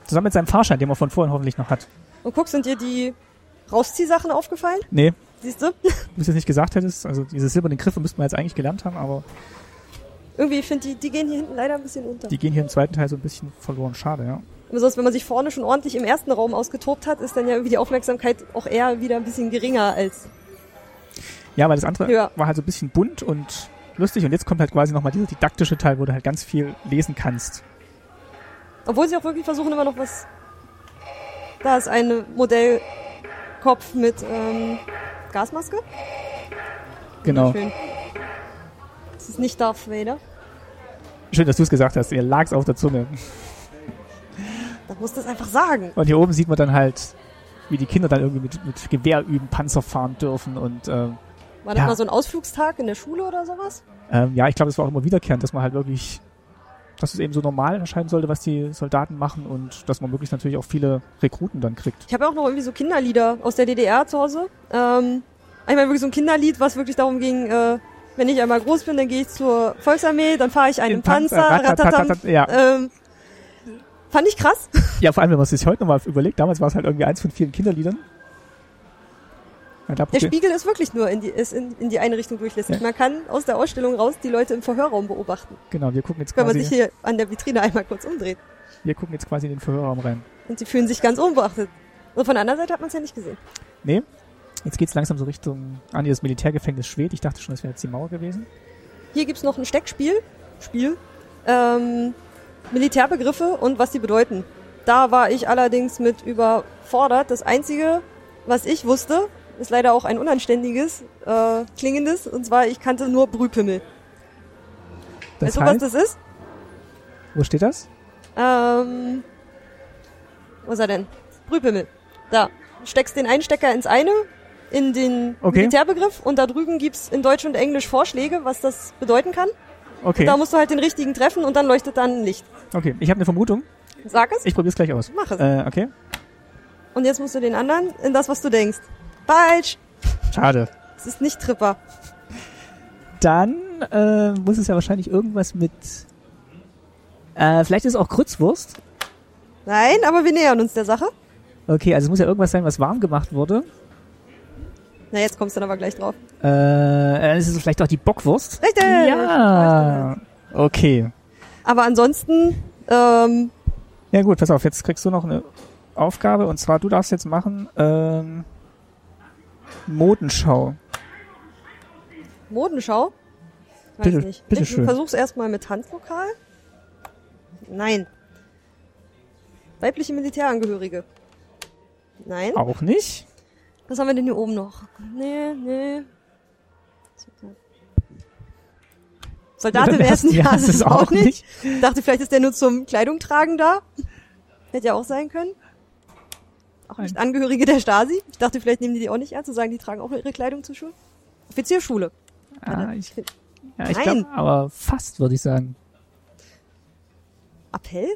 Zusammen mit seinem Fahrschein, den man von vorhin hoffentlich noch hat. Und guck, sind dir die Rausziehsachen aufgefallen? Nee, Siehst du? Du es jetzt nicht gesagt hättest, also diese silbernen Griffe müssten wir jetzt eigentlich gelernt haben, aber Irgendwie, ich finde, die, die gehen hier hinten leider ein bisschen unter. die gehen hier im zweiten Teil so ein bisschen verloren. Schade, ja. Aber sonst, wenn man sich vorne schon ordentlich im ersten Raum ausgetobt hat, ist dann ja irgendwie die Aufmerksamkeit auch eher wieder ein bisschen geringer als. Ja, weil das andere Ja. war halt so ein bisschen bunt und lustig und jetzt kommt halt quasi nochmal dieser didaktische Teil, wo du halt ganz viel lesen kannst. Obwohl sie auch wirklich versuchen, immer noch was. Da ist ein Modellkopf mit ähm, Gasmaske. Genau. Schön, Schön. Das ist nicht Darth Vader. dass du es gesagt hast. Ihr lag's auf der Zunge. Da muss das einfach sagen. Und hier oben sieht man dann halt, wie die Kinder dann irgendwie mit, mit Gewehr üben, Panzer fahren dürfen und ähm, War das Ja. mal so ein Ausflugstag in der Schule oder sowas? ähm, ja, ich glaube, das war auch immer wiederkehrend, dass man halt wirklich, dass es eben so normal erscheinen sollte, was die Soldaten machen und dass man möglichst natürlich auch viele Rekruten dann kriegt. Ich habe ja auch noch irgendwie so Kinderlieder aus der DDR zu Hause. Ähm, einmal wirklich so ein Kinderlied, was wirklich darum ging, äh, wenn ich einmal groß bin, dann gehe ich zur Volksarmee, dann fahre ich einen Im Panzer, Panzer. ratatatat, ratatatam. ja. Ähm, fand ich krass. Ja, vor allem, wenn man sich heute nochmal überlegt, damals war es halt irgendwie eins von vielen Kinderliedern. Ja, da Der probier- Spiegel ist wirklich nur in die, ist in, in die eine Richtung durchlässig. Ja. Man kann aus der Ausstellung raus die Leute im Verhörraum beobachten, genau, wir gucken jetzt wenn man quasi, sich hier an der Vitrine einmal kurz umdreht. wir gucken jetzt quasi in den Verhörraum rein. Und sie fühlen sich ganz unbeachtet. Also von der anderen Seite hat man es ja nicht gesehen. Nee, jetzt geht's langsam so Richtung, an das Militärgefängnis Schwed. Ich dachte schon, das wäre jetzt die Mauer gewesen. Hier gibt's noch ein Steckspiel. Spiel. Ähm, Militärbegriffe und was die bedeuten. Da war ich allerdings mit überfordert. Das Einzige, was ich wusste, ist leider auch ein unanständiges, äh, klingendes. Und zwar, ich kannte nur Brühpimmel. Das weißt du, Also was heißt, das ist? wo steht das? Ähm, wo ist er denn? Brühpimmel. Da. Steckst den Einstecker ins eine, in den Okay. Militärbegriff. Und da drüben gibt's in Deutsch und Englisch Vorschläge, was das bedeuten kann. Okay, Da musst du halt den richtigen treffen und dann leuchtet dann ein Licht. okay. Ich habe eine Vermutung. Sag es Ich probiere es gleich aus. Mach es. Äh, okay. und jetzt musst du den anderen in das, was du denkst. Falsch! Schade. Es ist nicht Tripper. Dann äh, muss es ja wahrscheinlich irgendwas mit. Äh, vielleicht ist es auch Grützwurst. Nein, aber wir nähern uns der Sache. Okay, also es muss ja irgendwas sein, was warm gemacht wurde. Na, jetzt kommst du dann aber gleich drauf. Äh, dann ist es vielleicht auch die Bockwurst. Richtig! Ja. Okay. Aber ansonsten, ähm, Ja gut, pass auf, jetzt kriegst du noch eine Aufgabe und zwar du darfst jetzt machen ähm, Modenschau. Modenschau? Weiß Bitte- nicht. bitte ich schön. versuch's erstmal mit Tanzlokal. Nein. Weibliche Militärangehörige. Nein. Auch nicht. Was haben wir denn hier oben noch? Nee, nee. Soldat Oder im wär's- ersten ja, Jahr das ist es auch nicht. Dachte, vielleicht ist der nur zum Kleidung tragen da. Hätte ja auch sein können. Auch nicht Angehörige der Stasi. Ich dachte, vielleicht nehmen die die auch nicht ernst und sagen, die tragen auch nur ihre Kleidung zur Schule. Offizierschule. Ah, ich, ja, ich Nein. glaube, aber fast würde ich sagen. Appell?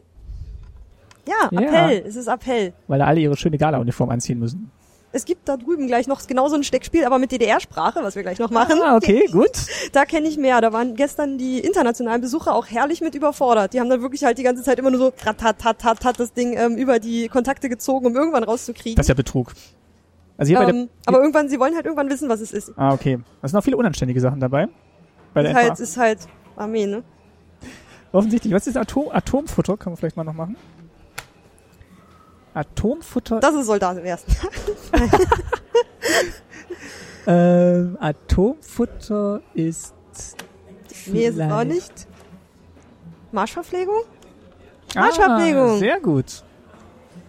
Ja, Ja. Appell. Es ist Appell. Weil da alle ihre schöne Gala-Uniform anziehen müssen. Es gibt da drüben gleich noch genau so ein Steckspiel, aber mit DDR-Sprache, was wir gleich noch machen. Ah, okay, gut. Da kenne ich mehr. Da waren gestern die internationalen Besucher auch herrlich mit überfordert. Die haben dann wirklich halt die ganze Zeit immer nur so ratatatatat das Ding ähm, über die Kontakte gezogen, um irgendwann rauszukriegen. Das ist ja Betrug. Also hier ähm, bei der, aber irgendwann, sie wollen halt irgendwann wissen, was es ist. Ah, okay. Da sind auch viele unanständige Sachen dabei. Bei der Ist halt, NVA. ist halt Armee, ne? Offensichtlich. Was ist Atom Atomfutter? Kann man vielleicht mal noch machen. Atomfutter. Das ist Soldat im ersten. Ähm, Atomfutter ist. Nee, ist es auch vielleicht- nicht. Marschverpflegung? Ah, Arschablegung. sehr gut.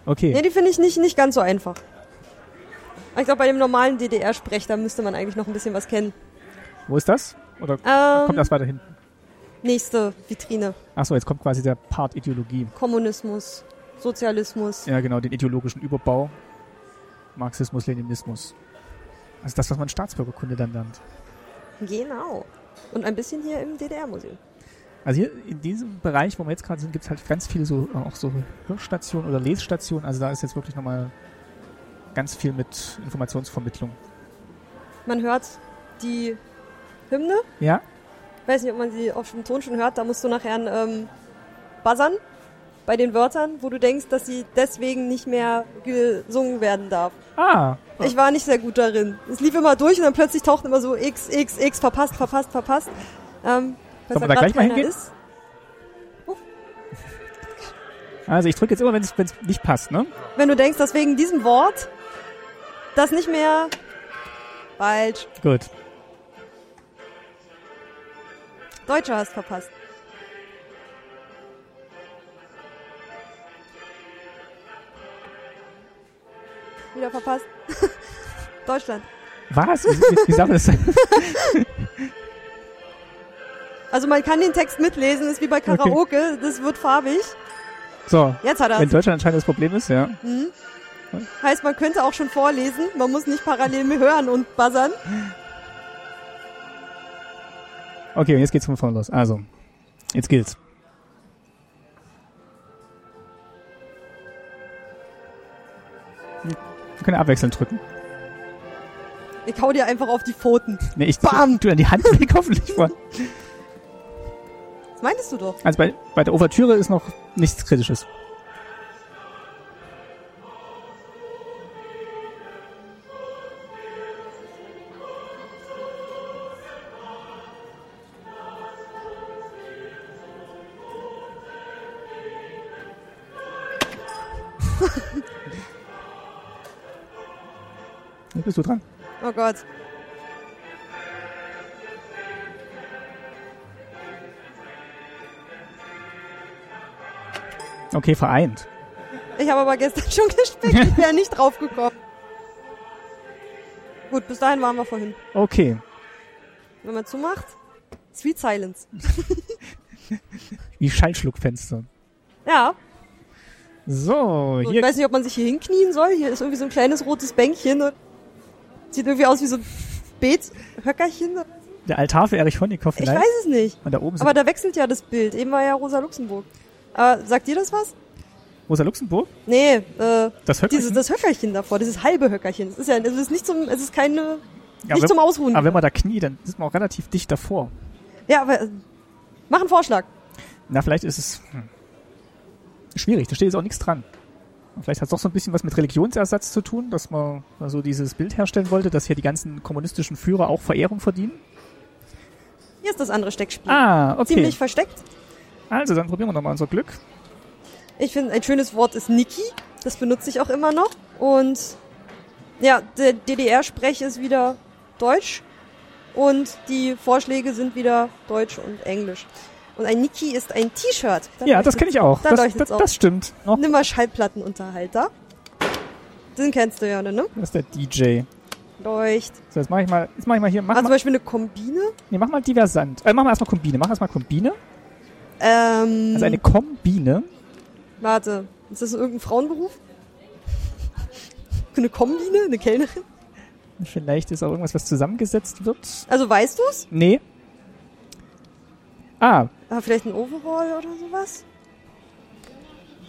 Okay. Nee, die finde ich nicht, nicht ganz so einfach. Aber Ich glaube, bei dem normalen DDR-Sprech, da müsste man eigentlich noch ein bisschen was kennen. Wo ist das? Oder Ähm, kommt das weiter hinten? Nächste Vitrine. Achso, jetzt kommt quasi der Part Ideologie. Kommunismus, Sozialismus. Ja, genau, den ideologischen Überbau. Marxismus, Leninismus. Also das, was man Staatsbürgerkunde dann lernt. Genau. Und ein bisschen hier im DDR-Museum. Also hier in diesem Bereich, wo wir jetzt gerade sind, gibt es halt ganz viele so, auch so Hörstationen oder Lesstationen. Also da ist jetzt wirklich nochmal ganz viel mit Informationsvermittlung. Man hört die Hymne. Ja, Ich weiß nicht, ob man sie auf dem Ton schon hört. Da musst du nachher ähm, buzzern. bei den Wörtern, wo du denkst, dass sie deswegen nicht mehr gesungen werden darf. Ah, Ich war nicht sehr gut darin. Es lief immer durch und dann plötzlich tauchten immer so X, X, X, verpasst, verpasst, verpasst. Ähm, Sollen wir da grad gleich mal keiner hingehen? Ist. also ich drücke jetzt immer, wenn es nicht passt, ne? Wenn du denkst, dass wegen diesem Wort das nicht mehr falsch. Gut. Deutsche hast verpasst. Wieder verpasst. Deutschland. Was? Wie, wie, wie sagt man das? Also man kann den Text mitlesen, ist wie bei Karaoke, das wird farbig. So, Jetzt hat er wenn Deutschland anscheinend das Problem ist, ja. Heißt, man könnte auch schon vorlesen, man muss nicht parallel hören und buzzern. Okay, und jetzt geht's von vorne los. Also, jetzt gilt's. Wir können abwechselnd drücken. Ich hau dir einfach auf die Pfoten. Nee, ich Bam! tu dann die Hand weg, hoffentlich vor. Das meintest du doch. Also bei, bei der Ouvertüre ist noch nichts Kritisches. Jetzt bist du dran. Oh Gott. Okay, vereint. Ich habe aber gestern schon gespickt, ich wäre nicht draufgekommen. Gut, bis dahin waren wir vorhin. Okay. Wenn man zumacht, Sweet Silence. Wie Schallschluckfenster. Ja, So, so, ich hier weiß nicht, ob man sich hier hinknien soll. Hier ist irgendwie so ein kleines rotes Bänkchen. Und sieht irgendwie aus wie so ein Beethöckerchen. der Altar für Erich Honeckhoff. Ich vielleicht. weiß es nicht. Und da oben Aber sind da wechselt ja das Bild. Eben war ja Rosa Luxemburg. Aber sagt dir das was? Rosa Luxemburg. Nee, äh, Das hört dieses, das Höckerchen davor, dieses halbe Höckerchen. Es ist ja, es ist nicht zum, es ist keine, Ja, nicht wenn- zum Ausruhen. Aber wenn man da kniet, dann ist man auch relativ dicht davor. ja, aber, äh, mach einen Vorschlag. Na, vielleicht ist es hm, schwierig, da steht jetzt auch nichts dran. Und Vielleicht hat es doch so ein bisschen was mit Religionsersatz zu tun, dass man mal so dieses Bild herstellen wollte, dass hier die ganzen kommunistischen Führer auch Verehrung verdienen. Hier ist das andere Steckspiel. Ah, okay. Ziemlich versteckt. Also, dann probieren wir nochmal unser Glück. Ich finde, ein schönes Wort ist Niki. Das benutze ich auch immer noch. Und ja, der DDR-Sprech ist wieder Deutsch. Und die Vorschläge sind wieder Deutsch und Englisch. Und ein Niki ist ein T-Shirt. Da ja, das leuchtet's- kenne ich auch. Da Das, leuchtet's das, auf. das stimmt. Oh, Noch, Nimm mal Schallplattenunterhalter. Den kennst du ja, ne? das ist der DJ. Leucht. So, jetzt mache ich mal, jetzt mach ich mal hier, mach, Also zum mal, Beispiel eine Kombine. nee, mach mal Diversant. Äh, mach mal erstmal Kombine, mach erstmal Kombine. Ähm, Also eine Kombine. warte, ist das irgendein Frauenberuf? Eine Kombine? Eine Kellnerin? Vielleicht ist auch irgendwas, was zusammengesetzt wird. Also weißt du's? Nee. Ah, Ah, vielleicht ein Overall oder sowas?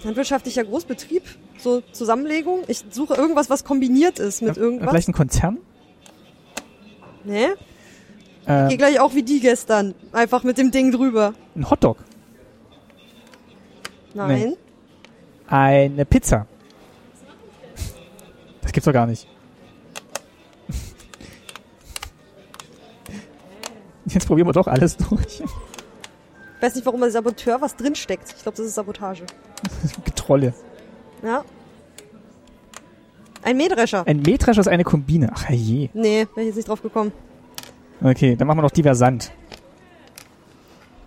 Landwirtschaftlicher Großbetrieb? So Zusammenlegung? Ich suche irgendwas, was kombiniert ist mit irgendwas. Vielleicht ein Konzern? Nee? Geh Äh, gleich auch wie die gestern. Einfach mit dem Ding drüber. ein Hotdog. Nein. Eine Pizza. Das gibt's doch gar nicht. Jetzt probieren wir doch alles durch. Ich weiß nicht, warum als Saboteur was drinsteckt. Ich glaube, das ist Sabotage. Getrolle. Ja. Ein Mähdrescher. Ein Mähdrescher ist eine Kombine. Ach je. Nee, wäre ich jetzt nicht drauf gekommen. Okay, dann machen wir noch Diversant.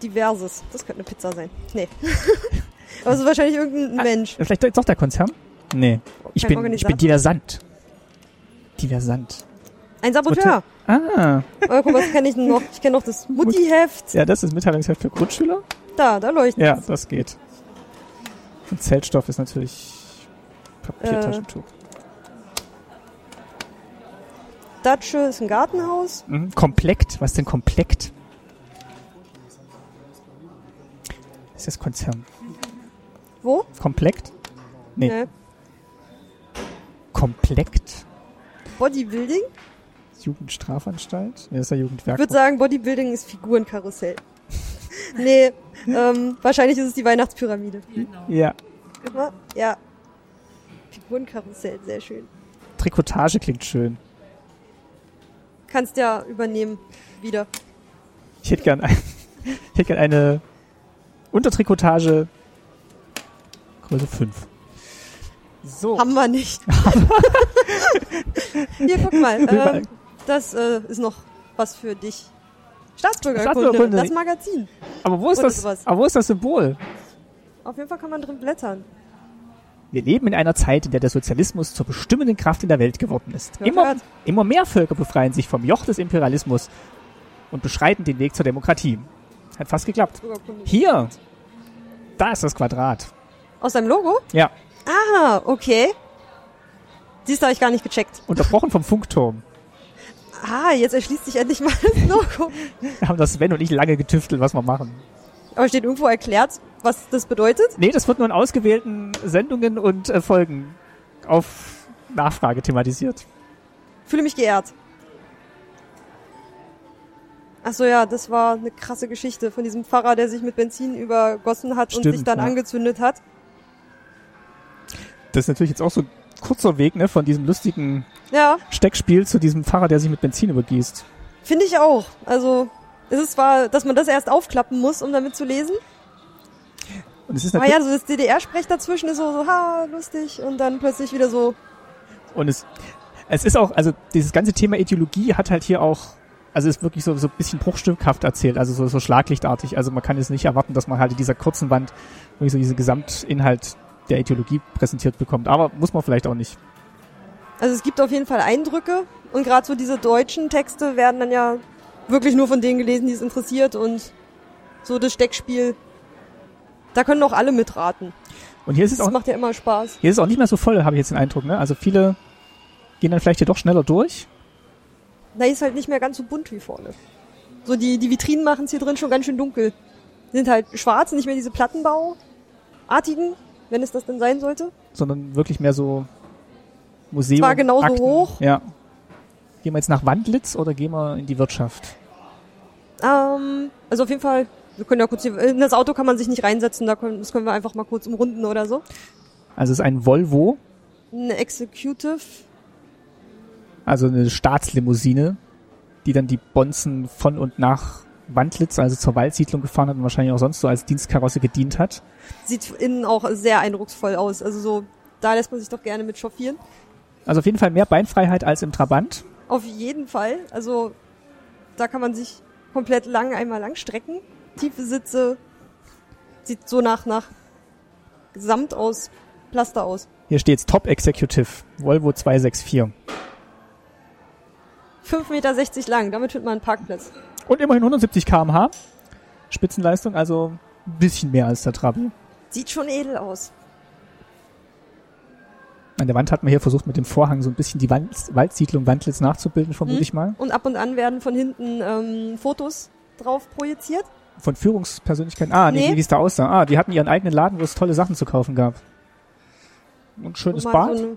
Diverses. Das könnte eine Pizza sein. Nee. Aber es ist wahrscheinlich irgendein Mensch. Vielleicht doch der Konzern? Nee. Ah, Ich Kein bin, ich Organisator? bin Diversant. Diversant. Ein Saboteur. Ah, Oh, guck mal, das kenne ich noch. Ich kenne noch das Muttiheft. ja, das ist Mitteilungsheft für Grundschüler. Da, da leuchtet Ja, das geht. Und Zeltstoff ist natürlich Papiertaschentuch. Datsche ist ein Gartenhaus. Mhm. Komplekt? Was ist denn Komplekt? Ist das Konzern? Wo? Ne? Komplekt? Nee. Nee. Komplekt? Bodybuilding? Jugendstrafanstalt? Nee, das ist ja Ich würde Jugendwerk. sagen, Bodybuilding ist Figurenkarussell. Nee, ähm, wahrscheinlich ist es die Weihnachtspyramide. Genau. Ja. Ja. Figurenkarussell, sehr schön. Trikotage klingt schön. Kannst ja übernehmen. Wieder. Ich hätte gern, ein, ich hätte gern eine Untertrikotage Größe 5. So. Haben wir nicht. Hier, guck mal. Ähm, das äh, ist noch was für dich. Staatsbürgerkunde, Staatsbürgerkunde. das Magazin. aber wo ist oder das, sowas. aber wo ist das Symbol? Auf jeden Fall kann man drin blättern. Wir leben in einer Zeit, in der der Sozialismus zur bestimmenden Kraft in der Welt geworden ist. Ja, Immer, klar. immer mehr Völker befreien sich vom Joch des Imperialismus und beschreiten den Weg zur Demokratie. Hat fast geklappt. Bürgerkunde. Hier, da ist das Quadrat. Aus deinem Logo? Ja, Ah, okay. Siehst du, habe ich gar nicht gecheckt. unterbrochen vom Funkturm. Ah, jetzt erschließt sich endlich mal das Logo. Da haben das Sven und ich lange getüftelt, was wir machen. Aber steht irgendwo erklärt, was das bedeutet? Nee, das wird nur in ausgewählten Sendungen und äh, Folgen auf Nachfrage thematisiert. Fühle mich geehrt. Ach so, ja, das war eine krasse Geschichte von diesem Pfarrer, der sich mit Benzin übergossen hat und Stimmt, sich dann ja. angezündet hat. Das ist natürlich jetzt auch so ein kurzer Weg, ne, von diesem lustigen Ja, Steckspiel zu diesem Fahrer, der sich mit Benzin übergießt. finde ich auch. Also, es ist zwar, dass man das erst aufklappen muss, um damit zu lesen. Und es ist Aber natürlich, ja, so das DDR-Sprech dazwischen ist so, so, ha, lustig. Und dann plötzlich wieder so, und es, es ist auch, also dieses ganze Thema Ideologie hat halt hier auch, also ist wirklich so, so ein bisschen bruchstückhaft erzählt, also so, so schlaglichtartig. Also man kann jetzt nicht erwarten, dass man halt in dieser kurzen Wand wirklich so diesen Gesamtinhalt der Ideologie präsentiert bekommt. Aber muss man vielleicht auch nicht. Also es gibt auf jeden Fall Eindrücke und gerade so diese deutschen Texte werden dann ja wirklich nur von denen gelesen, die es interessiert und so das Steckspiel. Da können auch alle mitraten. Und hier ist es auch Das macht ja immer Spaß. Hier ist es auch nicht mehr so voll, habe ich jetzt den Eindruck. Ne? Also viele gehen dann vielleicht hier doch schneller durch. Da ist halt nicht mehr ganz so bunt wie vorne. So die, die Vitrinen machen es hier drin schon ganz schön dunkel. Die sind halt schwarz, nicht mehr diese Plattenbauartigen, wenn es das denn sein sollte. sondern wirklich mehr so Museum. Zwar genauso Akten. hoch. Ja. Gehen wir jetzt nach Wandlitz oder gehen wir in die Wirtschaft? Ähm, also auf jeden Fall, wir können ja kurz hier, in das Auto kann man sich nicht reinsetzen, da können, das können wir einfach mal kurz umrunden oder so. Also es ist ein Volvo, Ein Executive also eine Staatslimousine, die dann die Bonzen von und nach Wandlitz, also zur Waldsiedlung gefahren hat und wahrscheinlich auch sonst so als Dienstkarosse gedient hat. sieht innen auch sehr eindrucksvoll aus. Also so, da lässt man sich doch gerne mit chauffieren. Also auf jeden Fall mehr Beinfreiheit als im Trabant. Auf jeden Fall. Also da kann man sich komplett lang einmal lang strecken. Tiefe Sitze. Sieht so nach, nach Samt aus, Plaster aus. Hier steht's Top Executive, Volvo 264. 5,60 Meter lang, damit findet man einen Parkplatz. Und immerhin 170 km/h. Spitzenleistung, also ein bisschen mehr als der Trabi. Sieht schon edel aus. An der Wand hat man hier versucht, mit dem Vorhang so ein bisschen die Wand, Waldsiedlung Wandlitz nachzubilden, vermute Hm. ich mal. Und ab und an werden von hinten ähm, Fotos drauf projiziert. Von Führungspersönlichkeiten. Ah, nee, Nee. wie es da aussah. Ah, die hatten ihren eigenen Laden, wo es tolle Sachen zu kaufen gab. Und schönes Mal Bad. So eine,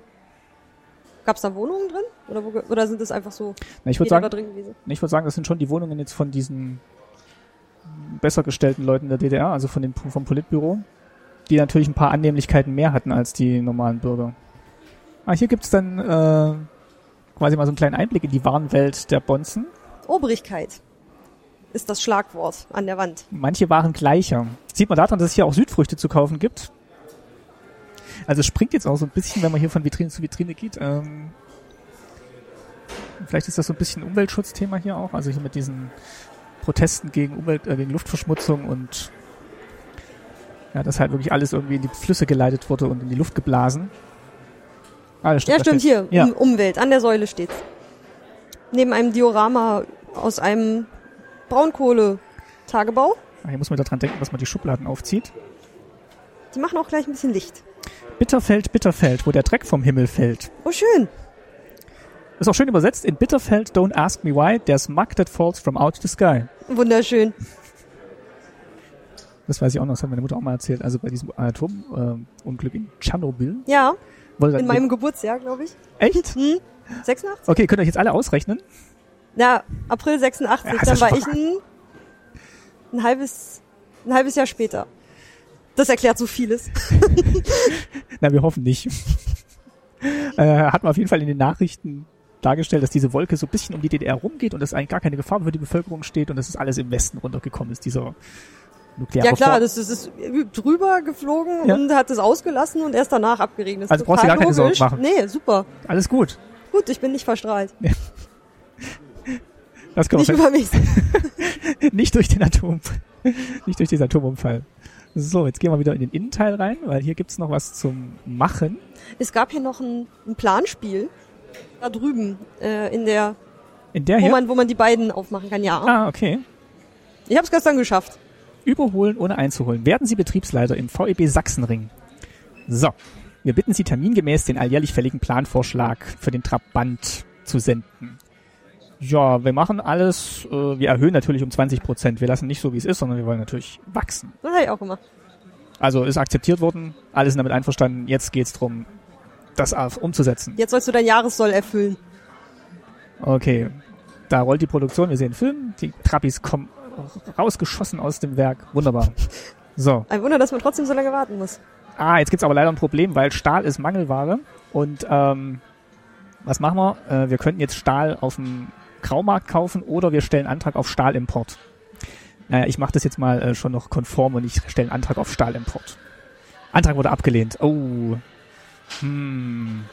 gab's da Wohnungen drin? Oder, wo, ge- oder sind das einfach so Na, ich würde jeder sagen, da drin gewesen? ich würde sagen, das sind schon die Wohnungen jetzt von diesen besser gestellten Leuten der DDR, also von den, vom Politbüro, die natürlich ein paar Annehmlichkeiten mehr hatten als die normalen Bürger. Ah, hier gibt's dann äh, quasi mal so einen kleinen Einblick in die Warenwelt der Bonzen. Obrigkeit ist das Schlagwort an der Wand. Manche waren gleicher. Sieht man daran, dass es hier auch Südfrüchte zu kaufen gibt. Also es springt jetzt auch so ein bisschen, wenn man hier von Vitrine zu Vitrine geht. Ähm, vielleicht ist das so ein bisschen Umweltschutzthema hier auch. Also hier mit diesen Protesten gegen Umwelt, äh, gegen Luftverschmutzung und ja, dass halt wirklich alles irgendwie in die Flüsse geleitet wurde und in die Luft geblasen. Ah, das Ja, da stimmt, hier, steht- Ja. um, Umwelt, an der Säule steht's. Neben einem Diorama aus einem Braunkohletagebau. Ah, Hier muss man daran denken, dass man die Schubladen aufzieht. Die machen auch gleich ein bisschen Licht. Bitterfeld, Bitterfeld, wo der Dreck vom Himmel fällt. Oh, schön. Ist auch schön übersetzt in Bitterfeld, don't ask me why, there's mug that falls from out the sky. Wunderschön. Das weiß ich auch noch, das hat meine Mutter auch mal erzählt. Also bei diesem Atomunglück in Tschernobyl. Ja, Wurde dann in meinem Geburtsjahr, glaube ich. Echt? Hm? 86? Okay, könnt ihr euch jetzt alle ausrechnen? Na, April 86, Ja, ist dann ja war schon ich ein, ein halbes Ein halbes Jahr später. Das erklärt so vieles. Na, wir hoffen nicht. äh, hat man auf jeden Fall in den Nachrichten dargestellt, dass diese Wolke so ein bisschen um die DDR rumgeht und dass eigentlich gar keine Gefahr für die Bevölkerung steht und dass es alles im Westen runtergekommen ist, dieser nukleare Ja klar, also Vor- das, das ist drüber geflogen Ja. und hat es ausgelassen und erst danach abgeregnet. Das Also ist brauchst du total gar keine Sorgen logisch. machen. Nee, super. Alles gut. Gut, ich bin nicht verstrahlt. Das können Nicht wir über mich. nicht durch den Atom, nicht durch diesen Atomunfall. So, jetzt gehen wir wieder in den Innenteil rein, weil hier gibt's noch was zum Machen. Es gab hier noch ein, ein Planspiel da drüben äh, in der, In der wo hier. man, wo man die beiden aufmachen kann. Ja, ah, okay. ich habe es gestern geschafft. Überholen ohne einzuholen. Werden Sie Betriebsleiter im VEB Sachsenring. So. Wir bitten Sie termingemäß den alljährlich fälligen Planvorschlag für den Trabant zu senden. Ja, wir machen alles. Äh, wir erhöhen natürlich um 20 Prozent. Wir lassen nicht so, wie es ist, sondern wir wollen natürlich wachsen. Das habe ich auch gemacht. Also ist akzeptiert worden. Alle sind damit einverstanden. Jetzt geht's drum, das auf- umzusetzen. Jetzt sollst du dein Jahressoll erfüllen. Okay, da rollt die Produktion, wir sehen Film, die Trappis kommen rausgeschossen aus dem Werk. Wunderbar. So. Ein Wunder, dass man trotzdem so lange warten muss. Ah, jetzt gibt's aber leider ein Problem, weil Stahl ist Mangelware. Und ähm, was machen wir? Äh, wir könnten jetzt Stahl auf dem Graumarkt kaufen oder wir stellen Antrag auf Stahlimport. Naja, ich mache das jetzt mal äh, schon noch konform und ich stelle einen Antrag auf Stahlimport. Antrag wurde abgelehnt. Oh. Hm.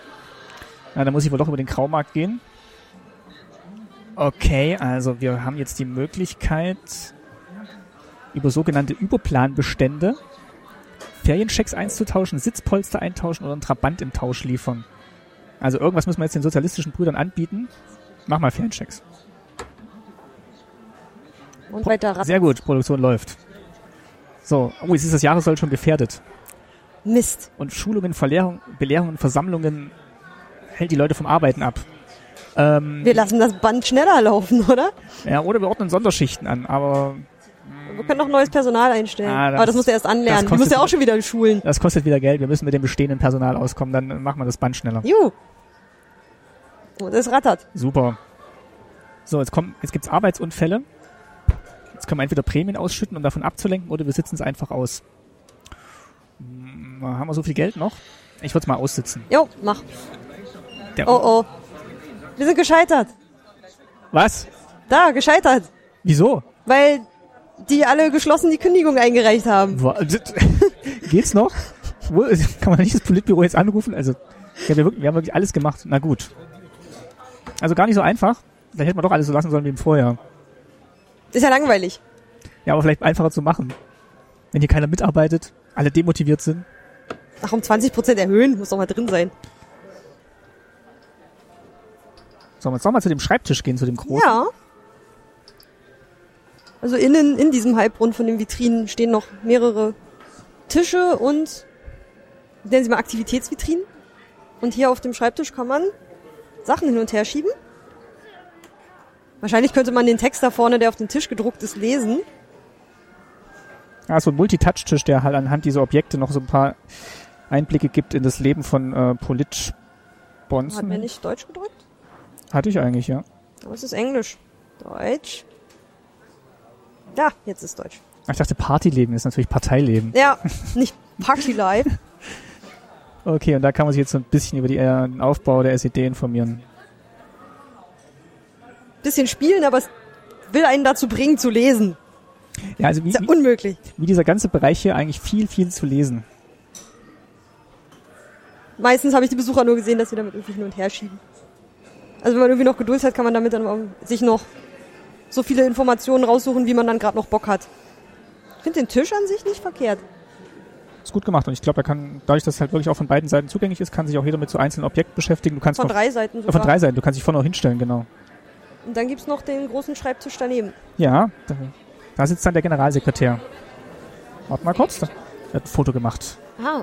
Na, dann muss ich wohl doch über den Graumarkt gehen. Okay, also wir haben jetzt die Möglichkeit, über sogenannte Überplanbestände Ferienchecks einzutauschen, Sitzpolster eintauschen oder einen Trabant im Tausch liefern. Also irgendwas müssen wir jetzt den sozialistischen Brüdern anbieten. Mach mal Ferienchecks. Und weiter ran. Sehr gut, Produktion läuft. So, oh, jetzt ist das Jahressoll schon gefährdet. Mist. Und Schulungen, Verlehrung, Belehrungen, Versammlungen hält die Leute vom Arbeiten ab. Ähm, Wir lassen das Band schneller laufen, oder? ja, oder wir ordnen Sonderschichten an, aber Wir können noch neues Personal einstellen. Ah, das- Aber das musst du erst das anlernen. Du kostet- musst ja auch schon wieder in Schulen. das kostet wieder Geld. Wir müssen mit dem bestehenden Personal auskommen, dann machen wir das Band schneller. Juhu. Und es rattert. Super. So, jetzt kommen, jetzt gibt's Arbeitsunfälle. Jetzt können wir entweder Prämien ausschütten, um davon abzulenken, oder wir sitzen es einfach aus. Hm, Haben wir so viel Geld noch? Ich würde es mal aussitzen. Jo, mach. Der Oh oh. Wir sind gescheitert. Was? Da, gescheitert. Wieso? Weil die alle geschlossen die Kündigung eingereicht haben. Wa- Geht's noch? Wo- Kann man nicht das Politbüro jetzt anrufen? Also, wir haben, ja wirklich, wir haben wirklich alles gemacht. Na gut. Also gar nicht so einfach. Vielleicht hätte man doch alles so lassen sollen wie im Vorjahr. Ist ja langweilig. Ja, aber vielleicht einfacher zu machen. Wenn hier keiner mitarbeitet, alle demotiviert sind. Ach, um 20% erhöhen, muss doch mal drin sein. Sollen wir jetzt nochmal zu dem Schreibtisch gehen, zu dem großen? Ja. Also innen, in diesem Halbrund von den Vitrinen stehen noch mehrere Tische und, nennen sie mal Aktivitätsvitrinen. Und hier auf dem Schreibtisch kann man Sachen hin und her schieben. Wahrscheinlich könnte man den Text da vorne, der auf dem Tisch gedruckt ist, lesen. Ah, so ein Multitouch-Tisch, der halt anhand dieser Objekte noch so ein paar Einblicke gibt in das Leben von äh, Polit Hat Bonzen. mir nicht Deutsch gedrückt? Hatte ich eigentlich, ja. Aber es ist Englisch. Deutsch. Da, jetzt ist Deutsch. Ah, Ich dachte, Partyleben ist natürlich Parteileben. Ja, nicht Party Live. Okay, und da kann man sich jetzt so ein bisschen über die, äh, den Aufbau der SED informieren. Bisschen spielen, aber es will einen dazu bringen zu lesen. Ja, also wie, Ist ja wie, unmöglich. wie dieser ganze Bereich hier eigentlich viel, viel zu lesen. Meistens habe ich die Besucher nur gesehen, dass sie damit irgendwie hin und her schieben. Also wenn man irgendwie noch Geduld hat, kann man damit dann auch sich noch so viele Informationen raussuchen, wie man dann gerade noch Bock hat. Ich finde den Tisch an sich nicht verkehrt. Ist gut gemacht und ich glaube, da kann, dadurch, dass es halt wirklich auch von beiden Seiten zugänglich ist, kann sich auch jeder mit so einzelnen Objekten beschäftigen. Du kannst Von noch, drei Seiten äh, sogar. von drei Seiten, du kannst dich vorne auch hinstellen, genau. Und dann gibt's noch den großen Schreibtisch daneben. Ja, da, da sitzt dann der Generalsekretär. Warte mal kurz, da wird ein Foto gemacht. Ah,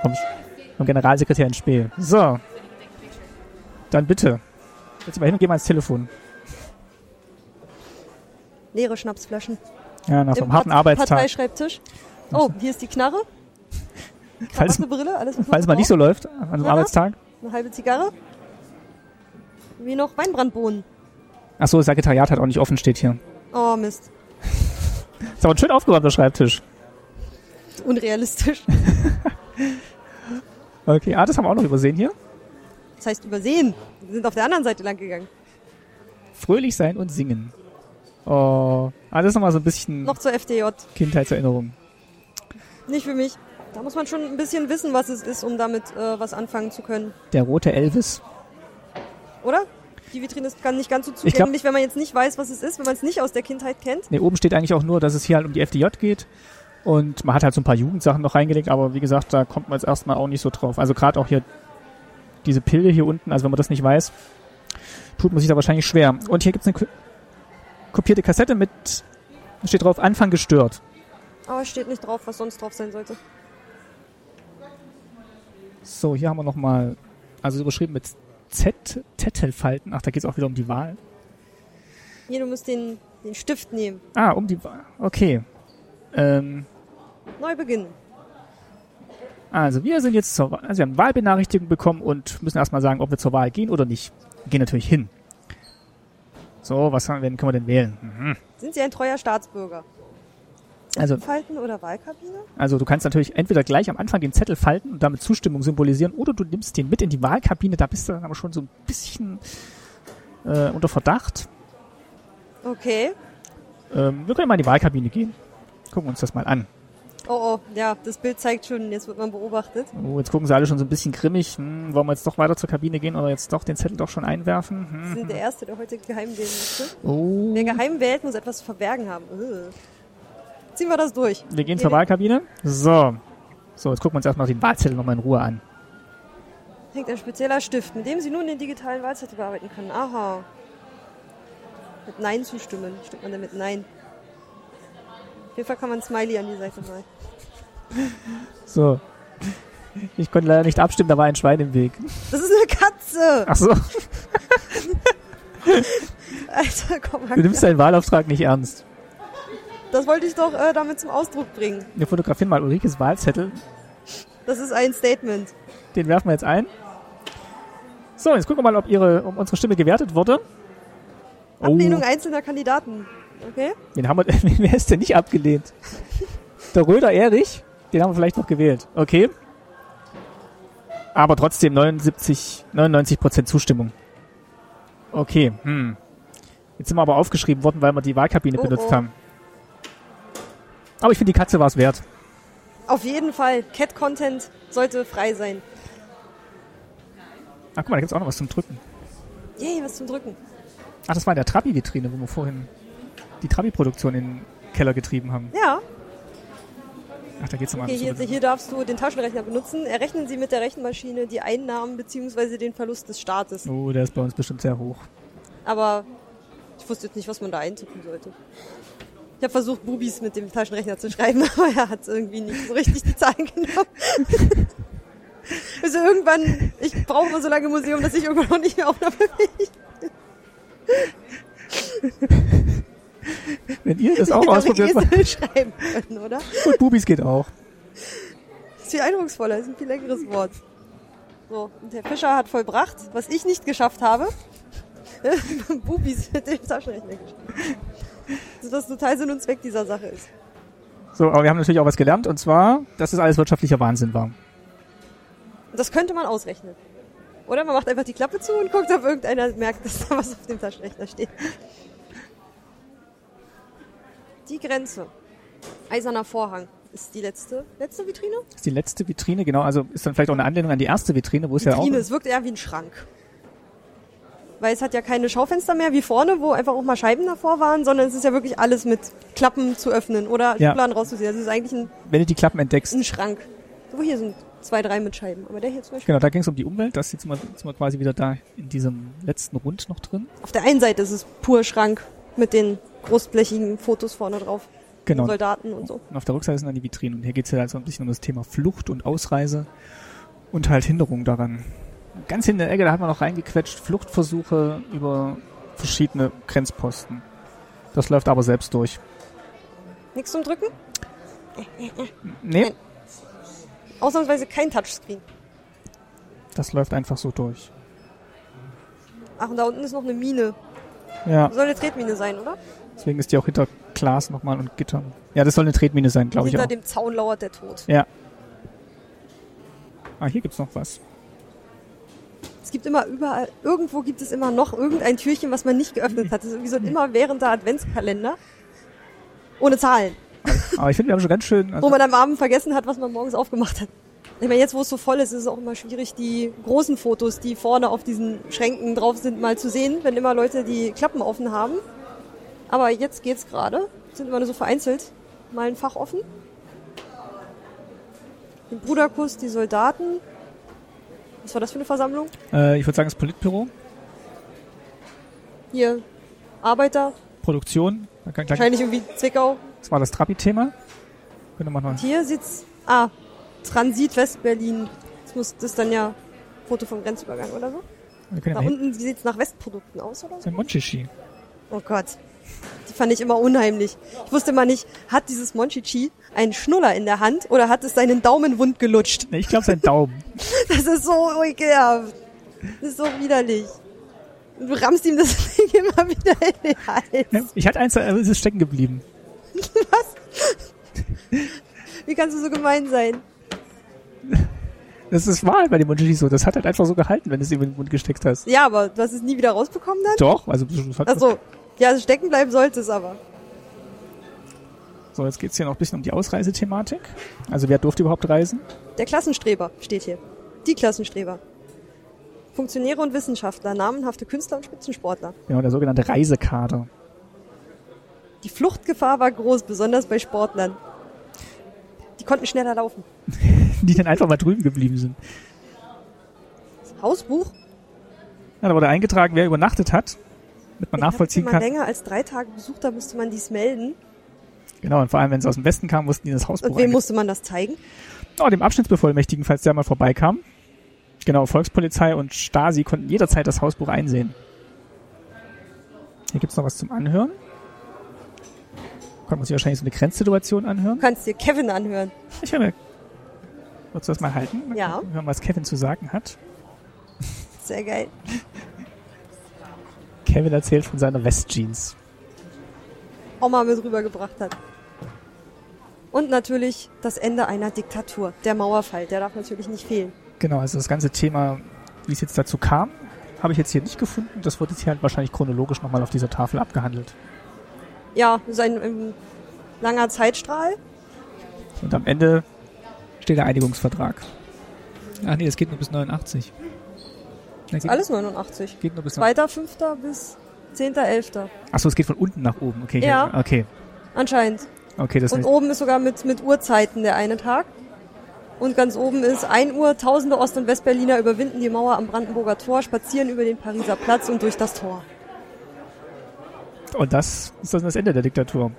Vom, vom Generalsekretär ins Spiel. So. Dann bitte. Jetzt mal hin und geh mal ins Telefon. leere Schnapsflaschen. Ja, nach so Im einem harten Part- Arbeitstag. Parteischreibtisch. Oh, hier ist die Knarre. Falls- Krawatte, Brille, alles was man Falls mal nicht so läuft, an so einem Ja. Arbeitstag. braucht. Eine halbe Zigarre. Wie noch Weinbrandbohnen. Ach so, das Sekretariat hat auch nicht offen, steht hier. Oh, Mist. Ist aber ein schön aufgeräumter Schreibtisch. Unrealistisch. Okay, ah, das haben wir auch noch übersehen hier. Das heißt übersehen. Wir sind auf der anderen Seite lang gegangen. Fröhlich sein und singen. Oh, ah, das ist nochmal so ein bisschen Noch zur FDJ. Kindheitserinnerung. Nicht für mich. Da muss man schon ein bisschen wissen, was es ist, um damit äh, was anfangen zu können. Der rote Elvis. Oder? Die Vitrine ist kann nicht ganz so glaub- zugänglich, wenn man jetzt nicht weiß, was es ist, wenn man es nicht aus der Kindheit kennt. Ne, oben steht eigentlich auch nur, dass es hier halt um die FDJ geht. Und man hat halt so ein paar Jugendsachen noch reingelegt, aber wie gesagt, da kommt man jetzt erstmal auch nicht so drauf. Also gerade auch hier diese Pille hier unten, also wenn man das nicht weiß, tut man sich da wahrscheinlich schwer. Und hier gibt's eine ko- kopierte Kassette mit, steht drauf, Anfang gestört. Aber es steht nicht drauf, was sonst drauf sein sollte. So, hier haben wir nochmal, also überschrieben mit Z, Tettelfalten. Ach, da geht's auch wieder um die Wahl. Hier, du musst den, den Stift nehmen. Ah, um die Wahl. Okay. Ähm, Neu beginnen. Also wir sind jetzt zur Wahl, also wir haben Wahlbenachrichtigung bekommen und müssen erstmal sagen, ob wir zur Wahl gehen oder nicht. Wir gehen natürlich hin. So, was haben wir denn, können wir denn wählen? Mhm. Sind Sie ein treuer Staatsbürger? Also, Falten oder Wahlkabine? also du kannst natürlich entweder gleich am Anfang den Zettel falten und damit Zustimmung symbolisieren oder du nimmst den mit in die Wahlkabine, da bist du dann aber schon so ein bisschen äh, unter Verdacht. Okay. Ähm, wir können mal in die Wahlkabine gehen. Gucken uns das mal an. Oh, oh, ja, das Bild zeigt schon, jetzt wird man beobachtet. Oh, jetzt gucken sie alle schon so ein bisschen grimmig. Hm, wollen wir jetzt doch weiter zur Kabine gehen oder jetzt doch den Zettel doch schon einwerfen? Hm. Sie sind der Erste, der heute geheim wählen musste. Oh. Wer geheim wählt, muss etwas zu verbergen haben. Äh. Ziehen wir das durch. Wir gehen zur Wahlkabine. So. So, jetzt gucken wir uns erstmal den Wahlzettel nochmal in Ruhe an. Hängt ein spezieller Stift, mit dem Sie nun den digitalen Wahlzettel bearbeiten können. Aha. Mit Nein zustimmen. Stimmt man damit Nein? Auf jeden Fall kann man ein Smiley an die Seite malen. So. Ich konnte leider nicht abstimmen, da war ein Schwein im Weg. Das ist eine Katze! Ach so, Alter, komm du mal. nimmst deinen Wahlauftrag nicht ernst. Das wollte ich doch äh, damit zum Ausdruck bringen. Wir fotografieren mal Ulrikes Wahlzettel. Das ist ein Statement. Den werfen wir jetzt ein. So, jetzt gucken wir mal, ob, ihre, ob unsere Stimme gewertet wurde. Oh, Ablehnung einzelner Kandidaten. Okay? wen haben wir, wer ist denn nicht abgelehnt? Der Röder Erich, den haben wir vielleicht noch gewählt. Okay. Aber trotzdem 79, 99 Prozent Zustimmung. Okay, hm. Jetzt sind wir aber aufgeschrieben worden, weil wir die Wahlkabine Oh, benutzt oh. haben. Aber ich finde, die Katze war es wert. Auf jeden Fall. Cat-Content sollte frei sein. Ach, Ah, guck mal, da gibt's auch noch was zum Drücken. Yay, was zum Drücken. Ach, das war in der Trabi-Vitrine, wo wir vorhin die Trabi-Produktion in den Keller getrieben haben. Ja, Ach, da geht's nochmal okay, hier, zu- hier darfst du den Taschenrechner benutzen. Errechnen Sie mit der Rechenmaschine die Einnahmen bzw. den Verlust des Staates. Oh, der ist bei uns bestimmt sehr hoch. Aber ich wusste jetzt nicht, was man da eintippen sollte. Ich habe versucht, Bubis mit dem Taschenrechner zu schreiben, aber er hat irgendwie nicht so richtig die Zahlen genommen. also irgendwann, ich brauche immer so lange im Museum, dass ich irgendwann noch nicht mehr aufnahmefähig Wenn ihr das auch bin, aber ausprobiert mal- Esel schreiben können, oder? Und Bubis geht auch. ist viel eindrucksvoller, ist ein viel längeres Wort. So, und Herr Fischer hat vollbracht, was ich nicht geschafft habe. Bubis mit dem Taschenrechner geschrieben. Sodass Also, total Sinn und Zweck dieser Sache ist. So, aber wir haben natürlich auch was gelernt und zwar, dass das alles wirtschaftlicher Wahnsinn war. Und das könnte man ausrechnen. Oder man macht einfach die Klappe zu und guckt, ob irgendeiner merkt, dass da was auf dem Taschenrechner steht. Die Grenze. Eiserner Vorhang ist die letzte, letzte Vitrine? Das ist die letzte Vitrine, genau, also ist dann vielleicht auch eine Anlehnung an die erste Vitrine, wo es ja auch. Vitrine, es wirkt eher wie ein Schrank. Weil es hat ja keine Schaufenster mehr wie vorne, wo einfach auch mal Scheiben davor waren, sondern es ist ja wirklich alles mit Klappen zu öffnen oder Ja. Schubladen rauszuziehen. Also es ist eigentlich ein, Wenn du die Klappen entdeckst. ein Schrank. So hier sind zwei, drei mit Scheiben. Aber der hier zum Beispiel. Genau, da ging es um die Umwelt, das jetzt mal, jetzt mal quasi wieder da in diesem letzten Rund noch drin. Auf der einen Seite ist es pur Schrank mit den großblechigen Fotos vorne drauf. Genau. Und Soldaten und so. Und auf der Rückseite sind dann die Vitrinen. Und hier geht's ja halt so ein bisschen um das Thema Flucht und Ausreise und halt Hinderung daran. Ganz hinten in der Ecke, da hat man noch reingequetscht, Fluchtversuche über verschiedene Grenzposten. Das läuft aber selbst durch. Nichts zum Drücken? Nee, Ausnahmsweise kein Touchscreen. das läuft einfach so durch. Ach, und da unten ist noch eine Mine. Ja. Soll eine Tretmine sein, oder? Deswegen ist die auch hinter Glas nochmal und Gittern. Ja, das soll eine Tretmine sein, glaube ich Hinter auch. dem Zaun lauert der Tod. Ja. Ah, hier gibt's noch was. Es gibt immer überall, irgendwo gibt es immer noch irgendein Türchen, was man nicht geöffnet hat. Das ist irgendwie so ein immerwährender Adventskalender. Ohne Zahlen. Aber ich finde, wir haben schon ganz schön. Wo Also, man am Abend vergessen hat, was man morgens aufgemacht hat. Ich meine, jetzt wo es so voll ist, ist es auch immer schwierig, die großen Fotos, die vorne auf diesen Schränken drauf sind, mal zu sehen, wenn immer Leute die Klappen offen haben. Aber jetzt geht's gerade. Sind immer nur so vereinzelt mal ein Fach offen. Den Bruderkuss, die Soldaten. Was war das für eine Versammlung? äh, ich würde sagen, das Politbüro, Hier Arbeiter, Produktion. Da kann- gleich- wahrscheinlich irgendwie Zwickau. Das war das Trabi-Thema. Könnte man noch. Hier sitzt. Ah, Transit West-Berlin. Das muss das ist dann ja Foto vom Grenzübergang oder so. Wir können Da ja mal hin. unten sieht's nach Westprodukten aus oder so. Sein Monchichi. Oh Gott. Die fand ich immer unheimlich. Ich wusste mal nicht, hat dieses Monchichi einen Schnuller in der Hand oder hat es seinen Daumen wund gelutscht? Nee, ich glaube, sein Daumen. Das ist so ekelhaft. Das ist so widerlich. Du rammst ihm das Ding immer wieder in den Hals. Ich hatte eins, aber es ist stecken geblieben. Wie kannst du so gemein sein? Das ist wahr bei dem Monchichi so. Das hat halt einfach so gehalten, wenn du es ihm in den Mund gesteckt hast. Ja, aber du hast es nie wieder rausbekommen dann? Doch, also das hat Ach so. Ja, also stecken bleiben sollte es aber. So, jetzt geht's hier noch ein bisschen um die Ausreisethematik. Also wer durfte überhaupt reisen? Der Klassenstreber steht hier. Die Klassenstreber. Funktionäre und Wissenschaftler, namenhafte Künstler und Spitzensportler. Genau, der sogenannte Reisekader. Die Fluchtgefahr war groß, besonders bei Sportlern. Die konnten schneller laufen. Die dann einfach mal drüben geblieben sind. Hausbuch? Ja, da wurde eingetragen, wer übernachtet hat, damit man Ich glaub, nachvollziehen Wenn man kann. länger als drei Tage besucht hat, musste man dies melden. Genau, und vor allem, wenn sie aus dem Westen kamen, mussten die in das Hausbuch Und wem einge- musste man das zeigen? Oh, dem Abschnittsbevollmächtigen, falls der mal vorbeikam. Genau, Volkspolizei und Stasi konnten jederzeit das Hausbuch einsehen. Hier gibt's noch was zum Anhören. Konnte man sich wahrscheinlich so eine Grenzsituation anhören. Du kannst dir Kevin anhören. Ich höre mir. Wolltest du das mal halten? Dann Ja. können wir Hören, was Kevin zu sagen hat. Sehr geil. Kevin erzählt von seiner Westjeans. Oma mit rübergebracht hat. Und natürlich das Ende einer Diktatur. Der Mauerfall, der darf natürlich nicht fehlen. Genau, also das ganze Thema, wie es jetzt dazu kam, habe ich jetzt hier nicht gefunden. Das wird jetzt hier halt wahrscheinlich chronologisch nochmal auf dieser Tafel abgehandelt. Ja, das ist ein, ein langer Zeitstrahl. Und am Ende steht der Einigungsvertrag. Ach nee, das geht nur bis 89. Das geht, Alles 89. Geht nur bis 2., 5. bis 10.11. Achso, es geht von unten nach oben. Okay, Ja. okay, Anscheinend. okay, das Und ist oben ist sogar mit, mit Uhrzeiten der eine Tag. Und ganz oben ist 1 Uhr, tausende Ost- und Westberliner überwinden die Mauer am Brandenburger Tor, spazieren über den Pariser Platz und durch das Tor. und das ist dann das Ende der Diktatur.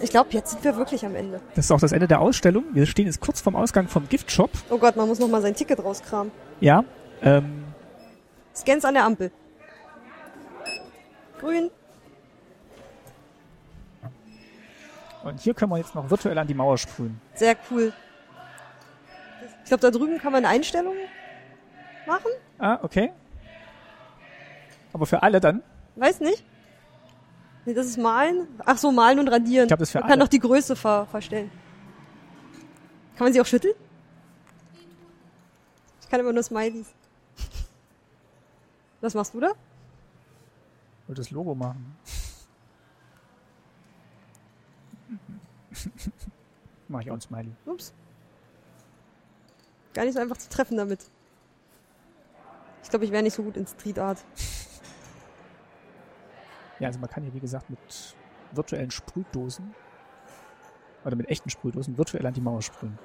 Ich glaube, jetzt sind wir wirklich am Ende. Das ist auch das Ende der Ausstellung. Wir stehen jetzt kurz vorm Ausgang vom Giftshop. Oh Gott, man muss noch mal sein Ticket rauskramen. Ja, ähm, Scans an der Ampel. Grün. und hier können wir jetzt noch virtuell an die Mauer sprühen. Sehr cool. Ich glaube, da drüben kann man Einstellungen machen. Ah, okay. Aber für alle dann? Weiß nicht. Nee, das ist Malen. Ach so, Malen und Radieren. Ich glaub, das ist für man kann alle. doch die Größe ver verstellen. Kann man sie auch schütteln? Ich kann immer nur Smileys. Was machst du da? Wollte das Logo machen. Mach ich auch ein Smiley. Ups. Gar nicht so einfach zu treffen damit. Ich glaube, ich wäre nicht so gut in Street Art. Ja, also man kann hier, wie gesagt, mit virtuellen Sprühdosen oder mit echten Sprühdosen virtuell an die Mauer sprühen.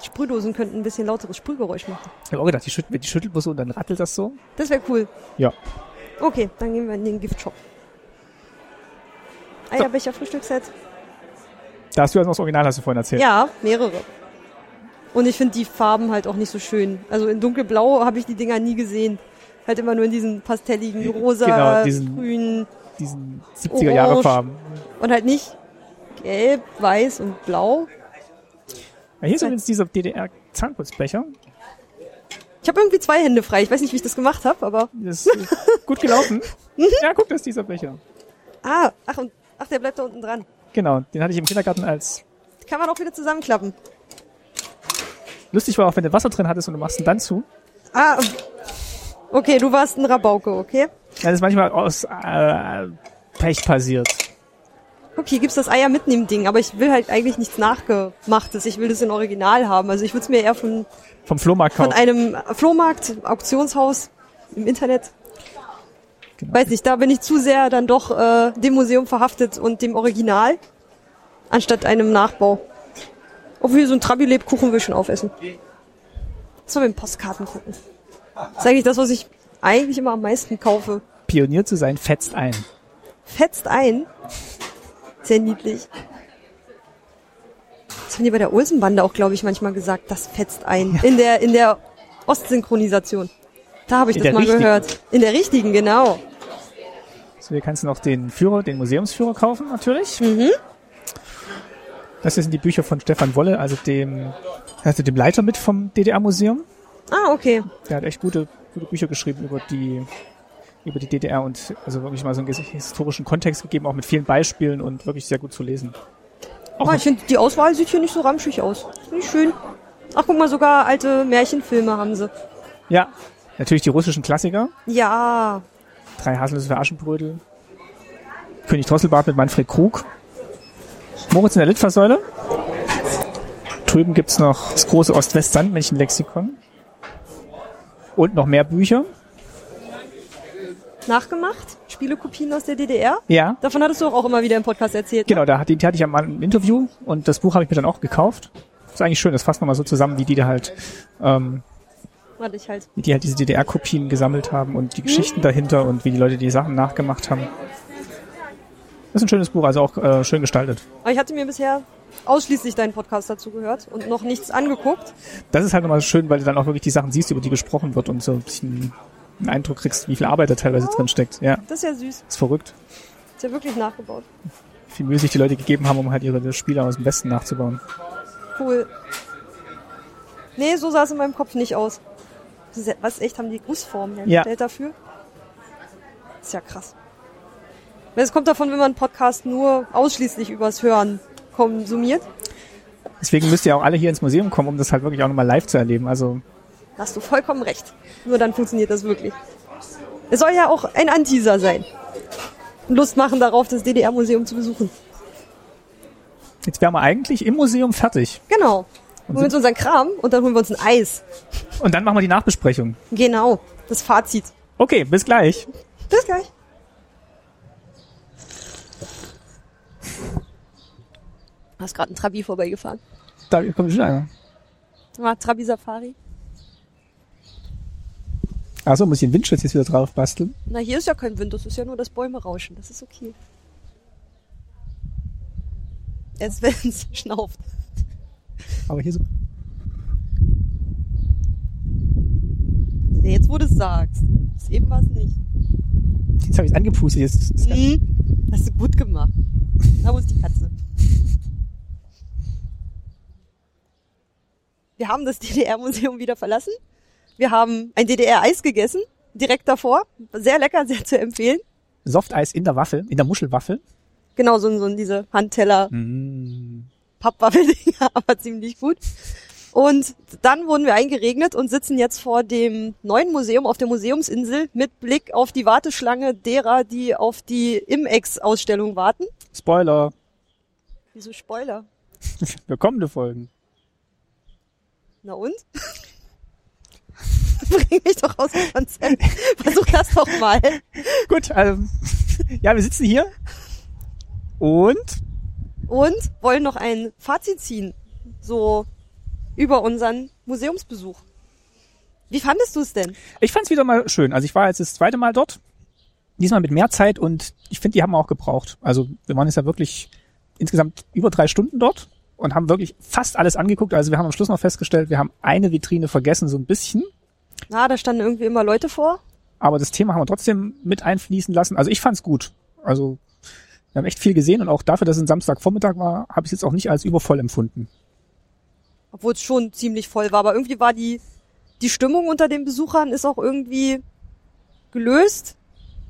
Sprühdosen könnten ein bisschen lauteres Sprühgeräusch machen. Ich habe auch gedacht, die schütteln wir die Schüttelbusse und dann rattelt das so. Das wäre cool. Ja. Okay, dann gehen wir in den Giftshop. Eierbecher Frühstücksset. Da hast du also noch das Original, hast du vorhin erzählt. Ja, mehrere. Und ich finde die Farben halt auch nicht so schön. Also in dunkelblau habe ich die Dinger nie gesehen. Halt immer nur in diesen pastelligen, rosa, Genau, diesen- grünen Diesen 70er-Jahre-Farben. und halt nicht gelb, weiß und blau. Ja, hier ist übrigens dieser DDR-Zahnputzbecher. Ich habe irgendwie zwei Hände frei. Ich weiß nicht, wie ich das gemacht habe, aber. Das ist gut gelaufen. Mhm. ja, guck, das ist dieser Becher. Ah, ach, und, ach, der bleibt da unten dran. Genau, den hatte ich im Kindergarten als Kann man auch wieder zusammenklappen. lustig war, auch wenn du Wasser drin hattest und du machst ihn dann zu. Ah. Okay, du warst ein Rabauke, okay? Ja, das ist manchmal aus äh, Pech passiert. Okay, gibt's das Eier mitnehmen Ding, aber ich will halt eigentlich nichts nachgemachtes. Ich will das in Original haben. Also ich würde es mir eher von, Vom Flohmarkt von kaufen. einem Flohmarkt, Auktionshaus im Internet. Genau. Weiß nicht, da bin ich zu sehr dann doch äh, dem Museum verhaftet und dem Original anstatt einem Nachbau. Obwohl so ein Trabi-Lebkuchen will ich schon aufessen. Sollen wir in Postkarten gucken? Das ist eigentlich das, was ich eigentlich immer am meisten kaufe. Pionier zu sein, fetzt ein. fetzt ein. Sehr niedlich. Das haben die bei der Olsenbande auch, glaube ich, manchmal gesagt, das fetzt ein. In der, in der Ostsynchronisation. Da habe ich In das der mal richtigen. gehört. In der richtigen, genau. So, hier kannst du noch den Führer, den Museumsführer kaufen, natürlich. Mhm. Das hier sind die Bücher von Stefan Wolle, also dem, also dem Leiter mit vom DDR-Museum. Ah, okay. Der hat echt gute, gute Bücher geschrieben über die, über die DDR und also wirklich mal so einen ges- historischen Kontext gegeben, auch mit vielen Beispielen und wirklich sehr gut zu lesen. Ah, ich finde, die Auswahl sieht hier nicht so ramschig aus. Finde ich schön. Ach, guck mal, sogar alte Märchenfilme haben sie. Ja, natürlich die russischen Klassiker. Ja. Drei Haselnüsse für Aschenbrödel. König Drosselbart mit Manfred Krug. Moritz in der Litfaßsäule. Drüben gibt's noch das große Ost-West-Sandmännchen-Lexikon. Und noch mehr Bücher. Nachgemacht. Spielekopien aus der DDR. Ja, Davon hattest du doch auch immer wieder im Podcast erzählt. ne? genau, da hat- die hatte ich am Anfang im Interview und das Buch habe ich mir dann auch gekauft. Ist eigentlich schön, das fasst nochmal so zusammen, wie die da halt, ähm, Ne? Hatte ich halt. wie die halt diese DDR-Kopien gesammelt haben und die Geschichten dahinter und wie die Leute die Sachen nachgemacht haben. Das ist ein schönes Buch, also auch äh, schön gestaltet. Aber ich hatte mir bisher ausschließlich deinen Podcast dazu gehört und noch nichts angeguckt. Das ist halt nochmal schön, weil du dann auch wirklich die Sachen siehst, über die gesprochen wird und so ein bisschen einen Eindruck kriegst, wie viel Arbeit da teilweise drin steckt. Ja, Das ist ja süß. ist verrückt. Ist ja wirklich nachgebaut. Wie viel Mühe sich die Leute gegeben haben, um halt ihre Spiele aus dem Westen nachzubauen. Cool. Nee, so sah es in meinem Kopf nicht aus. Das ist ja- Was echt haben die Gussformen hergestellt dafür? Ist ja krass. Weil Es kommt davon, wenn man einen Podcast nur ausschließlich übers Hören konsumiert. Deswegen müsst ihr auch alle hier ins Museum kommen, um das halt wirklich auch nochmal live zu erleben. Also, Da hast du vollkommen recht. Nur dann funktioniert das wirklich. Es soll ja auch ein Anteaser sein. Lust machen darauf, das DDR-Museum zu besuchen. jetzt wären wir eigentlich im Museum fertig. Genau. Holen wir uns unseren Kram und dann holen wir uns ein Eis. Und dann machen wir die Nachbesprechung. Genau. Das Fazit. Okay, bis gleich. Bis gleich. Da ist gerade ein Trabi vorbeigefahren. Da kommt schon einer. War Trabi Safari. Achso, muss ich den Windschutz jetzt wieder drauf basteln? Na, hier ist ja kein Wind, das ist ja nur das Bäume rauschen. Das ist okay. Erst wenn es schnauft. Aber hier so. Ja, Jetzt, wo du es sagst. Bis eben war es nicht. Jetzt habe ich es angepustet. Jetzt ist- ist- Mhm. Hast du gut gemacht. Da muss die Katze. Wir haben das DDR-Museum wieder verlassen. Wir haben ein DDR-Eis gegessen, direkt davor. Sehr lecker, sehr zu empfehlen. Softeis in der Waffel, in der Muschelwaffel. Genau, so, ein- so ein- diese Handteller, Mm. Pappwaffeldinger, aber ziemlich gut. Und dann wurden wir eingeregnet und sitzen jetzt vor dem neuen Museum auf der Museumsinsel mit Blick auf die Warteschlange derer, die auf die Imex-Ausstellung warten. Spoiler Wieso Spoiler? für kommende Folgen. Na und? Bring mich doch aus dem Konzept. Versuch das doch mal. Gut, also, ja, wir sitzen hier und Und wollen noch ein Fazit ziehen. So über unseren Museumsbesuch. Wie fandest du es denn? ich fand es wieder mal schön. Also ich war jetzt das zweite Mal dort, diesmal mit mehr Zeit und ich finde, die haben wir auch gebraucht. Also wir waren jetzt ja wirklich insgesamt über drei Stunden dort und haben wirklich fast alles angeguckt. Also wir haben am Schluss noch festgestellt, wir haben eine Vitrine vergessen, so ein bisschen. Na, da standen irgendwie immer Leute vor. Aber das Thema haben wir trotzdem mit einfließen lassen. Also ich fand's gut. Also wir haben echt viel gesehen und auch dafür, dass es ein Samstagvormittag war, habe ich es jetzt auch nicht als übervoll empfunden. Obwohl es schon ziemlich voll war, aber irgendwie war die die Stimmung unter den Besuchern ist auch irgendwie gelöst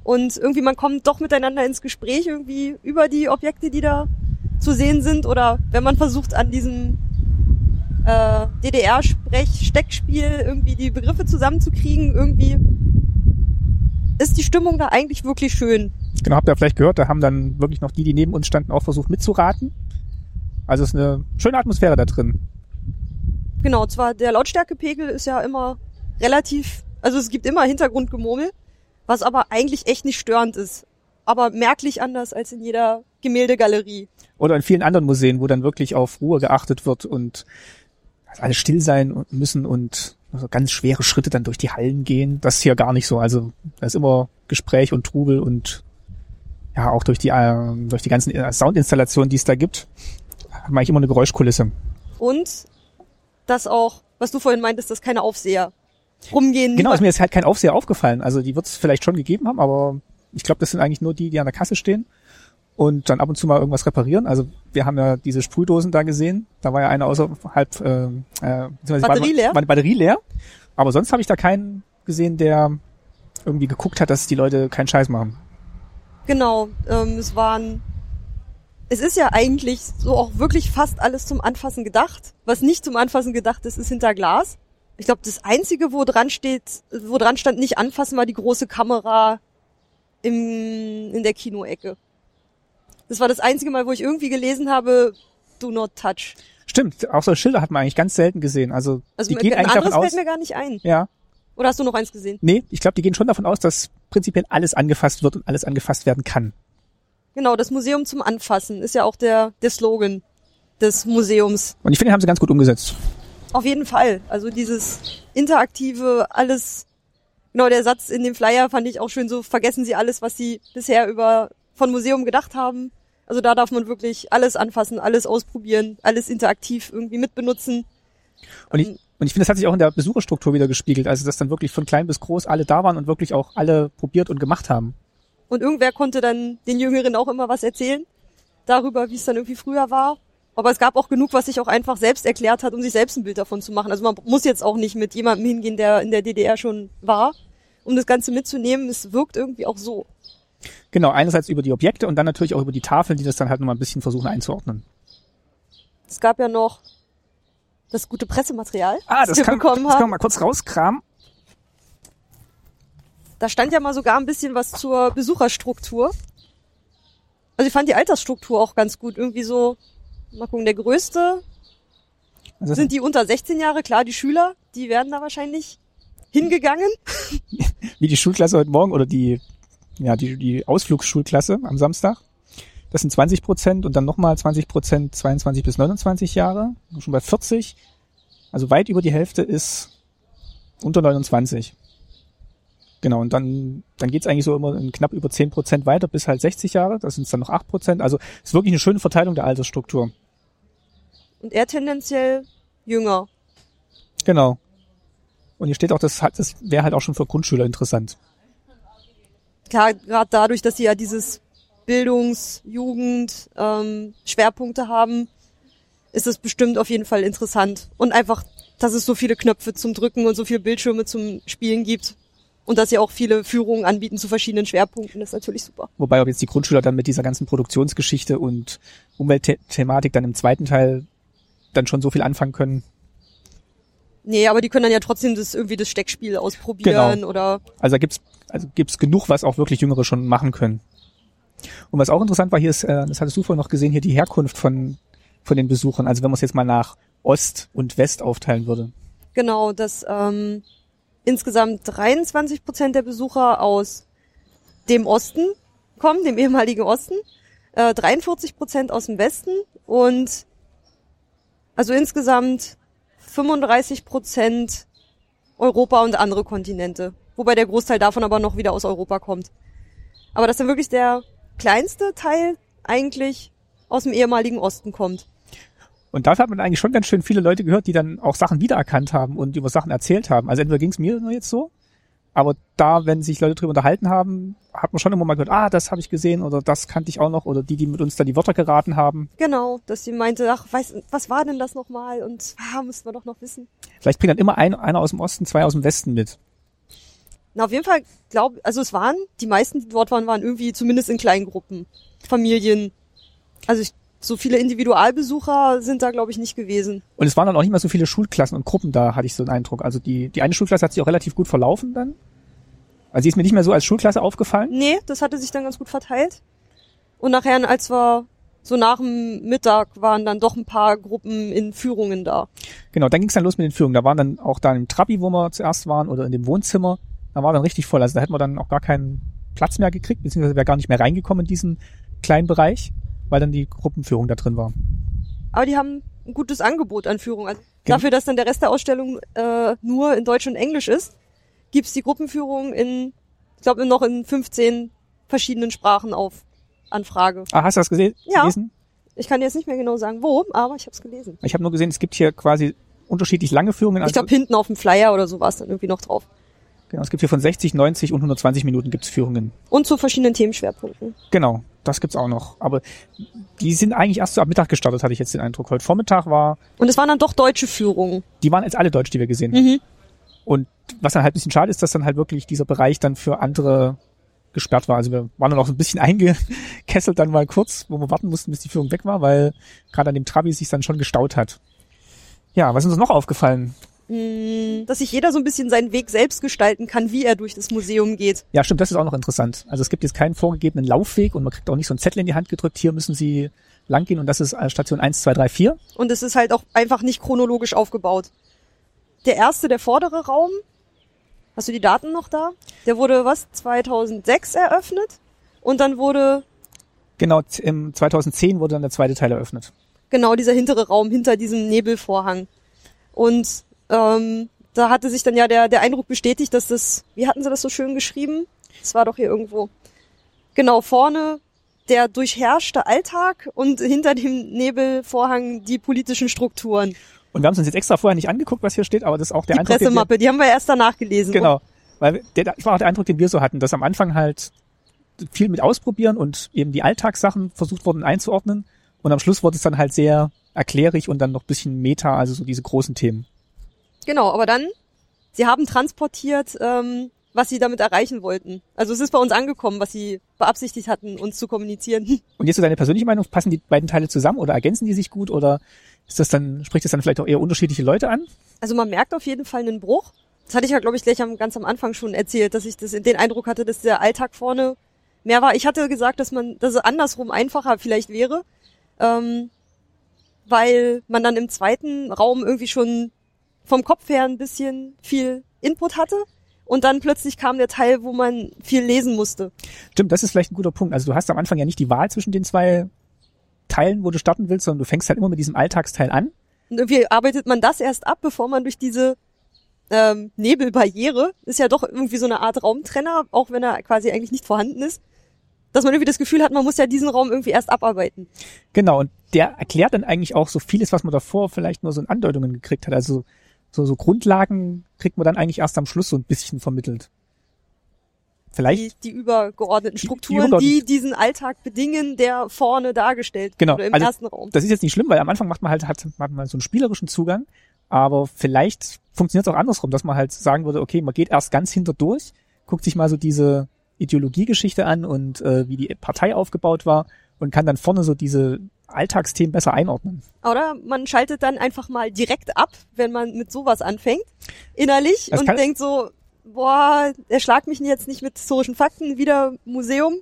und irgendwie man kommt doch miteinander ins Gespräch irgendwie über die Objekte, die da zu sehen sind oder wenn man versucht an diesem äh, DDR-Sprech-Steckspiel irgendwie die Begriffe zusammenzukriegen, irgendwie ist die Stimmung da eigentlich wirklich schön. Genau, habt ihr vielleicht gehört, da haben dann wirklich noch die, die neben uns standen, auch versucht mitzuraten. Also es ist eine schöne Atmosphäre da drin. Genau, zwar der Lautstärkepegel ist ja immer relativ, also es gibt immer Hintergrundgemurmel, was aber eigentlich echt nicht störend ist. Aber merklich anders als in jeder Gemäldegalerie. Oder in vielen anderen Museen, wo dann wirklich auf Ruhe geachtet wird und alle still sein müssen und ganz schwere Schritte dann durch die Hallen gehen. Das ist hier gar nicht so. Also da ist immer Gespräch und Trubel und ja, auch durch die, äh, durch die ganzen Soundinstallationen, die es da gibt, haben wir eigentlich immer eine Geräuschkulisse. Und das auch, was du vorhin meintest, dass keine Aufseher rumgehen. Genau, ist mir jetzt halt kein Aufseher aufgefallen. Also die wird es vielleicht schon gegeben haben, aber ich glaube, das sind eigentlich nur die, die an der Kasse stehen und dann ab und zu mal irgendwas reparieren. Also wir haben ja diese Sprühdosen da gesehen. Da war ja eine außerhalb äh, äh, beziehungsweise Batterie war, leer? War die Batterie leer. Aber sonst habe ich da keinen gesehen, der irgendwie geguckt hat, dass die Leute keinen Scheiß machen. Genau, ähm, es waren. Es ist ja eigentlich so auch wirklich fast alles zum Anfassen gedacht. Was nicht zum Anfassen gedacht ist, ist hinter Glas. Ich glaube, das einzige, wo dran steht, wo dran stand, nicht anfassen, war die große Kamera im, in der Kinoecke. Das war das einzige Mal, wo ich irgendwie gelesen habe, do not touch. Stimmt, auch so Schilder hat man eigentlich ganz selten gesehen. Also, Also die gehen ein eigentlich davon anderes fällt aus. mir gar nicht ein. Ja, Oder hast du noch eins gesehen? nee, ich glaube, die gehen schon davon aus, dass prinzipiell alles angefasst wird und alles angefasst werden kann. Genau, das Museum zum Anfassen ist ja auch der, der Slogan des Museums. Und ich finde, haben sie ganz gut umgesetzt. Auf jeden Fall. Also dieses interaktive, alles, genau der Satz in dem Flyer fand ich auch schön so, vergessen Sie alles, was Sie bisher über, von Museum gedacht haben. Also da darf man wirklich alles anfassen, alles ausprobieren, alles interaktiv irgendwie mitbenutzen. Und Hm. ich, und ich finde, das hat sich auch in der Besucherstruktur wieder gespiegelt. Also, dass dann wirklich von klein bis groß alle da waren und wirklich auch alle probiert und gemacht haben. Und irgendwer konnte dann den Jüngeren auch immer was erzählen darüber, wie es dann irgendwie früher war. Aber es gab auch genug, was sich auch einfach selbst erklärt hat, um sich selbst ein Bild davon zu machen. Also man muss jetzt auch nicht mit jemandem hingehen, der in der DDR schon war, um das Ganze mitzunehmen. Es wirkt irgendwie auch so. Genau, einerseits über die Objekte und dann natürlich auch über die Tafeln, die das dann halt nochmal ein bisschen versuchen einzuordnen. Es gab ja noch das gute Pressematerial, wir bekommen Ah, das haben. kann man mal kurz rauskramen. Da stand ja mal sogar ein bisschen was zur Besucherstruktur. Also ich fand die Altersstruktur auch ganz gut. Irgendwie so, mal gucken, der größte Also das sind die unter 16 Jahre, klar, die Schüler, die werden da wahrscheinlich hingegangen. wie die Schulklasse heute Morgen oder die, ja, die, die Ausflugsschulklasse am Samstag. Das sind 20 Prozent und dann nochmal 20 Prozent 22 bis 29 Jahre, schon bei 40. Also weit über die Hälfte ist unter 29. Genau, und dann, dann geht's eigentlich so immer in knapp über 10 Prozent weiter bis halt 60 Jahre. Das sind dann noch 8 Prozent. Also ist wirklich eine schöne Verteilung der Altersstruktur. Und er tendenziell jünger. Genau. Und hier steht auch, das, hat- das wäre halt auch schon für Grundschüler interessant. Klar, gerade dadurch, dass sie ja dieses Bildungs-, Jugend-, ähm, Schwerpunkte haben, ist es bestimmt auf jeden Fall interessant. Und einfach, dass es so viele Knöpfe zum Drücken und so viele Bildschirme zum Spielen gibt. Und dass sie auch viele Führungen anbieten zu verschiedenen Schwerpunkten, ist natürlich super. Wobei, ob jetzt die Grundschüler dann mit dieser ganzen Produktionsgeschichte und Umweltthematik dann im zweiten Teil dann schon so viel anfangen können. Nee, aber die können dann ja trotzdem das irgendwie das Steckspiel ausprobieren oder Also da gibt's also gibt's genug, was auch wirklich Jüngere schon machen können. Und was auch interessant war hier ist, äh, das hattest du vorhin noch gesehen, hier die Herkunft von, von den Besuchern. Also wenn man es jetzt mal nach Ost und West aufteilen würde. Genau, dass ähm, insgesamt 23 Prozent der Besucher aus dem Osten kommen, dem ehemaligen Osten, äh, 43 Prozent aus dem Westen und also insgesamt 35 Prozent Europa und andere Kontinente. Wobei der Großteil davon aber noch wieder aus Europa kommt. Aber dass dann wirklich der kleinste Teil eigentlich aus dem ehemaligen Osten kommt. Und dafür hat man eigentlich schon ganz schön viele Leute gehört, die dann auch Sachen wiedererkannt haben und über Sachen erzählt haben. Also entweder ging's mir nur jetzt so, Aber da, wenn sich Leute drüber unterhalten haben, hat man schon immer mal gehört, ah, das habe ich gesehen oder das kannte ich auch noch oder die, die mit uns da die Wörter geraten haben. Genau, dass sie meinte, ach, weiß, was war denn das nochmal? Und ah, müssen wir doch noch wissen. Vielleicht bringt dann immer ein, einer aus dem Osten, zwei aus dem Westen mit. Na, auf jeden Fall, glaube also es waren, die meisten, die dort waren, waren irgendwie zumindest in kleinen Gruppen. Familien. Also ich, so viele Individualbesucher sind da, glaube ich, nicht gewesen. Und es waren dann auch nicht mehr so viele Schulklassen und Gruppen da, hatte ich so einen Eindruck. Also die, die eine Schulklasse hat sich auch relativ gut verlaufen dann. Also die ist mir nicht mehr so als Schulklasse aufgefallen. Nee, das hatte sich dann ganz gut verteilt. Und nachher, als wir so nach dem Mittag waren dann doch ein paar Gruppen in Führungen da. Genau, dann ging es dann los mit den Führungen. Da waren dann auch da im Trabi, wo wir zuerst waren, oder in dem Wohnzimmer. Da war dann richtig voll. Also da hätten wir dann auch gar keinen Platz mehr gekriegt, beziehungsweise wäre gar nicht mehr reingekommen in diesen kleinen Bereich, weil dann die Gruppenführung da drin war. Aber die haben ein gutes Angebot an Führung. Also dafür, dass dann der Rest der Ausstellung äh, nur in Deutsch und Englisch ist, gibt's die Gruppenführung in, ich glaube, noch in 15 verschiedenen Sprachen auf Anfrage. Ah, hast du das gesehen? Ja. Gelesen? Ich kann jetzt nicht mehr genau sagen, wo, aber ich habe es gelesen. Ich habe nur gesehen, es gibt hier quasi unterschiedlich lange Führungen. Also, Ich glaube, hinten auf dem Flyer oder so war es dann irgendwie noch drauf. genau, es gibt hier von 60, 90 und 120 Minuten gibt's Führungen. Und zu verschiedenen Themenschwerpunkten. Genau, das gibt's auch noch. Aber die sind eigentlich erst so ab Mittag gestartet, hatte ich jetzt den Eindruck. Heute Vormittag war, Und es waren dann doch deutsche Führungen. die waren jetzt alle deutsch, die wir gesehen haben. Und was dann halt ein bisschen schade ist, dass dann halt wirklich dieser Bereich dann für andere gesperrt war. Also wir waren dann auch so ein bisschen eingekesselt dann mal kurz, wo wir warten mussten, bis die Führung weg war, weil gerade an dem Trabi sich dann schon gestaut hat. Ja, was ist uns noch aufgefallen? Dass sich jeder so ein bisschen seinen Weg selbst gestalten kann, wie er durch das Museum geht. Ja, stimmt, das ist auch noch interessant. Also es gibt jetzt keinen vorgegebenen Laufweg und man kriegt auch nicht so einen Zettel in die Hand gedrückt, hier müssen Sie lang gehen und das ist äh, Station 1, 2, 3, 4. Und es ist halt auch einfach nicht chronologisch aufgebaut. Der erste, der vordere Raum, hast du die Daten noch da? Der wurde, was, 2006 eröffnet? Und dann wurde Genau, z- im 2010 wurde dann der zweite Teil eröffnet. genau dieser hintere Raum hinter diesem Nebelvorhang. Und ähm, da hatte sich dann ja der, der Eindruck bestätigt, dass das, wie hatten sie das so schön geschrieben? Das war doch hier irgendwo. Genau, vorne der durchherrschte Alltag und hinter dem Nebelvorhang die politischen Strukturen. Und wir haben es uns jetzt extra vorher nicht angeguckt, was hier steht, aber das ist auch der Die Eindruck, den wir- Pressemappe, die haben wir erst danach gelesen. Genau. Weil der, das war auch der Eindruck, den wir so hatten, dass am Anfang halt viel mit ausprobieren und eben die Alltagssachen versucht wurden einzuordnen. Und am Schluss wurde es dann halt sehr erklärig und dann noch ein bisschen Meta, also so diese großen Themen. Genau, aber dann, sie haben transportiert, ähm, was sie damit erreichen wollten. Also es ist bei uns angekommen, was sie beabsichtigt hatten, uns zu kommunizieren. Und jetzt so deine persönliche Meinung, passen die beiden Teile zusammen oder ergänzen die sich gut oder ist das dann, spricht das dann vielleicht auch eher unterschiedliche Leute an? Also man merkt auf jeden Fall einen Bruch. Das hatte ich ja, glaube ich, gleich am, ganz am Anfang schon erzählt, dass ich das, den Eindruck hatte, dass der Alltag vorne mehr war. Ich hatte gesagt, dass man, dass es andersrum einfacher vielleicht wäre, ähm, weil man dann im zweiten Raum irgendwie schon vom Kopf her ein bisschen viel Input hatte. Und dann plötzlich kam der Teil, wo man viel lesen musste. Stimmt, das ist vielleicht ein guter Punkt. Also du hast am Anfang ja nicht die Wahl zwischen den zwei Teilen, wo du starten willst, sondern du fängst halt immer mit diesem Alltagsteil an. Und irgendwie arbeitet man das erst ab, bevor man durch diese ähm, Nebelbarriere, ist ja doch irgendwie so eine Art Raumtrenner, auch wenn er quasi eigentlich nicht vorhanden ist, dass man irgendwie das Gefühl hat, man muss ja diesen Raum irgendwie erst abarbeiten. Genau, und der erklärt dann eigentlich auch so vieles, was man davor vielleicht nur so in Andeutungen gekriegt hat. Also so, so Grundlagen kriegt man dann eigentlich erst am Schluss so ein bisschen vermittelt. Vielleicht, Die, die übergeordneten Die- die Strukturen, die, übergeordneten- diesen Alltag bedingen, der vorne dargestellt Genau, wurde im also- ersten Raum. das ist jetzt nicht schlimm, weil am Anfang macht man halt hat, hat man so einen spielerischen Zugang, aber vielleicht funktioniert es auch andersrum, dass man halt sagen würde, okay, man geht erst ganz hinter durch, guckt sich mal so diese Ideologiegeschichte an und äh, wie die Partei aufgebaut war und kann dann vorne so diese Alltagsthemen besser einordnen. Oder man schaltet dann einfach mal direkt ab, wenn man mit sowas anfängt, innerlich Das und kann- denkt so, boah, erschlag mich jetzt nicht mit historischen Fakten, wieder Museum,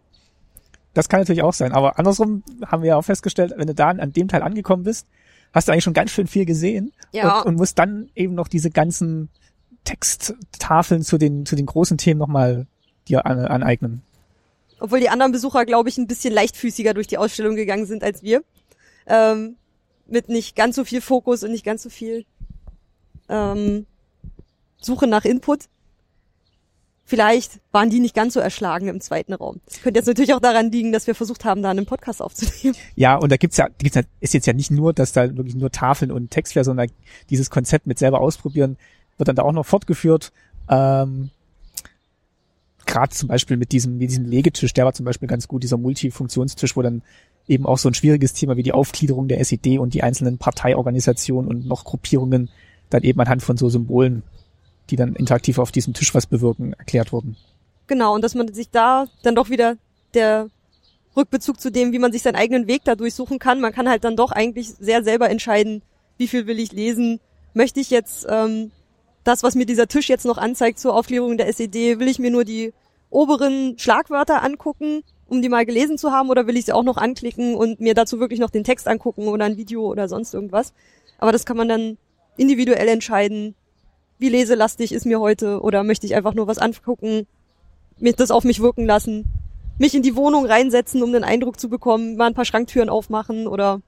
Das kann natürlich auch sein. Aber andersrum haben wir ja auch festgestellt, wenn du da an dem Teil angekommen bist, hast du eigentlich schon ganz schön viel gesehen Ja. und, und musst dann eben noch diese ganzen Texttafeln zu den, zu den großen Themen nochmal dir an, aneignen. obwohl die anderen Besucher, glaube ich, ein bisschen leichtfüßiger durch die Ausstellung gegangen sind als wir. Ähm, mit nicht ganz so viel Fokus und nicht ganz so viel ähm, Suche nach Input. Vielleicht waren die nicht ganz so erschlagen im zweiten Raum. Das könnte jetzt natürlich auch daran liegen, dass wir versucht haben, da einen Podcast aufzunehmen. Ja, und da gibt's ja, gibt's ja, ist jetzt ja nicht nur, dass da wirklich nur Tafeln und Text wäre, sondern dieses Konzept mit selber ausprobieren wird dann da auch noch fortgeführt. Ähm, gerade zum Beispiel mit diesem, mit diesem Legetisch, der war zum Beispiel ganz gut, dieser Multifunktionstisch, wo dann eben auch so ein schwieriges Thema wie die Aufgliederung der SED und die einzelnen Parteiorganisationen und noch Gruppierungen dann eben anhand von so Symbolen, die dann interaktiv auf diesem Tisch was bewirken, erklärt wurden. Genau, und dass man sich da dann doch wieder der Rückbezug zu dem, wie man sich seinen eigenen Weg dadurch suchen kann. Man kann halt dann doch eigentlich sehr selber entscheiden, wie viel will ich lesen. Möchte ich jetzt ähm, das, was mir dieser Tisch jetzt noch anzeigt zur Aufklärung der SED, will ich mir nur die oberen Schlagwörter angucken, um die mal gelesen zu haben, oder will ich sie auch noch anklicken und mir dazu wirklich noch den Text angucken oder ein Video oder sonst irgendwas. Aber das kann man dann individuell entscheiden, wie leselastig ist mir heute oder möchte ich einfach nur was angucken, mich das auf mich wirken lassen, mich in die Wohnung reinsetzen, um den Eindruck zu bekommen, mal ein paar Schranktüren aufmachen oder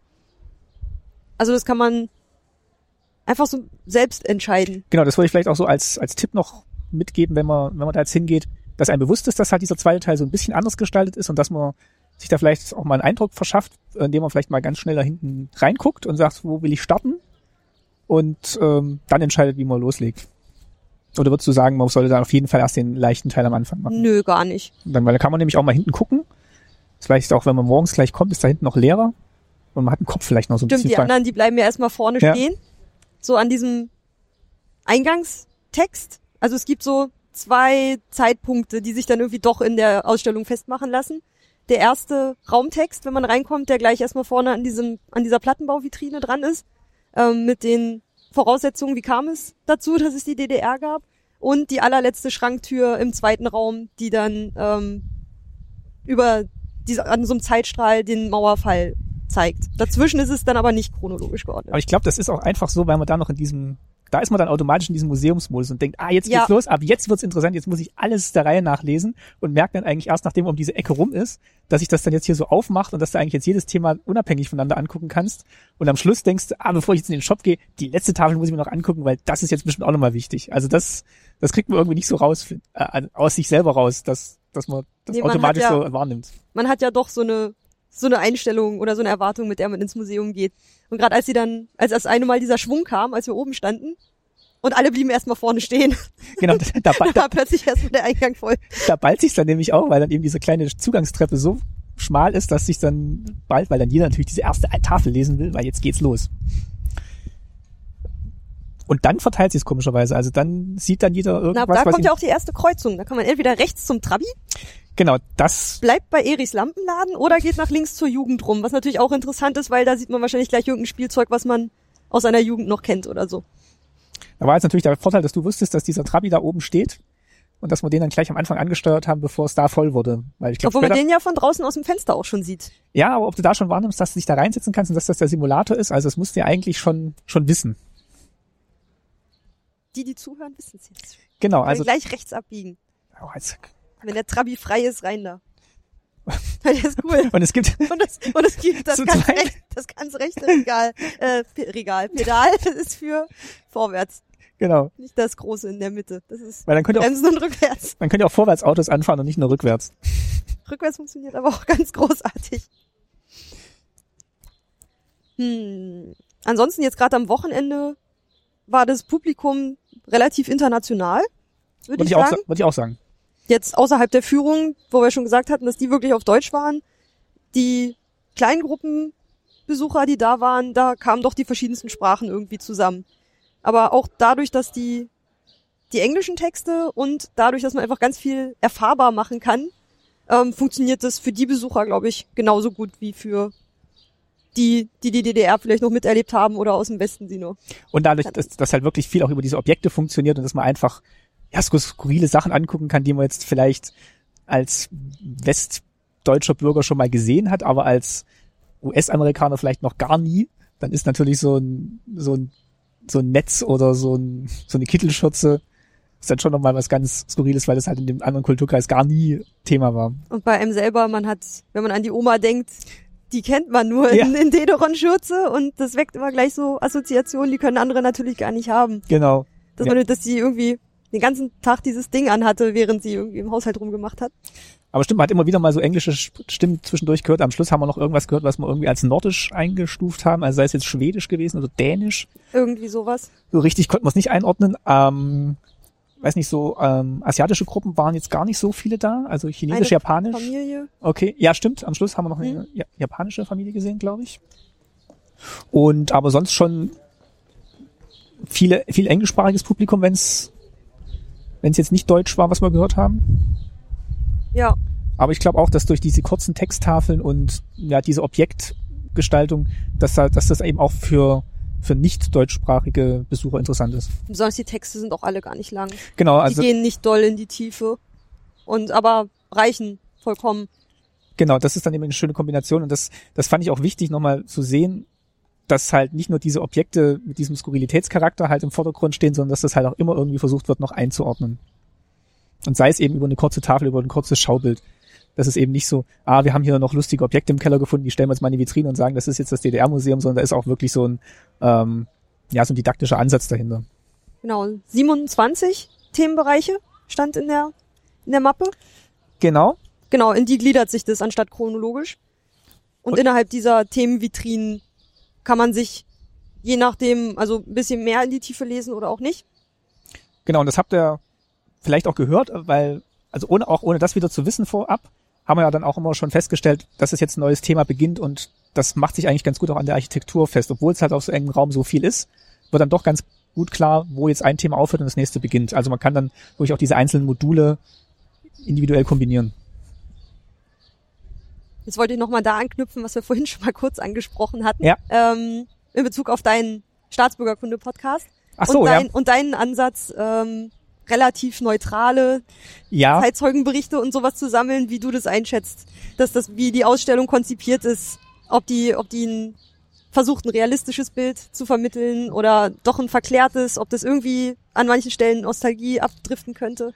also das kann man einfach so selbst entscheiden. Genau, das wollte ich vielleicht auch so als, als Tipp noch mitgeben, wenn man, wenn man da jetzt hingeht, dass einem bewusst ist, dass halt dieser zweite Teil so ein bisschen anders gestaltet ist und dass man sich da vielleicht auch mal einen Eindruck verschafft, indem man vielleicht mal ganz schnell da hinten reinguckt und sagt, wo will ich starten? Und ähm, dann entscheidet, wie man loslegt. Oder würdest du sagen, man sollte da auf jeden Fall erst den leichten Teil am Anfang machen? Nö, gar nicht. Dann, weil da kann man nämlich auch mal hinten gucken. Vielleicht auch, wenn man morgens gleich kommt, ist da hinten noch leerer und man hat den Kopf vielleicht noch so ein Stimmt, bisschen die frei. anderen, die bleiben ja erstmal vorne Ja. stehen. So an diesem Eingangstext. Also es gibt so zwei Zeitpunkte, die sich dann irgendwie doch in der Ausstellung festmachen lassen. Der erste Raumtext, wenn man reinkommt, der gleich erstmal vorne an diesem, an dieser Plattenbauvitrine dran ist, ähm, mit den Voraussetzungen, wie kam es dazu, dass es die DDR gab. Und die allerletzte Schranktür im zweiten Raum, die dann ähm, über diese, an so einem Zeitstrahl den Mauerfall zeigt. Dazwischen ist es dann aber nicht chronologisch geordnet. Aber ich glaube, das ist auch einfach so, weil man da noch in diesem, da ist man dann automatisch in diesem Museumsmodus und denkt, ah, jetzt Ja. geht's los, ab jetzt wird's interessant, jetzt muss ich alles der Reihe nachlesen und merkt dann eigentlich erst, nachdem man um diese Ecke rum ist, dass sich das dann jetzt hier so aufmacht und dass du eigentlich jetzt jedes Thema unabhängig voneinander angucken kannst. Und am Schluss denkst du, ah, bevor ich jetzt in den Shop gehe, die letzte Tafel muss ich mir noch angucken, weil das ist jetzt bestimmt auch nochmal wichtig. Also das, das kriegt man irgendwie nicht so raus, find- äh, aus sich selber raus, dass, dass man das Nee, man hat automatisch ja- so wahrnimmt. Man hat ja doch so eine so eine Einstellung oder so eine Erwartung, mit der man ins Museum geht. Und gerade als sie dann, als das eine Mal dieser Schwung kam, als wir oben standen und alle blieben erstmal vorne stehen, Genau, da, da, da war plötzlich erstmal der Eingang voll. da ballt sich's dann nämlich auch, weil dann eben diese kleine Zugangstreppe so schmal ist, dass sich dann bald, weil dann jeder natürlich diese erste Tafel lesen will, weil jetzt geht's los. Und dann verteilt sich's komischerweise. Also dann sieht dann jeder Na, irgendwas, da was kommt ihn, ja auch die erste Kreuzung. Da kann man entweder rechts zum Trabi, genau das. bleibt bei Erichs Lampenladen oder geht nach links zur Jugend rum, was natürlich auch interessant ist, weil da sieht man wahrscheinlich gleich irgendein Spielzeug, was man aus einer Jugend noch kennt oder so. Da war jetzt natürlich der Vorteil, dass du wusstest, dass dieser Trabi da oben steht und dass wir den dann gleich am Anfang angesteuert haben, bevor es da voll wurde. Weil ich glaube, Obwohl man den ja von draußen aus dem Fenster auch schon sieht. ja, aber ob du da schon wahrnimmst, dass du dich da reinsetzen kannst und dass das der Simulator ist, also das musst du ja eigentlich schon schon wissen. Die, die zuhören, wissen es jetzt. Genau, Also also gleich rechts abbiegen. oh, jetzt, Wenn der Trabi frei ist, rein da. Der ist cool. und es gibt Und es, und es gibt das Zu ganz, zweit. recht, das ganz rechte Regal, äh, Pe- Regal, Pedal, das ist für vorwärts. genau, Nicht das große in der Mitte. Das ist weil dann könnte auch Bremsen und rückwärts. Man könnte auch vorwärts Autos anfahren und nicht nur rückwärts. Rückwärts funktioniert aber auch ganz großartig. Hm. Ansonsten jetzt gerade am Wochenende war das Publikum relativ international, würde Würde ich ich, auch sagen. sa- würde ich auch sagen. jetzt außerhalb der Führung, wo wir schon gesagt hatten, dass die wirklich auf Deutsch waren, die Kleingruppenbesucher, die da waren, da kamen doch die verschiedensten Sprachen irgendwie zusammen. Aber auch dadurch, dass die, die englischen Texte und dadurch, dass man einfach ganz viel erfahrbar machen kann, ähm, funktioniert das für die Besucher, glaube ich, genauso gut wie für die, die die DDR vielleicht noch miterlebt haben oder aus dem Westen sie nur. Und dadurch, dass, dass halt wirklich viel auch über diese Objekte funktioniert und dass man einfach ja, skur- skurrile Sachen angucken kann, die man jetzt vielleicht als westdeutscher Bürger schon mal gesehen hat, aber als US-Amerikaner vielleicht noch gar nie, dann ist natürlich so ein, so ein, so ein Netz oder so, ein, so eine Kittelschürze ist dann schon nochmal was ganz Skurriles, weil das halt in dem anderen Kulturkreis gar nie Thema war. Und bei einem selber, man hat, wenn man an die Oma denkt, die kennt man nur Ja. in, in Dederon-Schürze und das weckt immer gleich so Assoziationen, die können andere natürlich gar nicht haben. Genau. Dass Ja. man, dass sie irgendwie den ganzen Tag dieses Ding anhatte, während sie irgendwie im Haushalt rumgemacht hat. Aber stimmt, man hat immer wieder mal so englische Sp- Stimmen zwischendurch gehört. Am Schluss haben wir noch irgendwas gehört, was wir irgendwie als nordisch eingestuft haben. Also sei es jetzt schwedisch gewesen oder dänisch. Irgendwie sowas. So richtig konnten wir es nicht einordnen. Ähm, weiß nicht, so ähm, asiatische Gruppen waren jetzt gar nicht so viele da, also Eine chinesisch, japanisch. Familie. Mhm. Okay, ja, stimmt. Am Schluss haben wir noch eine ja- japanische Familie gesehen, glaube ich. Und aber sonst schon viele, viel englischsprachiges Publikum, wenn es wenn es jetzt nicht Deutsch war, was wir gehört haben. Ja, Aber ich glaube auch, dass durch diese kurzen Texttafeln und ja diese Objektgestaltung, dass, da- dass das eben auch für für nicht deutschsprachige Besucher interessant ist. besonders die Texte sind auch alle gar nicht lang. Die Genau, also gehen nicht doll in die Tiefe. Und aber reichen vollkommen. Genau, das ist dann eben eine schöne Kombination und das, das fand ich auch wichtig, nochmal zu sehen, dass halt nicht nur diese Objekte mit diesem Skurrilitätscharakter halt im Vordergrund stehen, sondern dass das halt auch immer irgendwie versucht wird, noch einzuordnen. Und sei es eben über eine kurze Tafel, über ein kurzes Schaubild. Das ist eben nicht so, ah, wir haben hier noch lustige Objekte im Keller gefunden, die stellen wir jetzt mal in die Vitrine und sagen, das ist jetzt das DDR-Museum, sondern da ist auch wirklich so ein, ähm, ja, so ein didaktischer Ansatz dahinter. Genau, 27 Themenbereiche stand in der, in der Mappe. Genau. Genau, in die gliedert sich das anstatt chronologisch. Und, Und- innerhalb dieser Themenvitrinen kann man sich je nachdem, also ein bisschen mehr in die Tiefe lesen oder auch nicht. Genau, und das habt ihr vielleicht auch gehört, weil, also ohne, auch ohne das wieder zu wissen vorab, haben wir ja dann auch immer schon festgestellt, dass es jetzt ein neues Thema beginnt und das macht sich eigentlich ganz gut auch an der Architektur fest. Obwohl es halt auf so engem Raum so viel ist, wird dann doch ganz gut klar, wo jetzt ein Thema aufhört und das nächste beginnt. Also man kann dann wirklich auch diese einzelnen Module individuell kombinieren. Jetzt wollte ich nochmal da anknüpfen, was wir vorhin schon mal kurz angesprochen hatten. Ja. Ähm, in Bezug auf deinen Staatsbürgerkunde-Podcast. Ach so, und, ja. dein, und deinen Ansatz, ähm, relativ neutrale Ja, Zeitzeugenberichte und sowas zu sammeln, wie du das einschätzt, dass das, wie die Ausstellung konzipiert ist, ob die, ob die ein, versucht, ein realistisches Bild zu vermitteln oder doch ein verklärtes, ob das irgendwie an manchen Stellen Nostalgie abdriften könnte.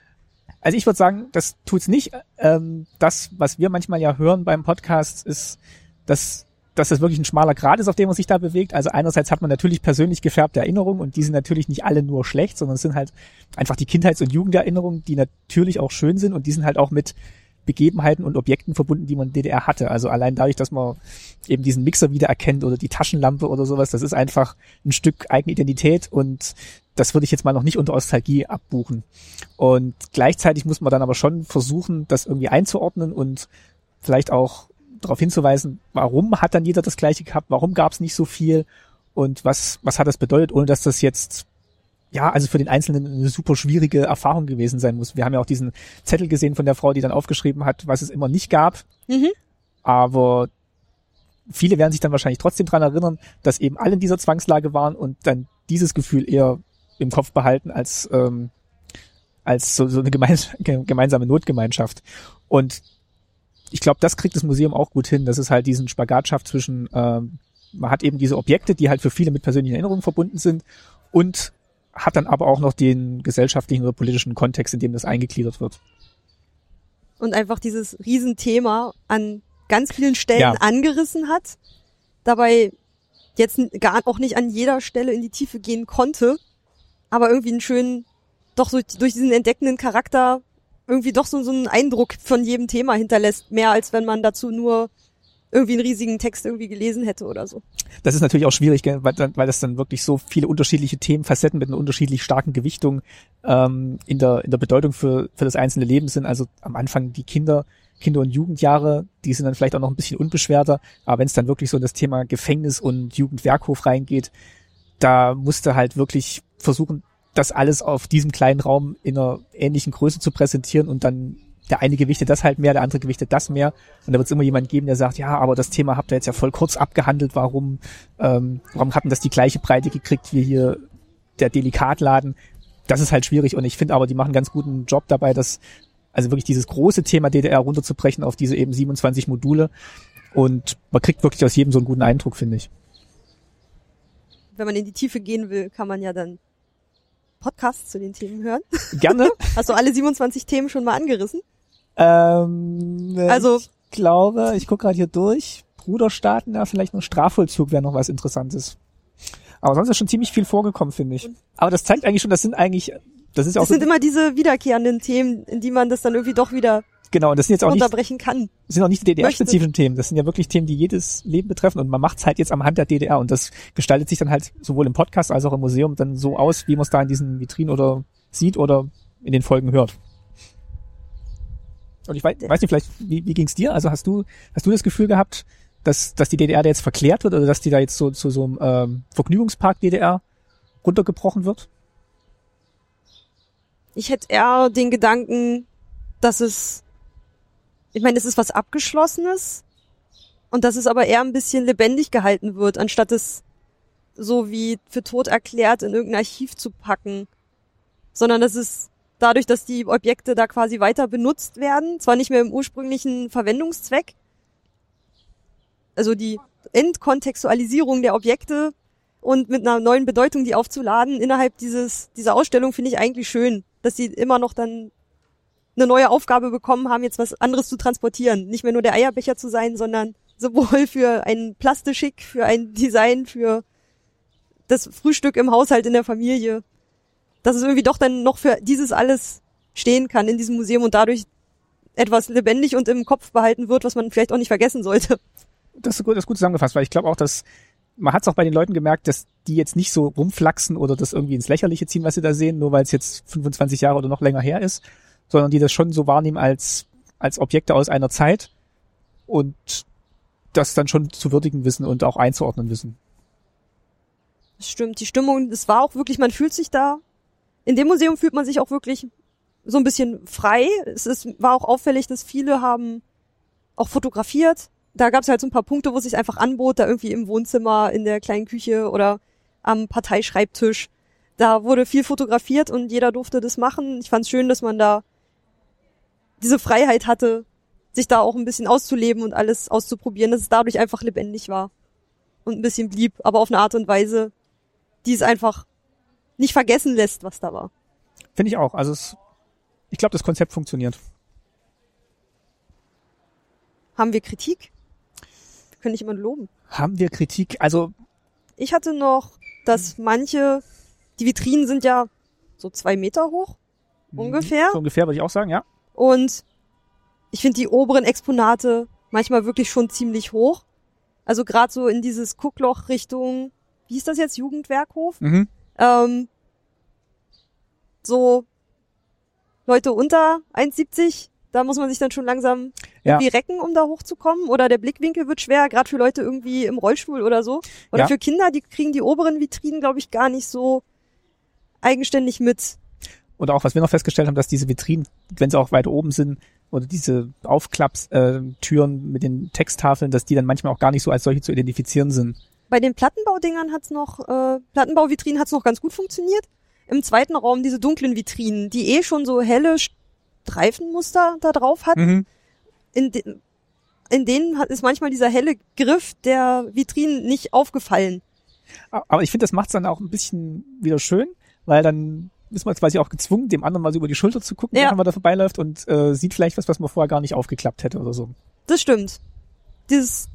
Also ich würde sagen, das tut's nicht. Ähm, das, was wir manchmal ja hören beim Podcast, ist, dass, dass das wirklich ein schmaler Grat ist, auf dem man sich da bewegt. Also einerseits hat man natürlich persönlich gefärbte Erinnerungen und die sind natürlich nicht alle nur schlecht, sondern es sind halt einfach die Kindheits- und Jugenderinnerungen, die natürlich auch schön sind und die sind halt auch mit Begebenheiten und Objekten verbunden, die man in DDR hatte. Also allein dadurch, dass man eben diesen Mixer wiedererkennt oder die Taschenlampe oder sowas, das ist einfach ein Stück eigene Identität und das würde ich jetzt mal noch nicht unter Nostalgie abbuchen. Und gleichzeitig muss man dann aber schon versuchen, das irgendwie einzuordnen und vielleicht auch darauf hinzuweisen, warum hat dann jeder das Gleiche gehabt, warum gab es nicht so viel und was, was hat das bedeutet, ohne dass das jetzt, ja, also für den Einzelnen eine super schwierige Erfahrung gewesen sein muss. Wir haben ja auch diesen Zettel gesehen von der Frau, die dann aufgeschrieben hat, was es immer nicht gab. Mhm. Aber viele werden sich dann wahrscheinlich trotzdem dran erinnern, dass eben alle in dieser Zwangslage waren und dann dieses Gefühl eher im Kopf behalten als ähm, als so, so eine gemeins ge- gemeinsame Notgemeinschaft. Und ich glaube, das kriegt das Museum auch gut hin, dass es halt diesen Spagat schafft zwischen, ähm, man hat eben diese Objekte, die halt für viele mit persönlichen Erinnerungen verbunden sind und hat dann aber auch noch den gesellschaftlichen oder politischen Kontext, in dem das eingegliedert wird. und einfach dieses Riesenthema an ganz vielen Stellen Ja. angerissen hat, dabei jetzt n- gar auch nicht an jeder Stelle in die Tiefe gehen konnte, aber irgendwie einen schönen, doch so, durch diesen entdeckenden Charakter irgendwie doch so, so einen Eindruck von jedem Thema hinterlässt, mehr als wenn man dazu nur irgendwie einen riesigen Text irgendwie gelesen hätte oder so. Das ist natürlich auch schwierig, gell, weil, dann- weil das dann wirklich so viele unterschiedliche Themenfacetten mit einer unterschiedlich starken Gewichtung ähm, in, der, in der Bedeutung für, für das einzelne Leben sind. Also am Anfang die Kinder, Kinder- und Jugendjahre, die sind dann vielleicht auch noch ein bisschen unbeschwerter. Aber wenn es dann wirklich so in das Thema Gefängnis und Jugendwerkhof reingeht, da musste halt wirklich versuchen, das alles auf diesem kleinen Raum in einer ähnlichen Größe zu präsentieren und dann der eine gewichtet das halt mehr, der andere gewichtet das mehr. Und da wird es immer jemand geben, der sagt, ja, aber das Thema habt ihr jetzt ja voll kurz abgehandelt, warum, ähm, warum hatten das die gleiche Breite gekriegt wie hier der Delikatladen? Das ist halt schwierig und ich finde aber, die machen einen ganz guten Job dabei, dass also wirklich dieses große Thema DDR runterzubrechen auf diese eben 27 Module und man kriegt wirklich aus jedem so einen guten Eindruck, finde ich. Wenn man in die Tiefe gehen will, kann man ja dann Podcasts zu den Themen hören. Gerne. Hast du alle 27 Themen schon mal angerissen? ähm, Also- ich glaube, ich gucke gerade hier durch. Bruderstaaten, ja, vielleicht noch Strafvollzug wäre noch was Interessantes. Aber sonst ist schon ziemlich viel vorgekommen, finde ich. Aber das zeigt eigentlich schon, das sind eigentlich, das ist ja auch Das so, sind immer diese wiederkehrenden Themen, in die man das dann irgendwie doch wieder genau, und das sind jetzt auch nicht, runterbrechen kann. das sind auch nicht die DDR-spezifischen Themen. Das sind ja wirklich Themen, die jedes Leben betreffen und man macht es halt jetzt am Hand der DDR und das gestaltet sich dann halt sowohl im Podcast als auch im Museum dann so aus, wie man es da in diesen Vitrinen oder sieht oder in den Folgen hört. Und ich weiß, weiß nicht, vielleicht, wie, wie ging es dir? Also hast du, hast du das Gefühl gehabt, dass, dass die DDR da jetzt verklärt wird oder dass die da jetzt so zu so einem ähm, Vergnügungspark DDR runtergebrochen wird? Ich hätte eher den Gedanken, dass es, ich meine, es ist was Abgeschlossenes und dass es aber eher ein bisschen lebendig gehalten wird, anstatt es so wie für tot erklärt in irgendein Archiv zu packen, sondern dass es dadurch, dass die Objekte da quasi weiter benutzt werden, zwar nicht mehr im ursprünglichen Verwendungszweck, also die Entkontextualisierung der Objekte und mit einer neuen Bedeutung die aufzuladen innerhalb dieses dieser Ausstellung finde ich eigentlich schön, dass sie immer noch dann eine neue Aufgabe bekommen haben, jetzt was anderes zu transportieren, nicht mehr nur der Eierbecher zu sein, sondern sowohl für ein Plastischik, für ein Design, für das Frühstück im Haushalt in der Familie, dass es irgendwie doch dann noch für dieses alles stehen kann in diesem Museum und dadurch etwas lebendig und im Kopf behalten wird, was man vielleicht auch nicht vergessen sollte. Das ist gut, das ist gut zusammengefasst, weil ich glaube auch, dass man hat es auch bei den Leuten gemerkt, dass die jetzt nicht so rumflaxen oder das irgendwie ins Lächerliche ziehen, was sie da sehen, nur weil es jetzt 25 Jahre oder noch länger her ist, sondern die das schon so wahrnehmen als, als Objekte aus einer Zeit und das dann schon zu würdigen wissen und auch einzuordnen wissen. Das stimmt, die Stimmung, es war auch wirklich, man fühlt sich da, in dem Museum fühlt man sich auch wirklich so ein bisschen frei. Es ist, war auch auffällig, dass viele haben auch fotografiert. Da gab es halt so ein paar Punkte, wo es sich einfach anbot, da irgendwie im Wohnzimmer, in der kleinen Küche oder am Parteischreibtisch. Da wurde viel fotografiert und jeder durfte das machen. Ich fand es schön, dass man da diese Freiheit hatte, sich da auch ein bisschen auszuleben und alles auszuprobieren, dass es dadurch einfach lebendig war und ein bisschen blieb, aber auf eine Art und Weise, die es einfach nicht vergessen lässt, was da war. Finde ich auch. Also es, ich glaube, das Konzept funktioniert. Haben wir Kritik? Wir können nicht immer nur loben. Haben wir Kritik? Also Ich hatte noch, dass manche, die Vitrinen sind ja so zwei Meter hoch, ungefähr. so ungefähr würde ich auch sagen, ja. Und ich finde die oberen Exponate manchmal wirklich schon ziemlich hoch. Also gerade so in dieses Guckloch Richtung, wie hieß das jetzt, Jugendwerkhof? Mhm. Ähm, so Leute unter 1,70, da muss man sich dann schon langsam Ja. irgendwie recken, um da hochzukommen. Oder der Blickwinkel wird schwer, gerade für Leute irgendwie im Rollstuhl oder so. Oder Ja. für Kinder, die kriegen die oberen Vitrinen, glaube ich, gar nicht so eigenständig mit. Und auch, was wir noch festgestellt haben, dass diese Vitrinen, wenn sie auch weit oben sind, oder diese Aufklappstüren äh, Türen mit den Texttafeln, dass die dann manchmal auch gar nicht so als solche zu identifizieren sind. Bei den Plattenbaudingern hat's noch, äh, Plattenbauvitrinen hat's noch ganz gut funktioniert. Im zweiten Raum diese dunklen Vitrinen, die eh schon so helle Streifenmuster da drauf hatten. Mhm. in, de in denen hat, ist manchmal dieser helle Griff der Vitrinen nicht aufgefallen. Aber ich finde, das macht es dann auch ein bisschen wieder schön, weil dann ist man jetzt quasi auch gezwungen, dem anderen mal so über die Schulter zu gucken, Ja. wenn man da vorbeiläuft und äh, sieht vielleicht was, was man vorher gar nicht aufgeklappt hätte oder so. Das stimmt. Dieses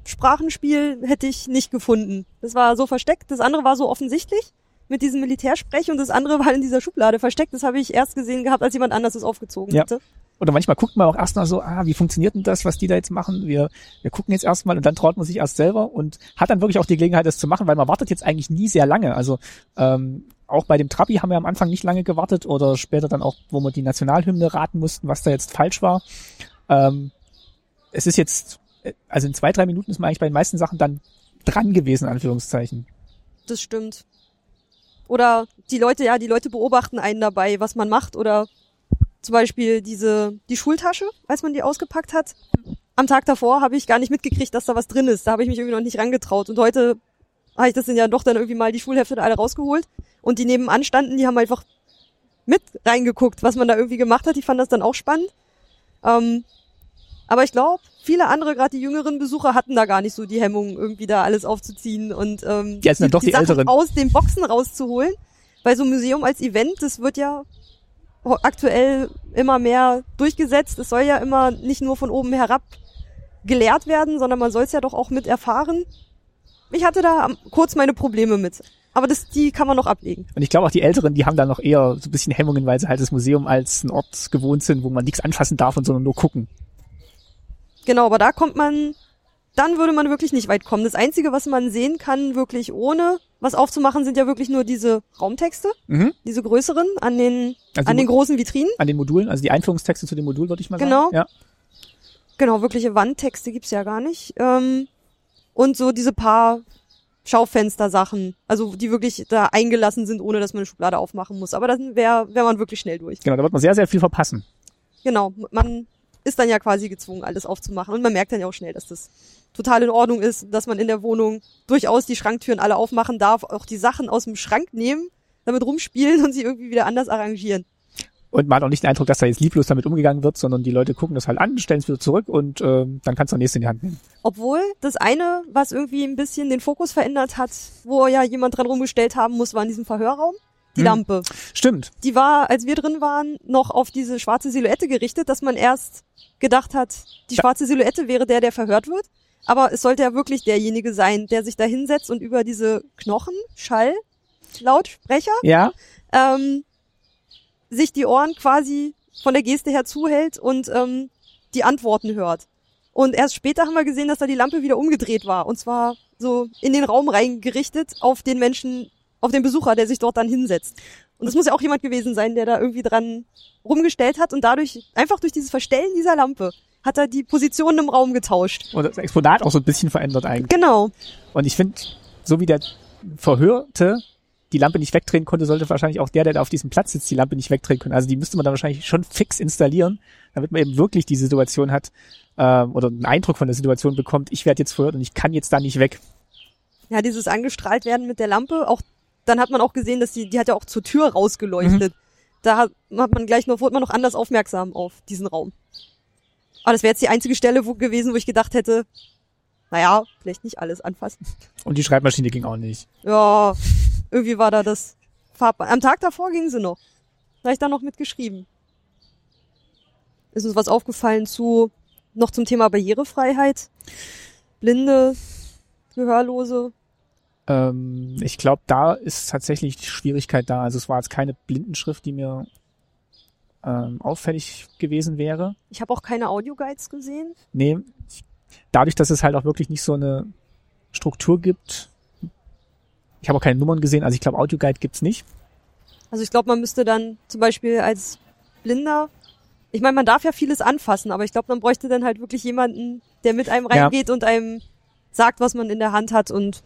DDR-Sprachenspiel hätte ich nicht gefunden. Das war so versteckt, das andere war so offensichtlich mit diesem Militärsprech und das andere war in dieser Schublade versteckt. Das habe ich erst gesehen gehabt, als jemand anders es aufgezogen Ja. hatte. Oder manchmal guckt man auch erst mal so, ah, wie funktioniert denn das, was die da jetzt machen? Wir, wir gucken jetzt erstmal und dann traut man sich erst selber und hat dann wirklich auch die Gelegenheit, das zu machen, weil man wartet jetzt eigentlich nie sehr lange. Also ähm, auch bei dem Trabi haben wir am Anfang nicht lange gewartet oder später dann auch, wo wir die Nationalhymne raten mussten, was da jetzt falsch war. Ähm, es ist jetzt, äh, also in zwei, drei Minuten ist man eigentlich bei den meisten Sachen dann dran gewesen, in Anführungszeichen. Das stimmt. Oder die Leute, ja, die Leute beobachten einen dabei, was man macht. Oder zum Beispiel diese, die Schultasche, als man die ausgepackt hat. Am Tag davor habe ich gar nicht mitgekriegt, dass da was drin ist. Da habe ich mich irgendwie noch nicht rangetraut. Und heute habe Ah, ich das denn ja doch dann irgendwie mal die Schulhefte da alle rausgeholt. Und die nebenan standen, die haben einfach mit reingeguckt, was man da irgendwie gemacht hat. Die fanden das dann auch spannend. Ähm, aber ich glaube, viele andere, gerade die jüngeren Besucher, hatten da gar nicht so die Hemmung, irgendwie da alles aufzuziehen und ähm, Ja, es sind dann doch die Sachen Älteren. aus den Boxen rauszuholen. Weil so ein Museum als Event, das wird ja ho- aktuell immer mehr durchgesetzt. Es soll ja immer nicht nur von oben herab gelehrt werden, sondern man soll es ja doch auch mit erfahren. Ich hatte da am- kurz meine Probleme mit. Aber das, die kann man noch ablegen. Und ich glaube auch die Älteren, die haben da noch eher so ein bisschen Hemmungen, weil sie halt das Museum als einen Ort gewohnt sind, wo man nichts anfassen darf und sondern nur gucken. Genau, aber da kommt man, dann würde man wirklich nicht weit kommen. Das Einzige, was man sehen kann, wirklich ohne Was aufzumachen sind ja wirklich nur diese Raumtexte, Mhm. diese größeren an den, Also an die den Mo- großen Vitrinen. An den Modulen, also die Einführungstexte zu dem Modul, würde ich mal Genau. sagen. Ja. Genau, wirkliche Wandtexte gibt's ja gar nicht. Ähm, und so diese paar Schaufenstersachen, also die wirklich da eingelassen sind, ohne dass man eine Schublade aufmachen muss. Aber dann wäre wär man wirklich schnell durch. Genau, da wird man sehr, sehr viel verpassen. Genau, man ist dann ja quasi gezwungen, alles aufzumachen. Und man merkt dann ja auch schnell, dass das total in Ordnung ist, dass man in der Wohnung durchaus die Schranktüren alle aufmachen darf, auch die Sachen aus dem Schrank nehmen, damit rumspielen und sie irgendwie wieder anders arrangieren. Und man hat auch nicht den Eindruck, dass da jetzt lieblos damit umgegangen wird, sondern die Leute gucken das halt an, stellen es wieder zurück und ähm, dann kannst du das nächste in die Hand nehmen. Obwohl das eine, was irgendwie ein bisschen den Fokus verändert hat, wo ja jemand dran rumgestellt haben muss, war in diesem Verhörraum. Die Hm. Lampe. Stimmt. Die war, als wir drin waren, noch auf diese schwarze Silhouette gerichtet, dass man erst gedacht hat, die schwarze Silhouette wäre der, der verhört wird. Aber es sollte ja wirklich derjenige sein, der sich da hinsetzt und über diese Knochen, Schall, Lautsprecher, Ja, ähm, sich die Ohren quasi von der Geste her zuhält und ähm, die Antworten hört. Und erst später haben wir gesehen, dass da die Lampe wieder umgedreht war. Und zwar so in den Raum reingerichtet auf den Menschen, auf den Besucher, der sich dort dann hinsetzt. Und das muss ja auch jemand gewesen sein, der da irgendwie dran rumgestellt hat und dadurch, einfach durch dieses Verstellen dieser Lampe, hat er die Positionen im Raum getauscht. und das Exponat auch so ein bisschen verändert eigentlich. Genau. Und ich finde, so wie der Verhörte die Lampe nicht wegdrehen konnte, sollte wahrscheinlich auch der, der da auf diesem Platz sitzt, die Lampe nicht wegdrehen können. Also die müsste man dann wahrscheinlich schon fix installieren, damit man eben wirklich die Situation hat ähm, oder einen Eindruck von der Situation bekommt, ich werde jetzt verhört und ich kann jetzt da nicht weg. Ja, dieses angestrahlt werden mit der Lampe, auch dann hat man auch gesehen, dass die, die hat ja auch zur Tür rausgeleuchtet. Da hat, hat man gleich noch, wurde man noch anders aufmerksam auf diesen Raum. Aber das wäre jetzt die einzige Stelle wo, gewesen, wo ich gedacht hätte, naja, vielleicht nicht alles anfassen. Und die Schreibmaschine ging auch nicht. Ja, irgendwie war da das Farb. Am Tag davor ging sie noch. Da hab ich da noch mitgeschrieben. Ist uns was aufgefallen zu, noch zum Thema Barrierefreiheit? Blinde, Gehörlose, Ähm, ich glaube, da ist tatsächlich die Schwierigkeit da. Also es war jetzt keine Blindenschrift, die mir ähm, auffällig gewesen wäre. Ich habe auch keine Audioguides gesehen. Nee, ich- dadurch, dass es halt auch wirklich nicht so eine Struktur gibt. Ich habe auch keine Nummern gesehen, also ich glaube, Audioguide gibt's nicht. Also ich glaube, man müsste dann zum Beispiel als Blinder, ich meine, man darf ja vieles anfassen, aber ich glaube, man bräuchte dann halt wirklich jemanden, der mit einem Ja. reingeht und einem sagt, was man in der Hand hat. Und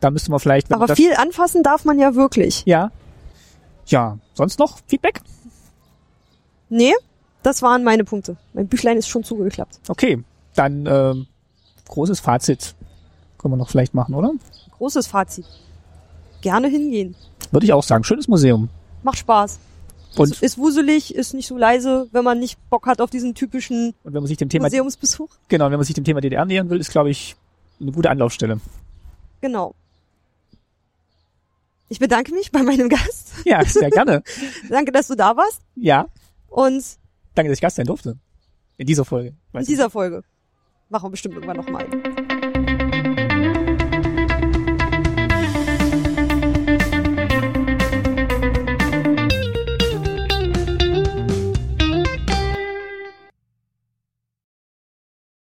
Da müsste man vielleicht. wenn man aber das, viel anfassen darf man ja wirklich. Ja. Ja, sonst noch Feedback? Nee, das waren meine Punkte. Mein Büchlein ist schon zugeklappt. Okay, dann ähm, großes Fazit können wir noch vielleicht machen, oder? Großes Fazit. Gerne hingehen. Würde ich auch sagen, schönes Museum. Macht Spaß. Und, Ist, ist wuselig, ist nicht so leise, wenn man nicht Bock hat auf diesen typischen und wenn man sich dem Thema Museumsbesuch. genau, wenn man sich dem Thema DDR nähern will, ist glaube ich eine gute Anlaufstelle. Genau. Ich bedanke mich bei meinem Gast. Ja, sehr gerne. Danke, dass du da warst. Ja, Und danke, dass ich Gast sein durfte in dieser Folge. in Weiß dieser Folge machen wir bestimmt irgendwann nochmal.